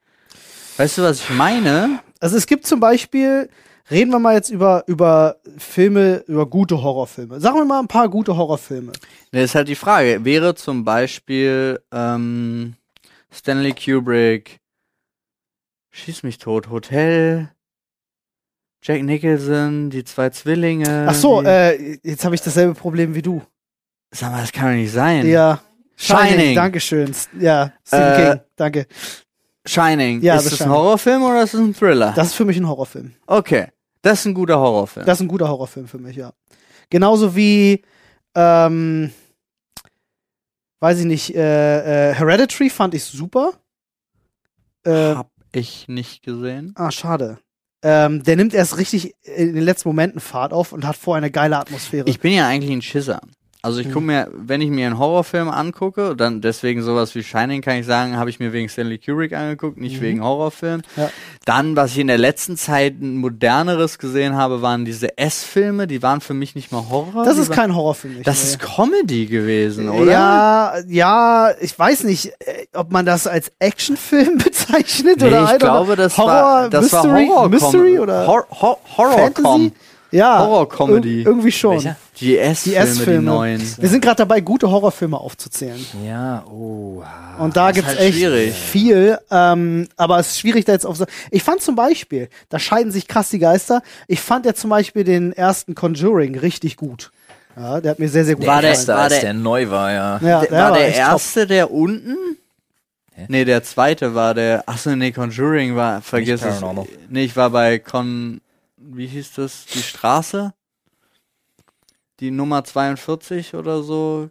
[SPEAKER 3] Weißt du, was ich meine?
[SPEAKER 1] Also es gibt zum Beispiel, reden wir mal jetzt über, über Filme, über gute Horrorfilme. Sagen wir mal ein paar gute Horrorfilme.
[SPEAKER 3] Das ist halt die Frage. Wäre zum Beispiel ähm, Stanley Kubrick, Schieß mich tot, Hotel, Jack Nicholson, die zwei Zwillinge.
[SPEAKER 1] Ach so,
[SPEAKER 3] die,
[SPEAKER 1] äh, jetzt habe ich dasselbe Problem wie du.
[SPEAKER 3] sag mal, das kann doch nicht sein.
[SPEAKER 1] Ja.
[SPEAKER 3] Shining.
[SPEAKER 1] Dankeschön. Ja, Stephen
[SPEAKER 3] Äh,
[SPEAKER 1] King. Danke.
[SPEAKER 3] Shining.
[SPEAKER 1] Ja,
[SPEAKER 3] ist
[SPEAKER 1] das
[SPEAKER 3] das
[SPEAKER 1] Shining.
[SPEAKER 3] ein Horrorfilm oder ist es ein Thriller?
[SPEAKER 1] Das ist für mich ein Horrorfilm.
[SPEAKER 3] okay, das ist ein guter Horrorfilm.
[SPEAKER 1] Das ist ein guter Horrorfilm für mich, ja. Genauso wie, ähm, weiß ich nicht, äh, äh, Hereditary fand ich super. Äh,
[SPEAKER 3] hab ich nicht gesehen.
[SPEAKER 1] ah, schade. Ähm, der nimmt erst richtig in den letzten Momenten Fahrt auf und hat vorher eine geile Atmosphäre.
[SPEAKER 3] Ich bin ja eigentlich ein Schisser. Also
[SPEAKER 1] Mhm.
[SPEAKER 3] ich gucke mir, wenn ich mir einen Horrorfilm angucke, dann deswegen sowas wie Shining kann ich sagen, habe ich mir wegen Stanley Kubrick angeguckt, nicht wegen Horrorfilm.
[SPEAKER 1] Mhm. Ja.
[SPEAKER 3] Dann, was ich in der letzten Zeit ein moderneres gesehen habe, waren diese S-Filme, die waren für mich nicht mal Horror.
[SPEAKER 1] Das
[SPEAKER 3] die
[SPEAKER 1] ist
[SPEAKER 3] waren-
[SPEAKER 1] kein Horror für mich.
[SPEAKER 3] Das
[SPEAKER 1] nee.
[SPEAKER 3] ist Comedy gewesen, oder?
[SPEAKER 1] Ja, ja, ich weiß nicht, äh, ob man das als Actionfilm bezeichnet
[SPEAKER 3] Nee,
[SPEAKER 1] oder
[SPEAKER 3] ich
[SPEAKER 1] ein-
[SPEAKER 3] glaube,
[SPEAKER 1] oder
[SPEAKER 3] das
[SPEAKER 1] Horror,
[SPEAKER 3] war das
[SPEAKER 1] Mystery,
[SPEAKER 3] war Horror
[SPEAKER 1] Mystery oder
[SPEAKER 3] Hor Hor Horrorcom.
[SPEAKER 1] Fantasy? Ja,
[SPEAKER 3] Horror-Comedy.
[SPEAKER 1] irg- irgendwie schon.
[SPEAKER 2] Welcher?
[SPEAKER 3] Die
[SPEAKER 1] Die
[SPEAKER 3] S-Filme, die,
[SPEAKER 1] S-Filme.
[SPEAKER 3] neuen.
[SPEAKER 1] Wir sind gerade dabei, gute Horrorfilme aufzuzählen.
[SPEAKER 2] Ja, oh.
[SPEAKER 1] Und da gibt's
[SPEAKER 3] halt
[SPEAKER 1] echt
[SPEAKER 3] schwierig.
[SPEAKER 1] viel. Ähm, aber es ist schwierig, da jetzt auf so. Ich fand zum Beispiel, da scheiden sich krass die Geister. Ich fand ja zum Beispiel den ersten Conjuring richtig gut. Ja, der hat mir sehr, sehr gut
[SPEAKER 2] War der,
[SPEAKER 1] gefallen.
[SPEAKER 2] erste, als der
[SPEAKER 3] der-
[SPEAKER 2] neu war, ja.
[SPEAKER 1] Ja,
[SPEAKER 3] der, war der
[SPEAKER 1] echt top.
[SPEAKER 3] erste der unten? Nee, der zweite war der. Achso, nee, Conjuring war. Vergiss es.
[SPEAKER 2] Paranormal.
[SPEAKER 3] Nee, ich war bei Con. Wie hieß das? Die Straße? Die Nummer 42 oder so.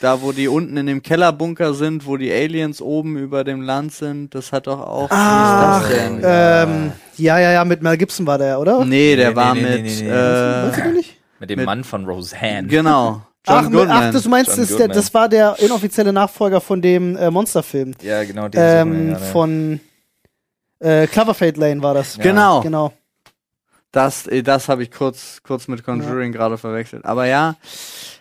[SPEAKER 3] Da, wo die unten in dem Kellerbunker sind, wo die Aliens oben über dem Land sind. Das hat doch auch.
[SPEAKER 1] Ach,
[SPEAKER 3] wie ist das denn?
[SPEAKER 1] Ähm, ja, ja, ja, mit Mel Gibson war der, oder?
[SPEAKER 3] nee, der
[SPEAKER 2] Nee,
[SPEAKER 3] war
[SPEAKER 2] nee, nee,
[SPEAKER 3] mit.
[SPEAKER 2] nee, nee, nee.
[SPEAKER 1] Weißt du
[SPEAKER 3] Äh,
[SPEAKER 1] den nicht?
[SPEAKER 2] Mit dem
[SPEAKER 3] Mit-
[SPEAKER 2] Mann von Roseanne.
[SPEAKER 3] genau. John
[SPEAKER 1] ach, mit,
[SPEAKER 3] Goodman.
[SPEAKER 1] ach, das du meinst,
[SPEAKER 2] John
[SPEAKER 1] das, ist der,
[SPEAKER 2] Goodman.
[SPEAKER 1] das war der inoffizielle Nachfolger von dem äh, Monsterfilm.
[SPEAKER 2] ja, genau, den suchen wir
[SPEAKER 1] Ähm,
[SPEAKER 2] gerade.
[SPEAKER 1] von äh, Cloverfade Lane war das.
[SPEAKER 3] Genau.
[SPEAKER 1] Genau.
[SPEAKER 3] Das, äh, das habe ich kurz, kurz mit Conjuring gerade verwechselt. Aber ja,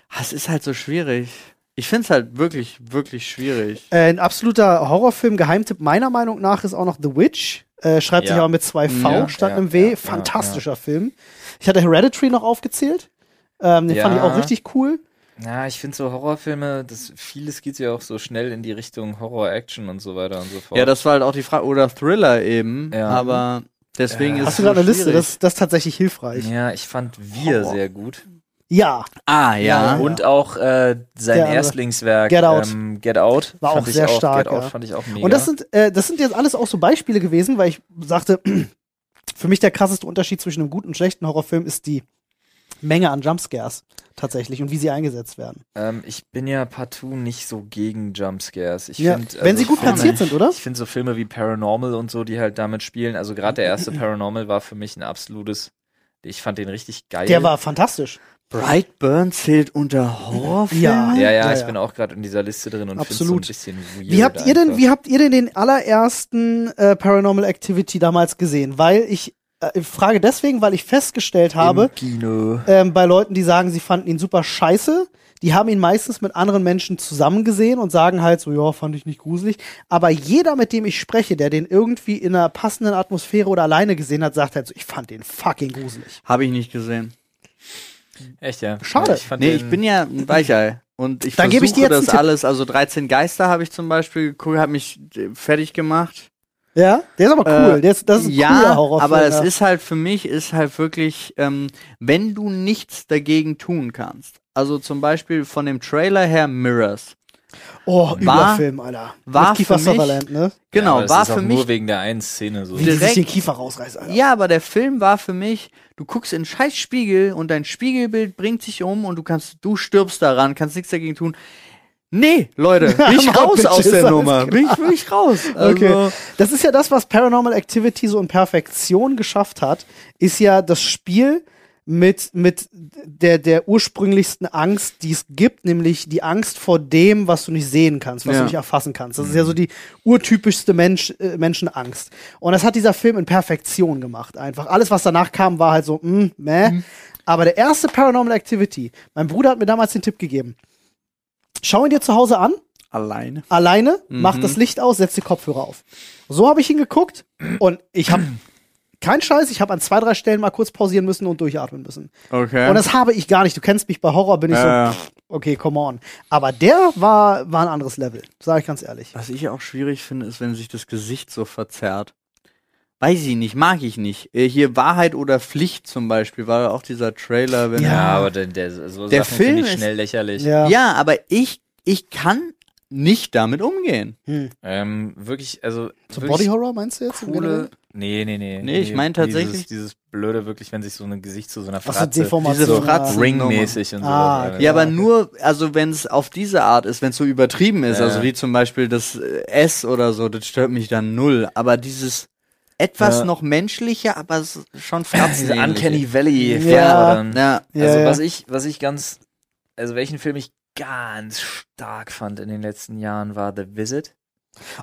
[SPEAKER 3] ah, es ist halt so schwierig. Ich finde es halt wirklich, wirklich schwierig.
[SPEAKER 1] Äh, ein absoluter Horrorfilm, Geheimtipp meiner Meinung nach ist auch noch The Witch. Äh, schreibt sich
[SPEAKER 2] Ja.
[SPEAKER 1] aber mit zwei V
[SPEAKER 3] Ja,
[SPEAKER 1] statt
[SPEAKER 2] ja,
[SPEAKER 1] einem W.
[SPEAKER 2] ja, ja,
[SPEAKER 1] Fantastischer Film. Ich hatte Hereditary noch aufgezählt. Ähm, den fand ich
[SPEAKER 2] Ja.
[SPEAKER 1] auch richtig cool.
[SPEAKER 2] Ja, ich finde so Horrorfilme, das, vieles geht ja auch so schnell in die Richtung Horror-Action und so weiter und so fort.
[SPEAKER 3] Ja, das war halt auch die Frage. Oder Thriller eben.
[SPEAKER 2] Ja. Äh,
[SPEAKER 3] Aber deswegen ist
[SPEAKER 1] Hast du
[SPEAKER 3] es so
[SPEAKER 1] gerade eine Liste?
[SPEAKER 3] schwierig.
[SPEAKER 1] Das, das ist tatsächlich hilfreich.
[SPEAKER 2] ja, ich fand Wir
[SPEAKER 3] Horror.
[SPEAKER 2] sehr gut.
[SPEAKER 1] Ja,
[SPEAKER 3] ah, ja.
[SPEAKER 1] Ja.
[SPEAKER 2] Und auch äh,
[SPEAKER 1] Der
[SPEAKER 2] sein
[SPEAKER 1] andere.
[SPEAKER 2] Erstlingswerk
[SPEAKER 1] Get Out.
[SPEAKER 2] Ähm, Get Out
[SPEAKER 1] War
[SPEAKER 2] fand
[SPEAKER 1] auch
[SPEAKER 2] ich
[SPEAKER 1] sehr stark,
[SPEAKER 2] Get Out
[SPEAKER 1] ja.
[SPEAKER 2] fand ich auch mega.
[SPEAKER 1] Und das sind, äh, das sind jetzt alles auch so Beispiele gewesen, weil ich sagte, für mich der krasseste Unterschied zwischen einem guten und schlechten Horrorfilm ist die Menge an Jumpscares tatsächlich und wie sie eingesetzt werden.
[SPEAKER 2] ähm, ich bin ja partout nicht so gegen Jumpscares. Ich
[SPEAKER 1] Ja,
[SPEAKER 2] find, also
[SPEAKER 1] wenn sie
[SPEAKER 2] ich
[SPEAKER 1] gut
[SPEAKER 2] find-
[SPEAKER 1] platziert sind, oder?
[SPEAKER 2] Ich finde so Filme wie Paranormal und so, die halt damit spielen. Also gerade der erste Paranormal war für mich ein absolutes. Ich fand den richtig geil.
[SPEAKER 1] Der war fantastisch.
[SPEAKER 3] Brightburn zählt unter Horrorfilm?
[SPEAKER 1] Ja.
[SPEAKER 7] Ja, ja,
[SPEAKER 1] Ja,
[SPEAKER 7] ich
[SPEAKER 1] ja.
[SPEAKER 7] bin auch gerade in dieser Liste drin und finde so ein
[SPEAKER 1] Absolut.
[SPEAKER 7] bisschen weird.
[SPEAKER 1] Wie habt ihr denn,
[SPEAKER 7] einfach.
[SPEAKER 1] wie habt ihr denn den allerersten äh, Paranormal Activity damals gesehen? Weil ich äh, ich frage deswegen, weil ich festgestellt habe,
[SPEAKER 3] Im Kino.
[SPEAKER 1] ähm, bei Leuten, die sagen, sie fanden ihn super scheiße, die haben ihn meistens mit anderen Menschen zusammen gesehen und sagen halt so, ja, fand ich nicht gruselig. Aber jeder, mit dem ich spreche, der den irgendwie in einer passenden Atmosphäre oder alleine gesehen hat, sagt halt so, ich fand den fucking gruselig.
[SPEAKER 3] Habe ich nicht gesehen.
[SPEAKER 2] Echt, ja.
[SPEAKER 1] Schade.
[SPEAKER 2] Ich fand
[SPEAKER 3] Nee,
[SPEAKER 2] den-
[SPEAKER 3] ich bin ja ein Weichei. Und ich
[SPEAKER 1] Dann geb
[SPEAKER 3] versuche
[SPEAKER 1] ich dir jetzt
[SPEAKER 3] das
[SPEAKER 1] einen Tipp.
[SPEAKER 3] alles. Also 13 Geister habe ich zum Beispiel geguckt, habe mich äh, fertig gemacht.
[SPEAKER 1] Ja? Der ist aber cool.
[SPEAKER 3] Äh,
[SPEAKER 1] der ist, das ist ein cooler
[SPEAKER 3] ja,
[SPEAKER 1] Horrorfilm.
[SPEAKER 3] aber es
[SPEAKER 1] ja.
[SPEAKER 3] ist halt für mich, ist halt wirklich, ähm, wenn du nichts dagegen tun kannst. Also zum Beispiel von dem Trailer her Mirrors.
[SPEAKER 1] oh,
[SPEAKER 3] war-
[SPEAKER 1] Überfilm, Alter.
[SPEAKER 3] war
[SPEAKER 1] Mit Kiefer
[SPEAKER 3] für mich-
[SPEAKER 1] Sutherland, ne?
[SPEAKER 3] Genau,
[SPEAKER 2] aber das
[SPEAKER 3] war
[SPEAKER 2] ist auch
[SPEAKER 3] für
[SPEAKER 2] Nur
[SPEAKER 3] mich.
[SPEAKER 2] wegen der einen Szene so.
[SPEAKER 1] Wie die sich
[SPEAKER 3] direkt-
[SPEAKER 1] den Kiefer rausreißt, Alter.
[SPEAKER 3] Ja, aber der Film war für mich, du guckst in den scheiß Spiegel und dein Spiegelbild bringt sich um und du kannst, du stirbst daran, kannst nichts dagegen tun. Nee, Leute, bin ich
[SPEAKER 1] Mann,
[SPEAKER 3] raus
[SPEAKER 1] Bitches,
[SPEAKER 3] aus der
[SPEAKER 1] alles
[SPEAKER 3] Nummer. Bin ich, bin ich raus.
[SPEAKER 1] Okay.
[SPEAKER 3] Also,
[SPEAKER 1] Das ist ja das, was Paranormal Activity so in Perfektion geschafft hat, ist ja das Spiel mit, mit der, der ursprünglichsten Angst, die es gibt, nämlich die Angst vor dem, was du nicht sehen kannst, was
[SPEAKER 3] Ja.
[SPEAKER 1] du nicht erfassen kannst. Das ist ja so die urtypischste Mensch, äh, Menschenangst. Und das hat dieser Film in Perfektion gemacht, einfach. Alles, was danach kam, war halt so, mm, meh.
[SPEAKER 3] Mhm.
[SPEAKER 1] Aber der erste Paranormal Activity, mein Bruder hat mir damals den Tipp gegeben. Schau ihn dir zu Hause an,
[SPEAKER 3] Alleine.
[SPEAKER 1] alleine, mach
[SPEAKER 2] Mhm.
[SPEAKER 1] das Licht aus, setz die Kopfhörer auf. So habe ich ihn geguckt und ich habe kein Scheiß, ich habe an zwei, drei Stellen mal kurz pausieren müssen und durchatmen müssen.
[SPEAKER 3] Okay.
[SPEAKER 1] Und das habe ich gar nicht. Du kennst mich bei Horror, bin ich
[SPEAKER 3] Ja, ja.
[SPEAKER 1] so, pff, okay, come on. Aber der war, war ein anderes Level, sage ich ganz ehrlich.
[SPEAKER 3] Was ich auch schwierig finde, ist, wenn sich das Gesicht so verzerrt. Weiß ich nicht, mag ich nicht. Äh, Hier Wahrheit oder Pflicht zum Beispiel war ja auch dieser Trailer. Wenn
[SPEAKER 2] ja,
[SPEAKER 1] Ja.
[SPEAKER 2] aber der, der, so
[SPEAKER 3] Der
[SPEAKER 2] Sachen
[SPEAKER 3] Film
[SPEAKER 2] finde ich
[SPEAKER 3] ist-
[SPEAKER 2] schnell lächerlich.
[SPEAKER 1] Ja.
[SPEAKER 3] ja, aber ich, ich kann nicht damit umgehen.
[SPEAKER 2] Ähm, wirklich, also.
[SPEAKER 1] Hm. So
[SPEAKER 2] wirklich
[SPEAKER 1] Body Horror meinst du jetzt? im
[SPEAKER 2] coole.
[SPEAKER 1] Generellen?
[SPEAKER 2] Nee, nee, nee.
[SPEAKER 3] Nee, ich mein
[SPEAKER 2] Dieses,
[SPEAKER 3] tatsächlich-
[SPEAKER 2] dieses blöde, wirklich, wenn sich so ein Gesicht zu so einer
[SPEAKER 1] Was sind
[SPEAKER 2] Fratze.
[SPEAKER 1] Deformationen?
[SPEAKER 3] diese
[SPEAKER 1] ja.
[SPEAKER 3] Fratzen-
[SPEAKER 2] Ring-mäßig und so.
[SPEAKER 1] Ah, okay.
[SPEAKER 3] Ja, aber
[SPEAKER 1] okay.
[SPEAKER 3] nur, also wenn es auf diese Art ist, wenn es so übertrieben ist,
[SPEAKER 2] Ja.
[SPEAKER 3] also wie zum Beispiel das äh, S oder so, das stört mich dann null. Aber dieses etwas
[SPEAKER 2] Ja.
[SPEAKER 3] noch menschliche, aber s- schon fratzen.
[SPEAKER 2] Diese Uncanny Valley.
[SPEAKER 1] Ja.
[SPEAKER 2] Fernsteuern.
[SPEAKER 3] Ja,
[SPEAKER 1] Ja,
[SPEAKER 2] also
[SPEAKER 1] ja.
[SPEAKER 2] was ich, was ich ganz, also welchen Film ich ganz stark fand in den letzten Jahren war The Visit,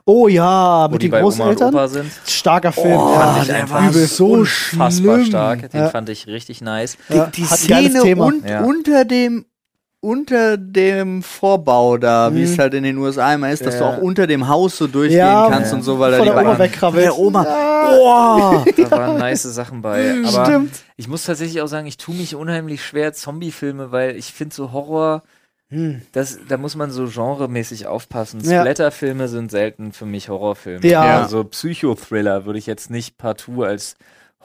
[SPEAKER 1] Oh ja,
[SPEAKER 2] wo
[SPEAKER 1] mit
[SPEAKER 2] die
[SPEAKER 1] den
[SPEAKER 2] bei Oma und
[SPEAKER 1] Großeltern.
[SPEAKER 2] Opa sind.
[SPEAKER 1] Starker Film.
[SPEAKER 3] Oh,
[SPEAKER 1] ja.
[SPEAKER 2] fand ich
[SPEAKER 3] der
[SPEAKER 2] einfach
[SPEAKER 1] übel.
[SPEAKER 2] so
[SPEAKER 1] schlimm.
[SPEAKER 2] stark. Den
[SPEAKER 1] Ja.
[SPEAKER 2] fand ich richtig nice.
[SPEAKER 1] Ja,
[SPEAKER 3] Die, die
[SPEAKER 1] hat ein geiles
[SPEAKER 3] Szene
[SPEAKER 1] Thema.
[SPEAKER 3] und,
[SPEAKER 2] Ja.
[SPEAKER 3] unter dem unter dem Vorbau da, wie es halt in den USA immer ist, dass
[SPEAKER 2] Ja.
[SPEAKER 3] du auch unter dem Haus so durchgehen
[SPEAKER 1] Mhm. Ja,
[SPEAKER 3] kannst
[SPEAKER 2] ja.
[SPEAKER 3] und so, weil da
[SPEAKER 1] Von
[SPEAKER 3] die
[SPEAKER 1] der Oma
[SPEAKER 3] beiden-
[SPEAKER 1] wegkrabbelt.
[SPEAKER 3] Der Oma.
[SPEAKER 1] Ja.
[SPEAKER 3] Boah.
[SPEAKER 2] Da waren nice Sachen bei. Aber
[SPEAKER 1] Stimmt.
[SPEAKER 2] ich muss tatsächlich auch sagen, ich tue mich unheimlich schwer Zombie-Filme, weil ich finde so Horror,
[SPEAKER 1] Hm.
[SPEAKER 2] das, da muss man so genremäßig aufpassen.
[SPEAKER 1] Ja.
[SPEAKER 2] Splatterfilme sind selten für mich Horrorfilme.
[SPEAKER 1] Ja. Ja.
[SPEAKER 2] Also Psychothriller würde ich jetzt nicht partout als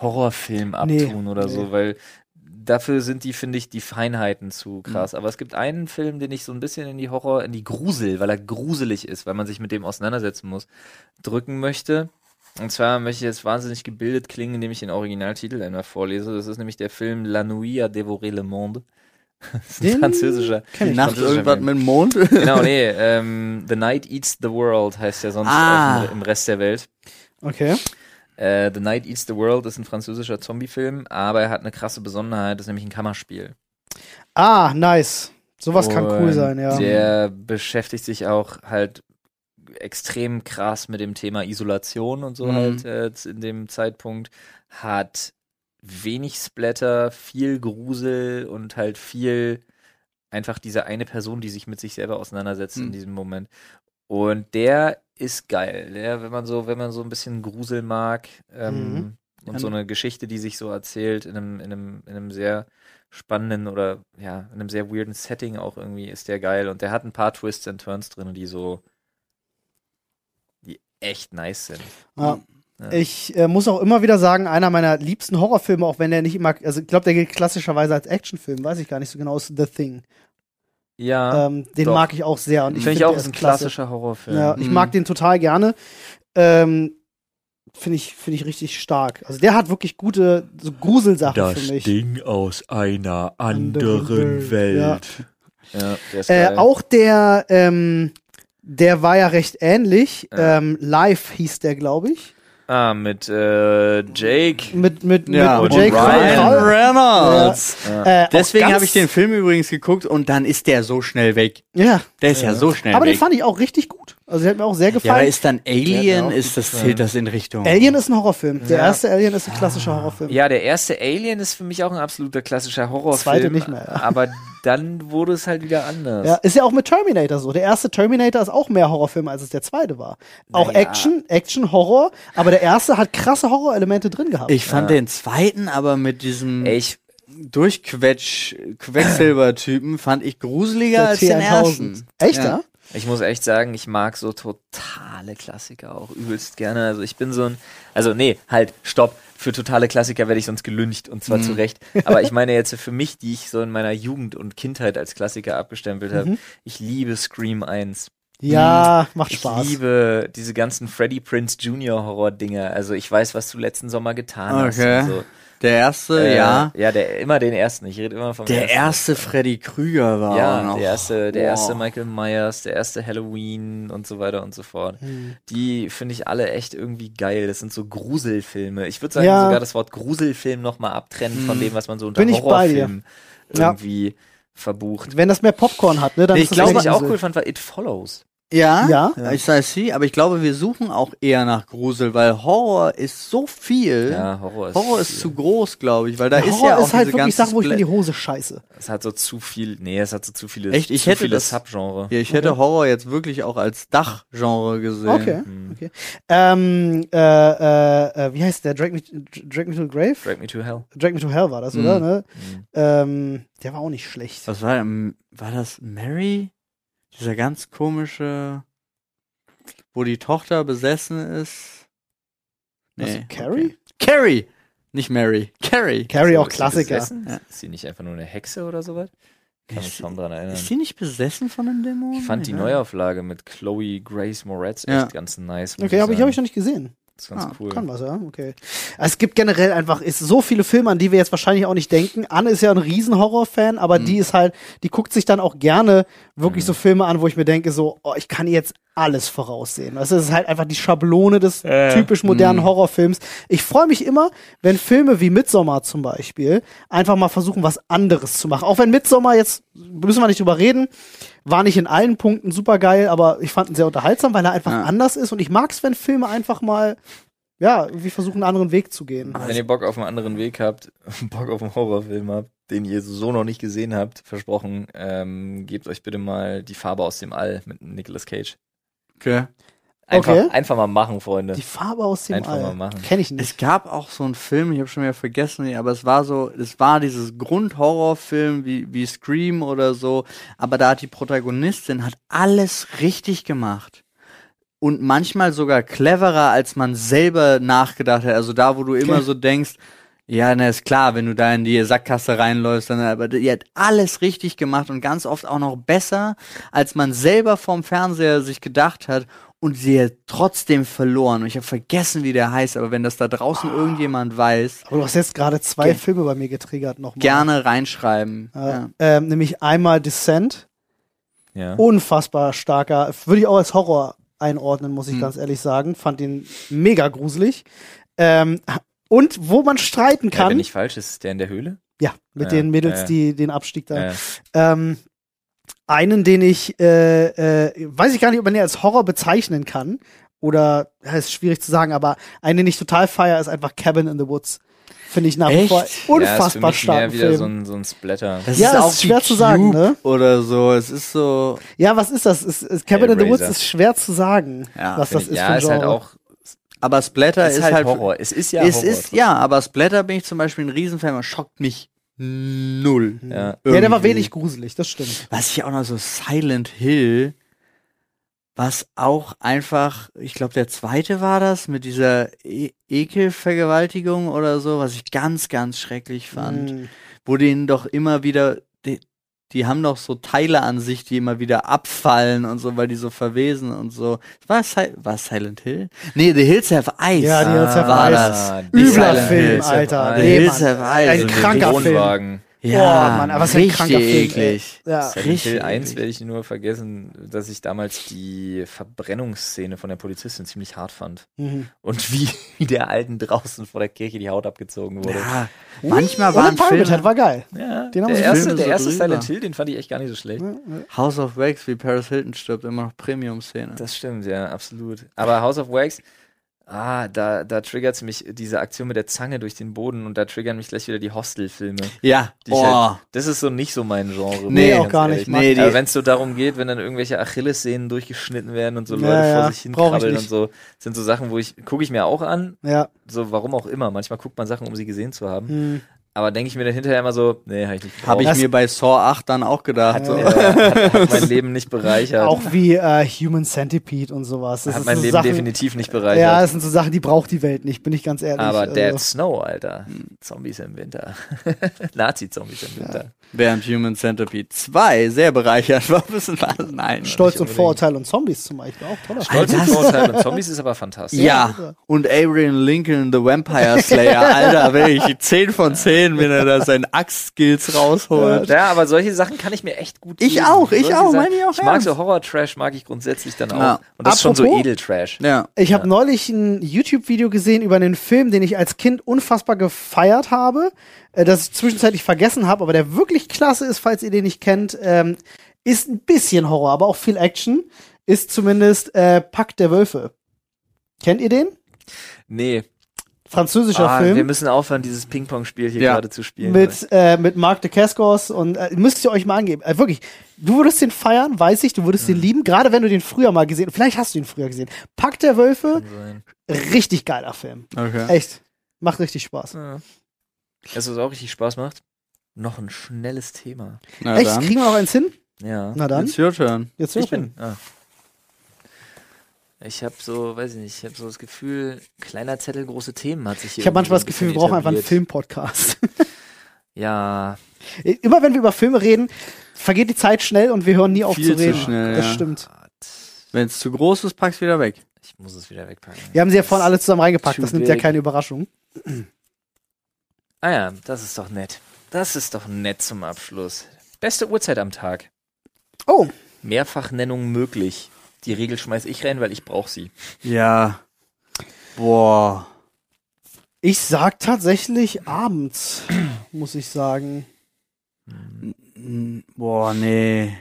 [SPEAKER 2] Horrorfilm abtun oder
[SPEAKER 1] nee.
[SPEAKER 2] so, weil dafür sind die, finde ich, die Feinheiten zu krass.
[SPEAKER 1] Hm.
[SPEAKER 2] Aber es gibt einen Film, den ich so ein bisschen in die Horror, in die Grusel, weil er gruselig ist, weil man sich mit dem auseinandersetzen muss, drücken möchte. Und zwar möchte ich jetzt wahnsinnig gebildet klingen, indem ich den Originaltitel einmal vorlese. Das ist nämlich der Film La Nuit a dévoré le monde. Das ist ein
[SPEAKER 1] Den
[SPEAKER 2] französischer.
[SPEAKER 1] kenn ich.
[SPEAKER 3] Nachts
[SPEAKER 2] französischer
[SPEAKER 3] irgendwas
[SPEAKER 2] Film.
[SPEAKER 3] mit dem Mond.
[SPEAKER 2] Genau, nee. Ähm, the Night Eats the World heißt ja sonst
[SPEAKER 3] Ah.
[SPEAKER 2] auch im, im Rest der Welt.
[SPEAKER 1] Okay.
[SPEAKER 2] Äh, the Night Eats the World ist ein französischer Zombie-Film, aber er hat eine krasse Besonderheit, das ist nämlich ein Kammerspiel.
[SPEAKER 1] Ah, nice. Sowas kann cool
[SPEAKER 2] Und
[SPEAKER 1] sein, ja.
[SPEAKER 2] Der beschäftigt sich auch halt extrem krass mit dem Thema Isolation und so
[SPEAKER 3] Mhm.
[SPEAKER 2] halt äh, z- in dem Zeitpunkt. Hat wenig Splatter, viel Grusel und halt viel einfach diese eine Person, die sich mit sich selber auseinandersetzt in
[SPEAKER 3] Mhm.
[SPEAKER 2] diesem Moment. Und der ist geil. Der, wenn man so, wenn man so ein bisschen Grusel mag ähm,
[SPEAKER 1] Mhm.
[SPEAKER 2] und so eine Geschichte, die sich so erzählt in einem, in einem, in einem sehr spannenden oder ja, in einem sehr weirden Setting auch irgendwie ist der geil und der hat ein paar Twists and Turns drin, die so die echt nice sind.
[SPEAKER 1] Ja.
[SPEAKER 2] Ja.
[SPEAKER 1] Ich äh, muss auch immer wieder sagen, einer meiner liebsten Horrorfilme, auch wenn der nicht immer, also ich glaube, der gilt klassischerweise als Actionfilm, weiß ich gar nicht so genau, ist The Thing.
[SPEAKER 2] Ja,
[SPEAKER 1] ähm, den
[SPEAKER 2] doch.
[SPEAKER 1] mag ich auch sehr. Und ich
[SPEAKER 2] finde ich
[SPEAKER 1] find,
[SPEAKER 2] auch
[SPEAKER 1] der
[SPEAKER 2] ist ein
[SPEAKER 1] klasse.
[SPEAKER 2] klassischer Horrorfilm.
[SPEAKER 1] Ja, ich
[SPEAKER 3] Mhm.
[SPEAKER 1] mag den total gerne. Ähm, finde ich, finde ich richtig stark. Also der hat wirklich gute so Gruselsachen für mich.
[SPEAKER 8] Ding aus einer
[SPEAKER 1] Andere Welt,
[SPEAKER 2] Ja, der ist
[SPEAKER 1] Äh,
[SPEAKER 2] geil.
[SPEAKER 1] auch der, ähm, der war ja recht ähnlich.
[SPEAKER 2] Ja.
[SPEAKER 1] Ähm, Live hieß der, glaube ich.
[SPEAKER 9] Ah, mit äh, Jake.
[SPEAKER 1] Mit, mit,
[SPEAKER 3] Ja,
[SPEAKER 1] mit
[SPEAKER 3] und
[SPEAKER 1] Jake
[SPEAKER 9] Ryan
[SPEAKER 1] Paul.
[SPEAKER 3] Reynolds.
[SPEAKER 1] Äh, auch
[SPEAKER 3] Deswegen
[SPEAKER 1] ganz-
[SPEAKER 3] habe ich den Film übrigens geguckt und dann ist der so schnell weg.
[SPEAKER 1] Ja.
[SPEAKER 3] Der ist ja, so schnell
[SPEAKER 1] Aber den
[SPEAKER 3] weg.
[SPEAKER 1] fand ich auch richtig gut. Also der hat mir auch sehr
[SPEAKER 3] Ja, aber
[SPEAKER 1] gefallen.
[SPEAKER 3] ist dann
[SPEAKER 9] Der hat
[SPEAKER 3] Alien?
[SPEAKER 9] mir auch
[SPEAKER 3] Ist das, zählt das in Richtung?
[SPEAKER 1] Alien ist ein Horrorfilm. Der erste Alien ist ein klassischer Horrorfilm.
[SPEAKER 2] Ja, der erste Alien ist für mich auch ein absoluter klassischer Horrorfilm.
[SPEAKER 1] Zweite nicht mehr, ja.
[SPEAKER 2] Aber dann wurde es halt wieder anders.
[SPEAKER 1] Ja, ist ja auch mit Terminator so. Der erste Terminator ist auch mehr Horrorfilm, als es der zweite war. Auch
[SPEAKER 2] Naja.
[SPEAKER 1] Action, Action, Horror, aber der erste hat krasse Horrorelemente drin gehabt.
[SPEAKER 3] Ich fand den zweiten aber mit diesem
[SPEAKER 2] Ey, ich,
[SPEAKER 3] Durchquetsch-Quecksilber-Typen fand ich gruseliger
[SPEAKER 1] Der
[SPEAKER 3] als den
[SPEAKER 1] T1000.
[SPEAKER 3] ersten.
[SPEAKER 1] Echt,
[SPEAKER 3] Ja.
[SPEAKER 1] ja?
[SPEAKER 2] ich muss echt sagen, ich mag so totale Klassiker auch übelst gerne. Also ich bin so ein, also nee, halt, stopp. Für totale Klassiker werde ich sonst gelüncht und
[SPEAKER 1] Mhm.
[SPEAKER 2] zwar zu Recht. Aber ich meine jetzt für mich, die ich so in meiner Jugend und Kindheit als Klassiker abgestempelt habe, ich liebe Scream 1.
[SPEAKER 1] Ja, Mhm. macht
[SPEAKER 2] Ich
[SPEAKER 1] Spaß.
[SPEAKER 2] liebe diese ganzen Freddy Prince Jr. Horror-Dinger. Also ich weiß, was du letzten Sommer getan hast.
[SPEAKER 3] Okay.
[SPEAKER 2] Und so.
[SPEAKER 3] Der erste,
[SPEAKER 2] Äh,
[SPEAKER 3] ja.
[SPEAKER 2] Ja, der, immer den ersten. Ich rede immer vom
[SPEAKER 3] Der
[SPEAKER 2] ersten.
[SPEAKER 3] erste Freddy Krüger war auch
[SPEAKER 2] Ja,
[SPEAKER 3] noch.
[SPEAKER 2] der erste, der
[SPEAKER 3] Boah.
[SPEAKER 2] erste Michael Myers, der erste Halloween und so weiter und so fort.
[SPEAKER 1] Hm.
[SPEAKER 2] Die finde ich alle echt irgendwie geil. Das sind so Gruselfilme. Ich würde sagen,
[SPEAKER 1] Ja.
[SPEAKER 2] sogar das Wort Gruselfilm nochmal abtrennen
[SPEAKER 3] Hm.
[SPEAKER 2] von dem, was man so unter
[SPEAKER 1] Bin ich bei dir.
[SPEAKER 2] Horrorfilm
[SPEAKER 1] Ja.
[SPEAKER 2] irgendwie verbucht.
[SPEAKER 1] Wenn das mehr Popcorn hat, ne, dann
[SPEAKER 3] Ich
[SPEAKER 1] ist das
[SPEAKER 3] glaube,
[SPEAKER 2] Was
[SPEAKER 1] mehr
[SPEAKER 2] ich auch
[SPEAKER 1] Grusel.
[SPEAKER 2] cool fand, war It Follows.
[SPEAKER 3] Ja,
[SPEAKER 1] Ja.
[SPEAKER 3] ich sei sie, aber ich glaube, wir suchen auch eher nach Grusel, weil Horror ist so viel.
[SPEAKER 2] Ja, Horror ist
[SPEAKER 3] Horror ist
[SPEAKER 2] viel.
[SPEAKER 3] zu groß, glaube ich, weil da ist
[SPEAKER 1] Horror
[SPEAKER 3] ja auch
[SPEAKER 1] ist halt wirklich
[SPEAKER 3] diese ganze
[SPEAKER 1] Sachen, wo ich mir
[SPEAKER 3] Splat-
[SPEAKER 1] die Hose scheiße.
[SPEAKER 2] Es hat so zu viel, nee, es hat so zu viele,
[SPEAKER 3] Echt? Ich
[SPEAKER 2] zu
[SPEAKER 3] hätte
[SPEAKER 2] viele
[SPEAKER 3] das-
[SPEAKER 2] Subgenre.
[SPEAKER 3] ja, ich hätte Horror jetzt wirklich auch als Dachgenre gesehen.
[SPEAKER 1] Okay,
[SPEAKER 3] Hm.
[SPEAKER 1] okay. Ähm, äh, äh, äh, wie heißt der? Drag Me, Drag Me to the Grave?
[SPEAKER 2] Drag Me to Hell.
[SPEAKER 1] Drag Me to Hell war das,
[SPEAKER 3] Hm.
[SPEAKER 1] oder? Ne? Ähm, der war auch nicht schlecht.
[SPEAKER 3] Was war denn, war das Mary? Dieser ganz komische, wo die Tochter besessen ist.
[SPEAKER 1] Was,
[SPEAKER 3] Nee.
[SPEAKER 1] Carrie?
[SPEAKER 3] Carrie! Nicht Mary. Carrie.
[SPEAKER 1] Carrie auch
[SPEAKER 2] Ist sie
[SPEAKER 1] Klassiker.
[SPEAKER 2] besessen?
[SPEAKER 3] Ja.
[SPEAKER 2] Ist sie nicht einfach nur eine Hexe oder sowas? Kann mich
[SPEAKER 3] Ist-
[SPEAKER 2] kaum dran erinnern.
[SPEAKER 3] Ist sie nicht besessen von einem Dämon?
[SPEAKER 2] Ähm, Ich fand die
[SPEAKER 3] Ja.
[SPEAKER 2] Neuauflage mit Chloe Grace Moretz
[SPEAKER 3] Ja.
[SPEAKER 2] echt ganz nice. muss
[SPEAKER 1] Okay, habe ich, hab
[SPEAKER 2] sagen.
[SPEAKER 1] ich noch nicht gesehen.
[SPEAKER 2] Das ist ganz
[SPEAKER 3] Ah,
[SPEAKER 2] cool.
[SPEAKER 1] Kann was, ja, okay. Es gibt generell einfach ist so viele Filme, an die wir jetzt wahrscheinlich auch nicht denken. Anne ist ja ein riesen Horrorfan, aber die ist halt, die guckt sich dann auch gerne wirklich so Filme an, wo ich mir denke, so, oh, ich kann jetzt alles voraussehen. Das ist halt einfach die Schablone des typisch modernen Horrorfilms. Ich freue mich immer, wenn Filme wie Midsommar zum Beispiel einfach mal versuchen, was anderes zu machen. Auch wenn Midsommar jetzt, müssen wir nicht drüber reden, war nicht in allen Punkten super geil, aber ich fand ihn sehr unterhaltsam, weil er einfach
[SPEAKER 3] Ja.
[SPEAKER 1] anders ist und ich mag es, wenn Filme einfach mal ja, irgendwie versuchen, einen anderen Weg zu gehen.
[SPEAKER 2] Wenn ihr Bock auf einen anderen Weg habt, Bock auf einen Horrorfilm habt, den ihr so noch nicht gesehen habt, versprochen, ähm, gebt euch bitte mal die Farbe aus dem All mit Nicolas Cage.
[SPEAKER 3] Okay.
[SPEAKER 2] Einfach,
[SPEAKER 1] Okay.
[SPEAKER 2] einfach mal machen, Freunde.
[SPEAKER 1] Die Farbe aus dem
[SPEAKER 2] Einfach
[SPEAKER 1] All.
[SPEAKER 2] mal machen.
[SPEAKER 1] Kenn ich nicht.
[SPEAKER 3] Es gab auch so einen Film, ich habe schon wieder vergessen, wie- aber es war so, es war dieses Grundhorrorfilm wie, wie Scream oder so, aber da hat die Protagonistin hat alles richtig gemacht. Und manchmal sogar cleverer, als man selber nachgedacht hat. Also da, wo du immer
[SPEAKER 1] Okay.
[SPEAKER 3] so denkst, ja, na ist klar, wenn du da in die Sackkasse reinläufst, dann aber die hat alles richtig gemacht und ganz oft auch noch besser, als man selber vorm Fernseher sich gedacht hat und sie hat trotzdem verloren. Und ich habe vergessen, wie der heißt, aber wenn das da
[SPEAKER 1] Ah.
[SPEAKER 3] draußen irgendjemand weiß,
[SPEAKER 1] Aber du hast jetzt gerade zwei Filme bei mir getriggert nochmal.
[SPEAKER 3] gerne reinschreiben.
[SPEAKER 1] Äh,
[SPEAKER 3] Ja.
[SPEAKER 1] ähm, nämlich einmal Descent.
[SPEAKER 2] Ja.
[SPEAKER 1] Oh, Unfassbar starker. Würde ich auch als Horror einordnen, muss ich
[SPEAKER 2] Hm.
[SPEAKER 1] ganz ehrlich sagen. Fand ihn mega gruselig. Ähm, und wo man streiten
[SPEAKER 2] Äh, wenn
[SPEAKER 1] kann.
[SPEAKER 2] nicht falsch, ist der in der Höhle?
[SPEAKER 1] Ja, mit
[SPEAKER 2] Ja,
[SPEAKER 1] den Mädels,
[SPEAKER 2] ja.
[SPEAKER 1] die den Abstieg da
[SPEAKER 2] Äh,
[SPEAKER 1] Ähm, einen, den ich, äh, äh, weiß ich gar nicht, ob man den als Horror bezeichnen kann. Oder, ja, ist schwierig zu sagen, aber einen, den ich total feier, ist einfach Cabin in the Woods. Finde ich nach wie
[SPEAKER 3] Echt?
[SPEAKER 1] vor
[SPEAKER 2] ja, ist für
[SPEAKER 1] unfassbar
[SPEAKER 2] mich mehr
[SPEAKER 1] starken
[SPEAKER 2] wieder
[SPEAKER 1] Film.
[SPEAKER 2] so ein, so ein Splatter.
[SPEAKER 3] Das
[SPEAKER 1] Ja, ist schwer
[SPEAKER 3] wie
[SPEAKER 1] zu sagen,
[SPEAKER 3] Cube
[SPEAKER 1] ne?
[SPEAKER 3] Oder so. Es ist so.
[SPEAKER 1] ja, was ist das? Ist, ist Cabin in the Woods
[SPEAKER 2] Hellraiser.
[SPEAKER 1] ist schwer zu sagen,
[SPEAKER 3] Ja,
[SPEAKER 1] was
[SPEAKER 2] Find
[SPEAKER 1] das
[SPEAKER 2] ich-
[SPEAKER 1] ist für
[SPEAKER 2] ja,
[SPEAKER 1] ein
[SPEAKER 2] ist halt
[SPEAKER 1] Genre.
[SPEAKER 2] auch
[SPEAKER 3] Aber Splatter
[SPEAKER 2] ist,
[SPEAKER 3] ist,
[SPEAKER 2] halt,
[SPEAKER 3] halt
[SPEAKER 2] Horror. Es ist ja
[SPEAKER 3] es
[SPEAKER 2] Horror.
[SPEAKER 3] ist, ja, aber Splatter bin ich zum Beispiel ein Riesenfan, man schockt mich null.
[SPEAKER 2] Ja.
[SPEAKER 1] Hm. ja, der war
[SPEAKER 3] Irgendwie.
[SPEAKER 1] wenig gruselig, das stimmt.
[SPEAKER 3] Was ich auch noch so Silent Hill, was auch einfach, ich glaube, der zweite war das mit dieser e Ekelvergewaltigung oder so, was ich ganz, ganz schrecklich fand.
[SPEAKER 1] Mhm.
[SPEAKER 3] Wo denen doch immer wieder, die, die haben doch so Teile an sich, die immer wieder abfallen und so, weil die so verwesen und so. War, si war Silent Hill? Nee, The Hills Have Eyes.
[SPEAKER 1] Ja, The Hills Have
[SPEAKER 3] war
[SPEAKER 1] Eyes.
[SPEAKER 3] das.
[SPEAKER 2] Ah,
[SPEAKER 3] Nicht
[SPEAKER 1] Übler
[SPEAKER 3] Silent
[SPEAKER 1] Film,
[SPEAKER 3] Hills.
[SPEAKER 1] Alter.
[SPEAKER 2] Hills.
[SPEAKER 1] Nee,
[SPEAKER 3] Hills
[SPEAKER 1] Mann.
[SPEAKER 3] Have
[SPEAKER 1] Ein
[SPEAKER 3] Eyes. Also
[SPEAKER 1] kranker Film.
[SPEAKER 2] Wohnwagen.
[SPEAKER 3] Ja,
[SPEAKER 1] Mann, aber ist ein
[SPEAKER 3] richtig
[SPEAKER 1] kranker Film,
[SPEAKER 3] eklig.
[SPEAKER 1] ey. Ja.
[SPEAKER 2] Silent Hill
[SPEAKER 3] Richtig
[SPEAKER 2] 1
[SPEAKER 3] eklig.
[SPEAKER 2] werde ich nur vergessen, dass ich damals die Verbrennungsszene von der Polizistin ziemlich hart fand.
[SPEAKER 1] Mhm.
[SPEAKER 2] Und wie der Alten draußen vor der Kirche die Haut abgezogen wurde.
[SPEAKER 3] Ja, manchmal
[SPEAKER 1] Ohne
[SPEAKER 3] waren
[SPEAKER 1] Palmitat,
[SPEAKER 3] Filme,
[SPEAKER 1] war geil.
[SPEAKER 2] Ja,
[SPEAKER 1] Den haben
[SPEAKER 2] der
[SPEAKER 1] sie
[SPEAKER 2] erste,
[SPEAKER 3] Filme
[SPEAKER 2] der
[SPEAKER 3] so
[SPEAKER 2] erste
[SPEAKER 3] drüber.
[SPEAKER 2] Silent Hill, den fand ich echt gar nicht so schlecht.
[SPEAKER 3] House of Wax, wie Paris Hilton stirbt, immer noch Premium-Szene.
[SPEAKER 2] Das stimmt, ja, absolut. Aber House of Wax, ah, da, da triggert es mich, diese Aktion mit der Zange durch den Boden und da triggern mich gleich wieder die Hostel-Filme.
[SPEAKER 3] Ja,
[SPEAKER 2] Die ich halt, das ist so nicht so mein Genre.
[SPEAKER 3] Nee,
[SPEAKER 2] ganz
[SPEAKER 1] auch gar nicht,
[SPEAKER 3] Mann. Nee, die-
[SPEAKER 2] Aber wenn es so darum geht, wenn dann irgendwelche Achillessehnen durchgeschnitten werden und so
[SPEAKER 1] Ja,
[SPEAKER 2] Leute
[SPEAKER 1] ja,
[SPEAKER 2] vor sich
[SPEAKER 1] brauch ich
[SPEAKER 2] hinkrabbeln und
[SPEAKER 1] nicht.
[SPEAKER 2] so, sind so Sachen, wo ich, gucke ich mir auch an,
[SPEAKER 1] Ja.
[SPEAKER 2] so warum auch immer. Manchmal guckt man Sachen, um sie gesehen zu haben.
[SPEAKER 1] Mhm.
[SPEAKER 2] Aber denke ich mir dann hinterher immer so, nee, habe ich nicht
[SPEAKER 3] habe ich
[SPEAKER 1] Das-
[SPEAKER 3] mir bei Saw 8 dann auch gedacht. So.
[SPEAKER 2] Ja, hat, hat mein Leben nicht bereichert.
[SPEAKER 1] Auch wie äh, Human Centipede und sowas. Das
[SPEAKER 2] hat
[SPEAKER 1] ist
[SPEAKER 2] mein
[SPEAKER 1] so
[SPEAKER 2] Leben
[SPEAKER 1] Sachen,
[SPEAKER 2] definitiv nicht bereichert.
[SPEAKER 1] Ja, das sind so Sachen, die braucht die Welt nicht, bin ich ganz ehrlich.
[SPEAKER 2] aber
[SPEAKER 1] Also,
[SPEAKER 2] Dead Snow, Alter. Zombies im Winter. Nazi-Zombies im Winter.
[SPEAKER 3] Während Human Centipede 2 sehr bereichert war, wissen wir nein.
[SPEAKER 1] Stolz und
[SPEAKER 2] nicht unbedingt.
[SPEAKER 1] Vorurteil und Zombies zum Beispiel auch toller Film.
[SPEAKER 2] Stolz und Vorurteil und Zombies ist aber fantastisch.
[SPEAKER 3] Ja, und Abraham Lincoln, The Vampire Slayer, Alter, wirklich 10 von 10, wenn er da seine Axt-Skills rausholt.
[SPEAKER 2] Ja, aber solche Sachen kann ich mir echt gut
[SPEAKER 3] Ich
[SPEAKER 2] geben.
[SPEAKER 3] auch, ich
[SPEAKER 2] Solche
[SPEAKER 3] auch,
[SPEAKER 2] Sachen-
[SPEAKER 3] meine ich auch
[SPEAKER 2] Ich mag
[SPEAKER 3] ernst.
[SPEAKER 2] so Horror-Trash, mag ich grundsätzlich dann auch.
[SPEAKER 3] Ja.
[SPEAKER 2] Und das ist schon so
[SPEAKER 1] Apropos-
[SPEAKER 2] Edel-Trash.
[SPEAKER 3] Ja.
[SPEAKER 1] Ich habe neulich ein YouTube-Video gesehen über einen Film, den ich als Kind unfassbar gefeiert habe, äh, das ich zwischenzeitlich vergessen habe, aber der wirklich klasse ist, falls ihr den nicht kennt. Ähm, ist ein bisschen Horror, aber auch viel Action. Ist zumindest äh, Pakt der Wölfe. Kennt ihr den?
[SPEAKER 2] Nee.
[SPEAKER 1] Französischer
[SPEAKER 2] Ah, wir
[SPEAKER 1] Film.
[SPEAKER 2] müssen aufhören, dieses Ping-Pong-Spiel hier
[SPEAKER 3] Ja.
[SPEAKER 2] gerade zu spielen.
[SPEAKER 1] Mit, äh, mit Marc de Cascos und äh, müsst ihr euch mal angeben. Äh, wirklich, du würdest den feiern, weiß ich, du würdest den lieben, gerade wenn du den früher mal gesehen Vielleicht hast du ihn früher gesehen. Pakt der Wölfe, richtig geiler Film.
[SPEAKER 3] Okay.
[SPEAKER 1] Echt. Macht richtig Spaß.
[SPEAKER 2] Das was auch richtig Spaß macht. Noch ein schnelles Thema.
[SPEAKER 3] Na
[SPEAKER 1] Echt?
[SPEAKER 3] dann.
[SPEAKER 1] Kriegen wir noch eins hin?
[SPEAKER 2] Ja.
[SPEAKER 1] Na dann.
[SPEAKER 3] It's your turn.
[SPEAKER 1] Jetzt
[SPEAKER 2] Ich
[SPEAKER 1] ich
[SPEAKER 2] bin. Ah. Ich habe so, weiß ich nicht, ich habe so das Gefühl, kleiner Zettel, große Themen hat sich hier.
[SPEAKER 1] Ich habe manchmal das
[SPEAKER 2] irgendwie
[SPEAKER 1] Gefühl, wir
[SPEAKER 2] bisschen
[SPEAKER 1] brauchen einfach einen
[SPEAKER 2] etabliert.
[SPEAKER 1] Film-Podcast.
[SPEAKER 2] Ja,
[SPEAKER 1] Immer wenn wir über Filme reden, vergeht die Zeit schnell und wir hören nie auf
[SPEAKER 3] Viel
[SPEAKER 1] zu
[SPEAKER 3] zu
[SPEAKER 1] reden.
[SPEAKER 3] schnell,
[SPEAKER 1] das
[SPEAKER 3] ja.
[SPEAKER 1] stimmt.
[SPEAKER 3] Wenn es zu groß ist, pack's wieder weg.
[SPEAKER 2] ich muss es wieder wegpacken.
[SPEAKER 1] Wir haben sie ja vorhin alle zusammen reingepackt.
[SPEAKER 2] Too
[SPEAKER 1] Das nimmt ja
[SPEAKER 2] big.
[SPEAKER 1] keine Überraschung.
[SPEAKER 2] Ah ja, das ist doch nett. Das ist doch nett zum Abschluss. Beste Uhrzeit am Tag.
[SPEAKER 1] Oh,
[SPEAKER 2] Mehrfachnennung möglich. Die Regel schmeiß ich rein, weil ich brauche sie.
[SPEAKER 3] Ja. Boah.
[SPEAKER 1] ich sag tatsächlich abends, muss ich sagen.
[SPEAKER 3] Mm, Boah, nee.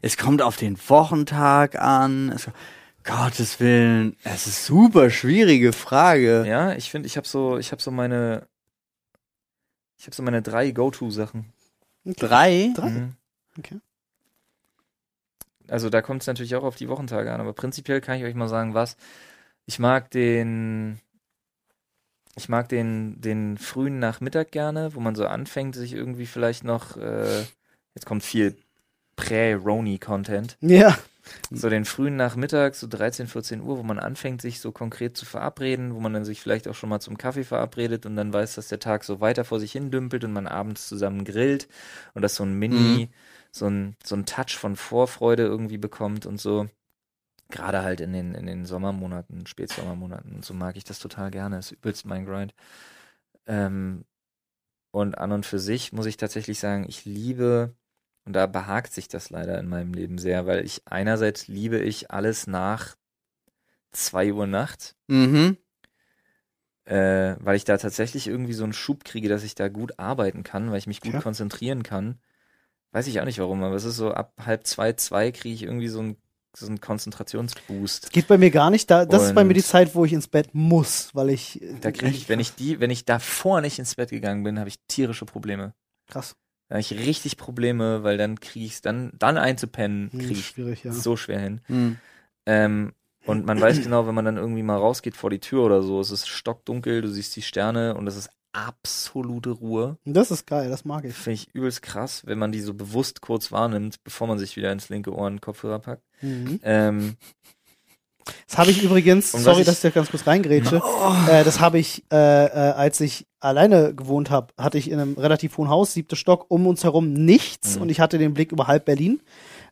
[SPEAKER 3] Es kommt auf den Wochentag an. Es, Gottes Willen. Es ist super schwierige Frage.
[SPEAKER 2] Ja, ich finde, ich habe so, ich habe so meine, ich habe so meine drei Go-To-Sachen.
[SPEAKER 3] Drei?
[SPEAKER 1] Drei?
[SPEAKER 2] Mhm.
[SPEAKER 1] Okay.
[SPEAKER 2] Also da kommt es natürlich auch auf die Wochentage an, aber prinzipiell kann ich euch mal sagen, was. Ich mag den, ich mag den, den frühen Nachmittag gerne, wo man so anfängt, sich irgendwie vielleicht noch, äh, jetzt kommt viel Prä-Roni-Content.
[SPEAKER 1] Mhm. Ja,
[SPEAKER 2] So den frühen Nachmittag, so 13, 14 Uhr, wo man anfängt, sich so konkret zu verabreden, wo man dann sich vielleicht auch schon mal zum Kaffee verabredet und dann weiß, dass der Tag so weiter vor sich hin dümpelt und man abends zusammen grillt und dass so ein Mini, so, ein, so ein Touch von Vorfreude irgendwie bekommt und so. Gerade halt in den, in den Sommermonaten, Spätsommermonaten und so mag ich das total gerne. Ist übelst mein Grind. Ähm, und an und für sich muss ich tatsächlich sagen, ich liebe und da behagt sich das leider in meinem Leben sehr, weil ich einerseits liebe ich alles nach 2 Uhr nachts,
[SPEAKER 3] Mhm.
[SPEAKER 2] äh, weil ich da tatsächlich irgendwie so einen Schub kriege, dass ich da gut arbeiten kann, weil ich mich gut
[SPEAKER 1] Tja.
[SPEAKER 2] konzentrieren kann. Weiß ich auch nicht warum, aber es ist so ab halb zwei, zwei kriege ich irgendwie so einen, so einen Konzentrationsboost.
[SPEAKER 1] geht bei mir gar nicht. Da, das ist bei
[SPEAKER 2] Und-
[SPEAKER 1] mir die Zeit, wo ich ins Bett muss, weil ich. äh,
[SPEAKER 2] Da kriege ich, wenn ich die, wenn ich davor nicht ins Bett gegangen bin, habe ich tierische Probleme.
[SPEAKER 1] Krass.
[SPEAKER 2] Da habe ich richtig Probleme, weil dann kriege ich es dann, dann einzupennen,
[SPEAKER 1] Hm,
[SPEAKER 2] kriege ich
[SPEAKER 1] schwierig, ja.
[SPEAKER 2] so schwer hin.
[SPEAKER 3] Mhm.
[SPEAKER 2] Ähm, und man weiß genau, wenn man dann irgendwie mal rausgeht vor die Tür oder so, es ist stockdunkel, du siehst die Sterne und es ist absolute Ruhe.
[SPEAKER 1] Das ist geil, das mag ich.
[SPEAKER 2] Finde ich übelst krass, wenn man die so bewusst kurz wahrnimmt, bevor man sich wieder ins linke Ohr einen Kopfhörer packt.
[SPEAKER 1] Mhm.
[SPEAKER 2] Ähm,
[SPEAKER 1] Das habe ich übrigens,
[SPEAKER 2] Und was
[SPEAKER 1] sorry,
[SPEAKER 2] ich-
[SPEAKER 1] dass ich da ganz kurz reingrätsche,
[SPEAKER 3] Oh.
[SPEAKER 1] äh, das habe ich, äh, äh, als ich alleine gewohnt habe, hatte ich in einem relativ hohen Haus, siebter Stock, um uns herum nichts
[SPEAKER 2] Mhm.
[SPEAKER 1] und ich hatte den Blick über halb Berlin.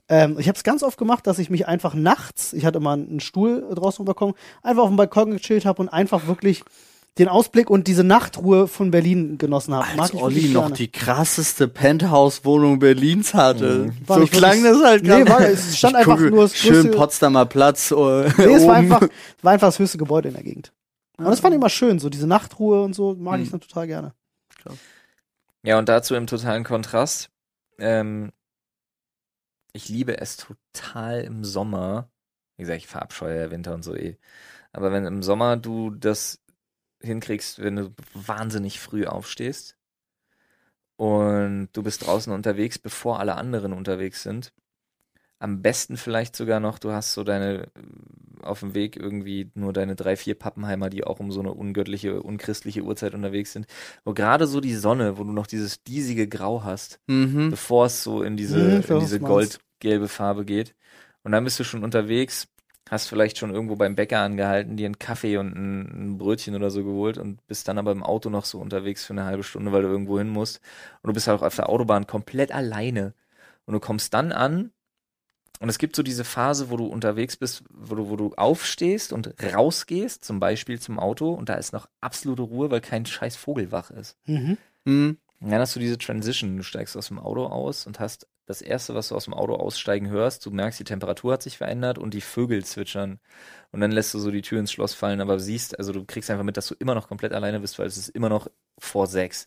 [SPEAKER 1] Ähm, ich habe es ganz oft gemacht, dass ich mich einfach nachts, ich hatte mal einen Stuhl draußen im Balkon, einfach auf dem Balkon gechillt habe und einfach wirklich den Ausblick und diese Nachtruhe von Berlin genossen habe.
[SPEAKER 3] Als
[SPEAKER 1] ich
[SPEAKER 3] Olli
[SPEAKER 1] wirklich
[SPEAKER 3] noch
[SPEAKER 1] gerne.
[SPEAKER 3] die krasseste Penthouse-Wohnung Berlins hatte.
[SPEAKER 1] War
[SPEAKER 3] So
[SPEAKER 1] nicht
[SPEAKER 3] klang
[SPEAKER 1] wirklich-
[SPEAKER 3] das halt
[SPEAKER 1] Nee,
[SPEAKER 3] gerade.
[SPEAKER 1] war- es stand einfach
[SPEAKER 3] gucke,
[SPEAKER 1] nur das
[SPEAKER 3] Schön
[SPEAKER 1] größte-
[SPEAKER 3] Potsdamer Platz. Oh,
[SPEAKER 1] Nee, es war
[SPEAKER 3] oben. Ah.
[SPEAKER 1] einfach, es war einfach das höchste Gebäude in der Gegend. Und das fand ich immer schön, so diese Nachtruhe und so, mag
[SPEAKER 3] Hm.
[SPEAKER 1] ich dann total gerne.
[SPEAKER 2] Ja, und dazu im totalen Kontrast. Ähm, ich liebe es total im Sommer. Wie gesagt, ich verabscheue ja Winter und so eh. Aber wenn im Sommer du das hinkriegst, wenn du wahnsinnig früh aufstehst und du bist draußen unterwegs, bevor alle anderen unterwegs sind. Am besten vielleicht sogar noch, du hast so deine, äh, auf dem Weg irgendwie nur deine drei, vier Pappenheimer, die auch um so eine ungöttliche, unchristliche Uhrzeit unterwegs sind. Wo gerade so die Sonne, wo du noch dieses diesige Grau hast,
[SPEAKER 3] Mhm.
[SPEAKER 2] bevor es so in diese,
[SPEAKER 1] Mhm, ich weiß,
[SPEAKER 2] in
[SPEAKER 1] was
[SPEAKER 2] diese
[SPEAKER 1] du meinst.
[SPEAKER 2] goldgelbe Farbe geht. Und dann bist du schon unterwegs, hast vielleicht schon irgendwo beim Bäcker angehalten, dir einen Kaffee und ein, ein Brötchen oder so geholt und bist dann aber im Auto noch so unterwegs für eine halbe Stunde, weil du irgendwo hin musst. Und du bist halt auch auf der Autobahn komplett alleine. Und du kommst dann an und es gibt so diese Phase, wo du unterwegs bist, wo du, wo du aufstehst und rausgehst, zum Beispiel zum Auto, und da ist noch absolute Ruhe, weil kein scheiß Vogel wach ist.
[SPEAKER 1] Mhm.
[SPEAKER 3] Mhm.
[SPEAKER 2] Und dann hast du diese Transition. Du steigst aus dem Auto aus und hast das Erste, was du aus dem Auto aussteigen hörst, du merkst, die Temperatur hat sich verändert und die Vögel zwitschern. Und dann lässt du so die Tür ins Schloss fallen, aber siehst, also du kriegst einfach mit, dass du immer noch komplett alleine bist, weil es ist immer noch vor sechs.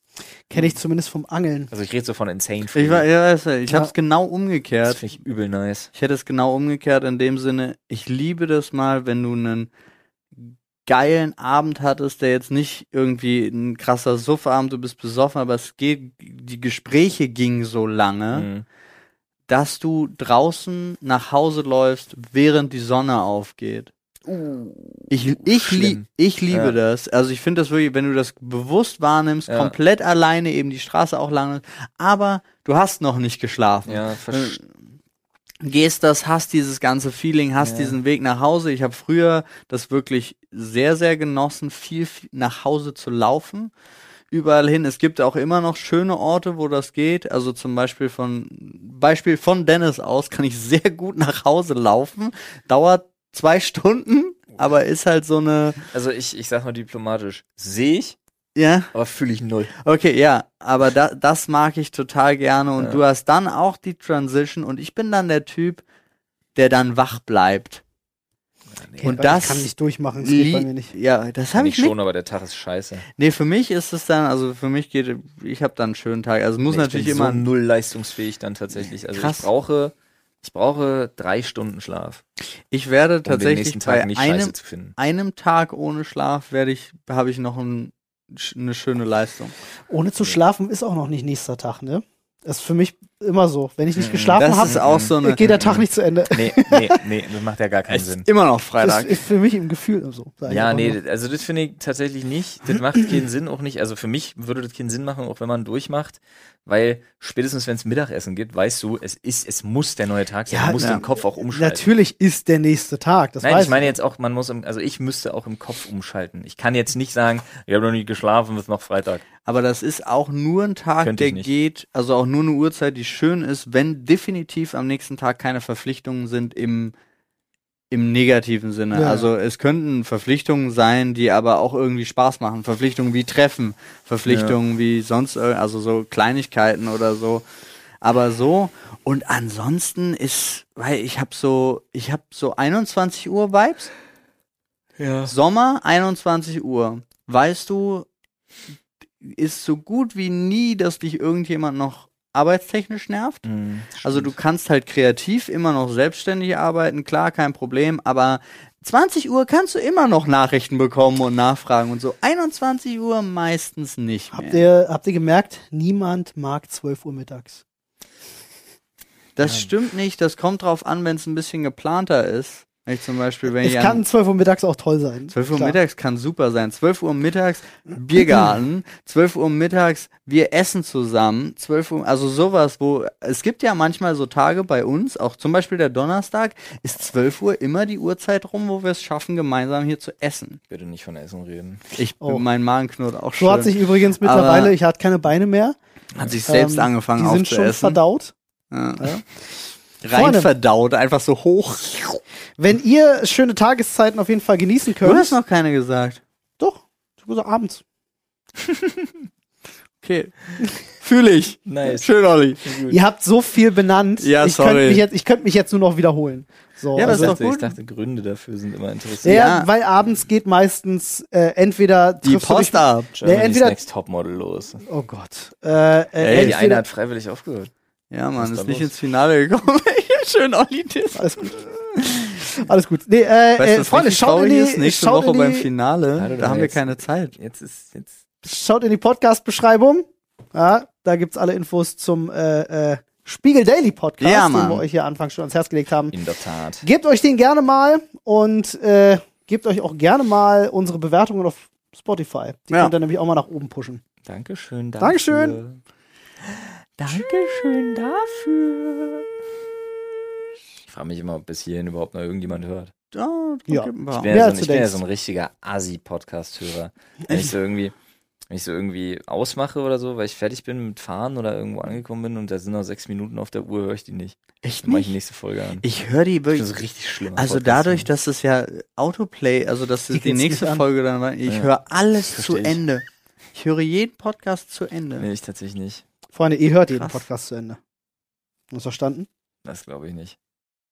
[SPEAKER 1] Kenne ich zumindest vom Angeln.
[SPEAKER 2] Also ich rede so von Insane Free.
[SPEAKER 3] Ich, war, ja, weiß ja, ich
[SPEAKER 1] Ja.
[SPEAKER 3] habe es genau
[SPEAKER 2] das
[SPEAKER 3] umgekehrt.
[SPEAKER 2] finde ich übel nice.
[SPEAKER 3] Ich hätte es genau umgekehrt in dem Sinne, ich liebe das mal, wenn du einen geilen Abend hattest, der jetzt nicht irgendwie ein krasser Suffabend, du bist besoffen, aber es geht, die Gespräche gingen so lange,
[SPEAKER 2] Mhm.
[SPEAKER 3] dass du draußen nach Hause läufst, während die Sonne aufgeht. Ich, ich, lieb,
[SPEAKER 2] schlimm.
[SPEAKER 3] ich liebe
[SPEAKER 2] Ja.
[SPEAKER 3] das. Also ich finde das wirklich, wenn du das bewusst wahrnimmst,
[SPEAKER 2] Ja.
[SPEAKER 3] komplett alleine eben die Straße auch lang, aber du hast noch nicht geschlafen
[SPEAKER 2] Ja, versch-
[SPEAKER 3] Äh. gehst das, hast dieses ganze Feeling, hast
[SPEAKER 2] Ja.
[SPEAKER 3] diesen Weg nach Hause. Ich habe früher das wirklich sehr, sehr genossen, viel, viel nach Hause zu laufen. Überall hin. Es gibt auch immer noch schöne Orte, wo das geht. Also zum Beispiel von Beispiel von Dennis aus kann ich sehr gut nach Hause laufen. Dauert zwei Stunden, aber ist halt so eine.
[SPEAKER 2] also ich, ich sag mal diplomatisch, sehe ich,
[SPEAKER 3] Ja.
[SPEAKER 2] aber fühle ich null.
[SPEAKER 3] Okay, ja, aber da, das mag ich total gerne und
[SPEAKER 2] Ja.
[SPEAKER 3] du hast dann auch die Transition und ich bin dann der Typ, der dann wach bleibt.
[SPEAKER 1] Kenn
[SPEAKER 3] Und
[SPEAKER 1] ich, weil
[SPEAKER 3] das
[SPEAKER 1] ich kann nicht durchmachen, das geht bei
[SPEAKER 3] Li-
[SPEAKER 1] mir nicht.
[SPEAKER 3] Ja, das habe
[SPEAKER 2] Hab
[SPEAKER 3] ich
[SPEAKER 2] ich
[SPEAKER 3] mit.
[SPEAKER 2] schon, aber der Tag ist scheiße.
[SPEAKER 3] Nee, für mich ist es dann, also für mich geht, ich habe dann einen schönen Tag. Also es muss
[SPEAKER 2] Nee,
[SPEAKER 3] natürlich
[SPEAKER 2] ich bin
[SPEAKER 3] immer.
[SPEAKER 2] so null leistungsfähig dann tatsächlich. Also
[SPEAKER 3] Krass.
[SPEAKER 2] ich brauche, ich brauche drei Stunden Schlaf.
[SPEAKER 3] ich werde
[SPEAKER 2] um den
[SPEAKER 3] tatsächlich
[SPEAKER 2] nächsten Tag
[SPEAKER 3] bei
[SPEAKER 2] nicht
[SPEAKER 3] einem,
[SPEAKER 2] scheiße zu finden.
[SPEAKER 3] einem Tag ohne Schlaf werde ich, habe ich noch ein, sch- eine schöne Leistung.
[SPEAKER 1] Ohne zu schlafen ist auch noch nicht nächster Tag, ne? Das ist für mich immer so. Wenn ich nicht geschlafen
[SPEAKER 3] Mhm. das ist
[SPEAKER 1] habe,
[SPEAKER 3] auch so eine.
[SPEAKER 1] geht der Tag nicht zu Ende.
[SPEAKER 2] Nee, nee, nee, das macht ja gar keinen
[SPEAKER 3] es
[SPEAKER 2] Sinn.
[SPEAKER 3] ist immer noch
[SPEAKER 1] Das
[SPEAKER 3] Freitag.
[SPEAKER 1] ist für mich im Gefühl so. sag ich
[SPEAKER 2] Ja,
[SPEAKER 1] einfach
[SPEAKER 2] nee,
[SPEAKER 1] nur.
[SPEAKER 2] also das finde ich tatsächlich nicht. Das macht keinen Sinn, auch nicht. Also für mich würde das keinen Sinn machen, auch wenn man durchmacht, weil spätestens wenn es Mittagessen gibt, weißt du, es ist, es muss der neue Tag sein.
[SPEAKER 1] Ja,
[SPEAKER 2] man muss
[SPEAKER 1] na,
[SPEAKER 2] den Kopf auch umschalten.
[SPEAKER 1] Natürlich ist der nächste Tag, das
[SPEAKER 2] Nein,
[SPEAKER 1] weiß
[SPEAKER 2] ich meine jetzt auch, man muss, im, also ich müsste auch im Kopf umschalten. Ich kann jetzt nicht sagen, ich habe noch nie geschlafen, bis noch Freitag.
[SPEAKER 3] Aber das ist auch nur ein Tag,
[SPEAKER 2] Könnte ich
[SPEAKER 3] der
[SPEAKER 2] nicht.
[SPEAKER 3] geht, also auch nur eine Uhrzeit, die schön ist, wenn definitiv am nächsten Tag keine Verpflichtungen sind im, im negativen Sinne.
[SPEAKER 1] Ja.
[SPEAKER 3] Also es könnten Verpflichtungen sein, die aber auch irgendwie Spaß machen. Verpflichtungen wie Treffen, Verpflichtungen wie sonst, ir- also so Kleinigkeiten oder so. Aber so und ansonsten ist, weil ich habe so, ich habe so 21 Uhr Vibes.
[SPEAKER 2] Ja.
[SPEAKER 3] Sommer 21 Uhr. Weißt du, ist so gut wie nie, dass dich irgendjemand noch arbeitstechnisch nervt.
[SPEAKER 2] Hm,
[SPEAKER 3] Also du kannst halt kreativ immer noch selbstständig arbeiten, klar, kein Problem, aber 20 Uhr kannst du immer noch Nachrichten bekommen und nachfragen und so 21 Uhr meistens nicht mehr.
[SPEAKER 1] Habt ihr, habt ihr gemerkt, niemand mag 12 Uhr mittags.
[SPEAKER 3] das stimmt nicht, das kommt drauf an, wenn es ein bisschen geplanter ist. Wenn ich zum Beispiel, wenn
[SPEAKER 1] Es
[SPEAKER 3] ich an-
[SPEAKER 1] kann 12 Uhr mittags auch toll sein.
[SPEAKER 3] 12 Uhr
[SPEAKER 1] Klar.
[SPEAKER 3] mittags kann super sein. 12 Uhr mittags Biergarten, 12 Uhr mittags wir essen zusammen, 12 Uhr, also sowas, wo es gibt ja manchmal so Tage bei uns, auch zum Beispiel der Donnerstag, ist 12 Uhr immer die Uhrzeit rum, wo wir es schaffen, gemeinsam hier zu essen.
[SPEAKER 2] Bitte nicht von Essen reden.
[SPEAKER 3] Ich,
[SPEAKER 1] Oh.
[SPEAKER 3] mein Magen knurrt auch
[SPEAKER 1] So
[SPEAKER 3] schon.
[SPEAKER 1] hat sich übrigens mittlerweile,
[SPEAKER 3] Aber-
[SPEAKER 1] ich hatte keine Beine mehr.
[SPEAKER 3] hat sich selbst
[SPEAKER 1] Ähm,
[SPEAKER 3] angefangen
[SPEAKER 1] Die sind schon
[SPEAKER 3] aufzuessen.
[SPEAKER 1] verdaut.
[SPEAKER 3] Ja.
[SPEAKER 1] Ja.
[SPEAKER 3] Rein
[SPEAKER 1] Freunde.
[SPEAKER 3] verdaut, einfach so hoch.
[SPEAKER 1] Wenn ihr schöne Tageszeiten auf jeden Fall genießen
[SPEAKER 3] Du
[SPEAKER 1] könnt.
[SPEAKER 3] hast noch keine gesagt.
[SPEAKER 1] Doch, Ich hab gesagt, abends.
[SPEAKER 3] Okay. Fühle ich.
[SPEAKER 2] Nice.
[SPEAKER 3] Schön, Olli.
[SPEAKER 1] Ihr habt so viel benannt.
[SPEAKER 3] Ja,
[SPEAKER 1] ich
[SPEAKER 3] sorry.
[SPEAKER 1] Könnte mich jetzt, ich könnte mich jetzt nur noch wiederholen. So,
[SPEAKER 3] Ja, aber
[SPEAKER 1] also,
[SPEAKER 3] ist doch
[SPEAKER 2] dachte, ich
[SPEAKER 3] gut.
[SPEAKER 2] dachte, Gründe dafür sind immer interessant.
[SPEAKER 1] ja,
[SPEAKER 3] ja.
[SPEAKER 1] weil abends geht meistens äh, entweder
[SPEAKER 3] Die
[SPEAKER 1] triffst du dich-
[SPEAKER 3] Post ab.
[SPEAKER 2] Germany's
[SPEAKER 1] Nee, entweder-
[SPEAKER 2] Next Topmodel los.
[SPEAKER 1] Oh Gott. Äh, äh,
[SPEAKER 3] Ey,
[SPEAKER 5] Die eine
[SPEAKER 1] entweder,
[SPEAKER 5] hat freiwillig aufgehört.
[SPEAKER 3] Ja,
[SPEAKER 2] Was
[SPEAKER 3] Mann,
[SPEAKER 2] ist
[SPEAKER 3] ist
[SPEAKER 2] da
[SPEAKER 3] nicht
[SPEAKER 2] los?
[SPEAKER 3] ins Finale gekommen. Schön, Olli. Diss.
[SPEAKER 1] alles gut. Alles gut. Nee, äh,
[SPEAKER 3] Weißt du,
[SPEAKER 1] äh,
[SPEAKER 3] was
[SPEAKER 1] Freunde,
[SPEAKER 3] richtig
[SPEAKER 1] schaut in,
[SPEAKER 3] traurig
[SPEAKER 1] die,
[SPEAKER 3] ist? Nächste
[SPEAKER 1] schaut,
[SPEAKER 3] Woche
[SPEAKER 1] in
[SPEAKER 3] beim
[SPEAKER 1] die,
[SPEAKER 3] Finale,
[SPEAKER 5] Alter,
[SPEAKER 3] da haben wir
[SPEAKER 5] jetzt-
[SPEAKER 3] keine Zeit.
[SPEAKER 5] Jetzt ist jetzt.
[SPEAKER 1] schaut in die Podcast-Beschreibung. Ja, da gibt's alle Infos zum äh, äh, Spiegel Daily Podcast,
[SPEAKER 3] Ja,
[SPEAKER 1] den
[SPEAKER 3] Mann.
[SPEAKER 1] wir euch hier anfangs schon ans Herz gelegt haben.
[SPEAKER 2] In der Tat.
[SPEAKER 1] Gebt euch den gerne mal und äh, gebt euch auch gerne mal unsere Bewertungen auf Spotify. Die
[SPEAKER 3] Ja.
[SPEAKER 1] könnt ihr nämlich auch mal nach oben pushen.
[SPEAKER 2] Dankeschön. Dafür.
[SPEAKER 1] Dankeschön.
[SPEAKER 2] Dankeschön dafür. Ich frage mich immer, ob bis hierhin überhaupt noch irgendjemand hört.
[SPEAKER 3] Ja,
[SPEAKER 1] Ja.
[SPEAKER 3] gib ein
[SPEAKER 2] Ich
[SPEAKER 3] paar.
[SPEAKER 2] bin
[SPEAKER 1] Mehr
[SPEAKER 2] ja,
[SPEAKER 1] als du
[SPEAKER 2] so, ein- ich bin ja
[SPEAKER 1] denkst.
[SPEAKER 2] so ein richtiger Assi-Podcast-Hörer. Wenn ich so irgendwie, wenn ich so irgendwie ausmache oder so, weil ich fertig bin mit Fahren oder irgendwo angekommen bin und da sind noch sechs Minuten auf der Uhr, höre ich die nicht.
[SPEAKER 3] Echt
[SPEAKER 2] Dann mache ich
[SPEAKER 3] nicht?
[SPEAKER 2] die nächste Folge an.
[SPEAKER 3] Ich höre die
[SPEAKER 2] Ich bin
[SPEAKER 3] wirklich.
[SPEAKER 2] so richtig schlimm.
[SPEAKER 3] Also dadurch, dass es ja Autoplay, also dass es
[SPEAKER 1] Ich
[SPEAKER 3] die
[SPEAKER 1] geht's
[SPEAKER 3] nächste
[SPEAKER 1] nicht an.
[SPEAKER 3] Folge dann war, ich
[SPEAKER 2] Ja.
[SPEAKER 3] höre alles zu
[SPEAKER 2] Versteh ich.
[SPEAKER 3] Ende. Ich höre jeden Podcast zu Ende.
[SPEAKER 2] Nee, ich tatsächlich nicht.
[SPEAKER 1] Freunde, ihr hört jeden
[SPEAKER 3] Krass.
[SPEAKER 1] Podcast zu Ende. Hast du verstanden?
[SPEAKER 2] Das glaube ich nicht.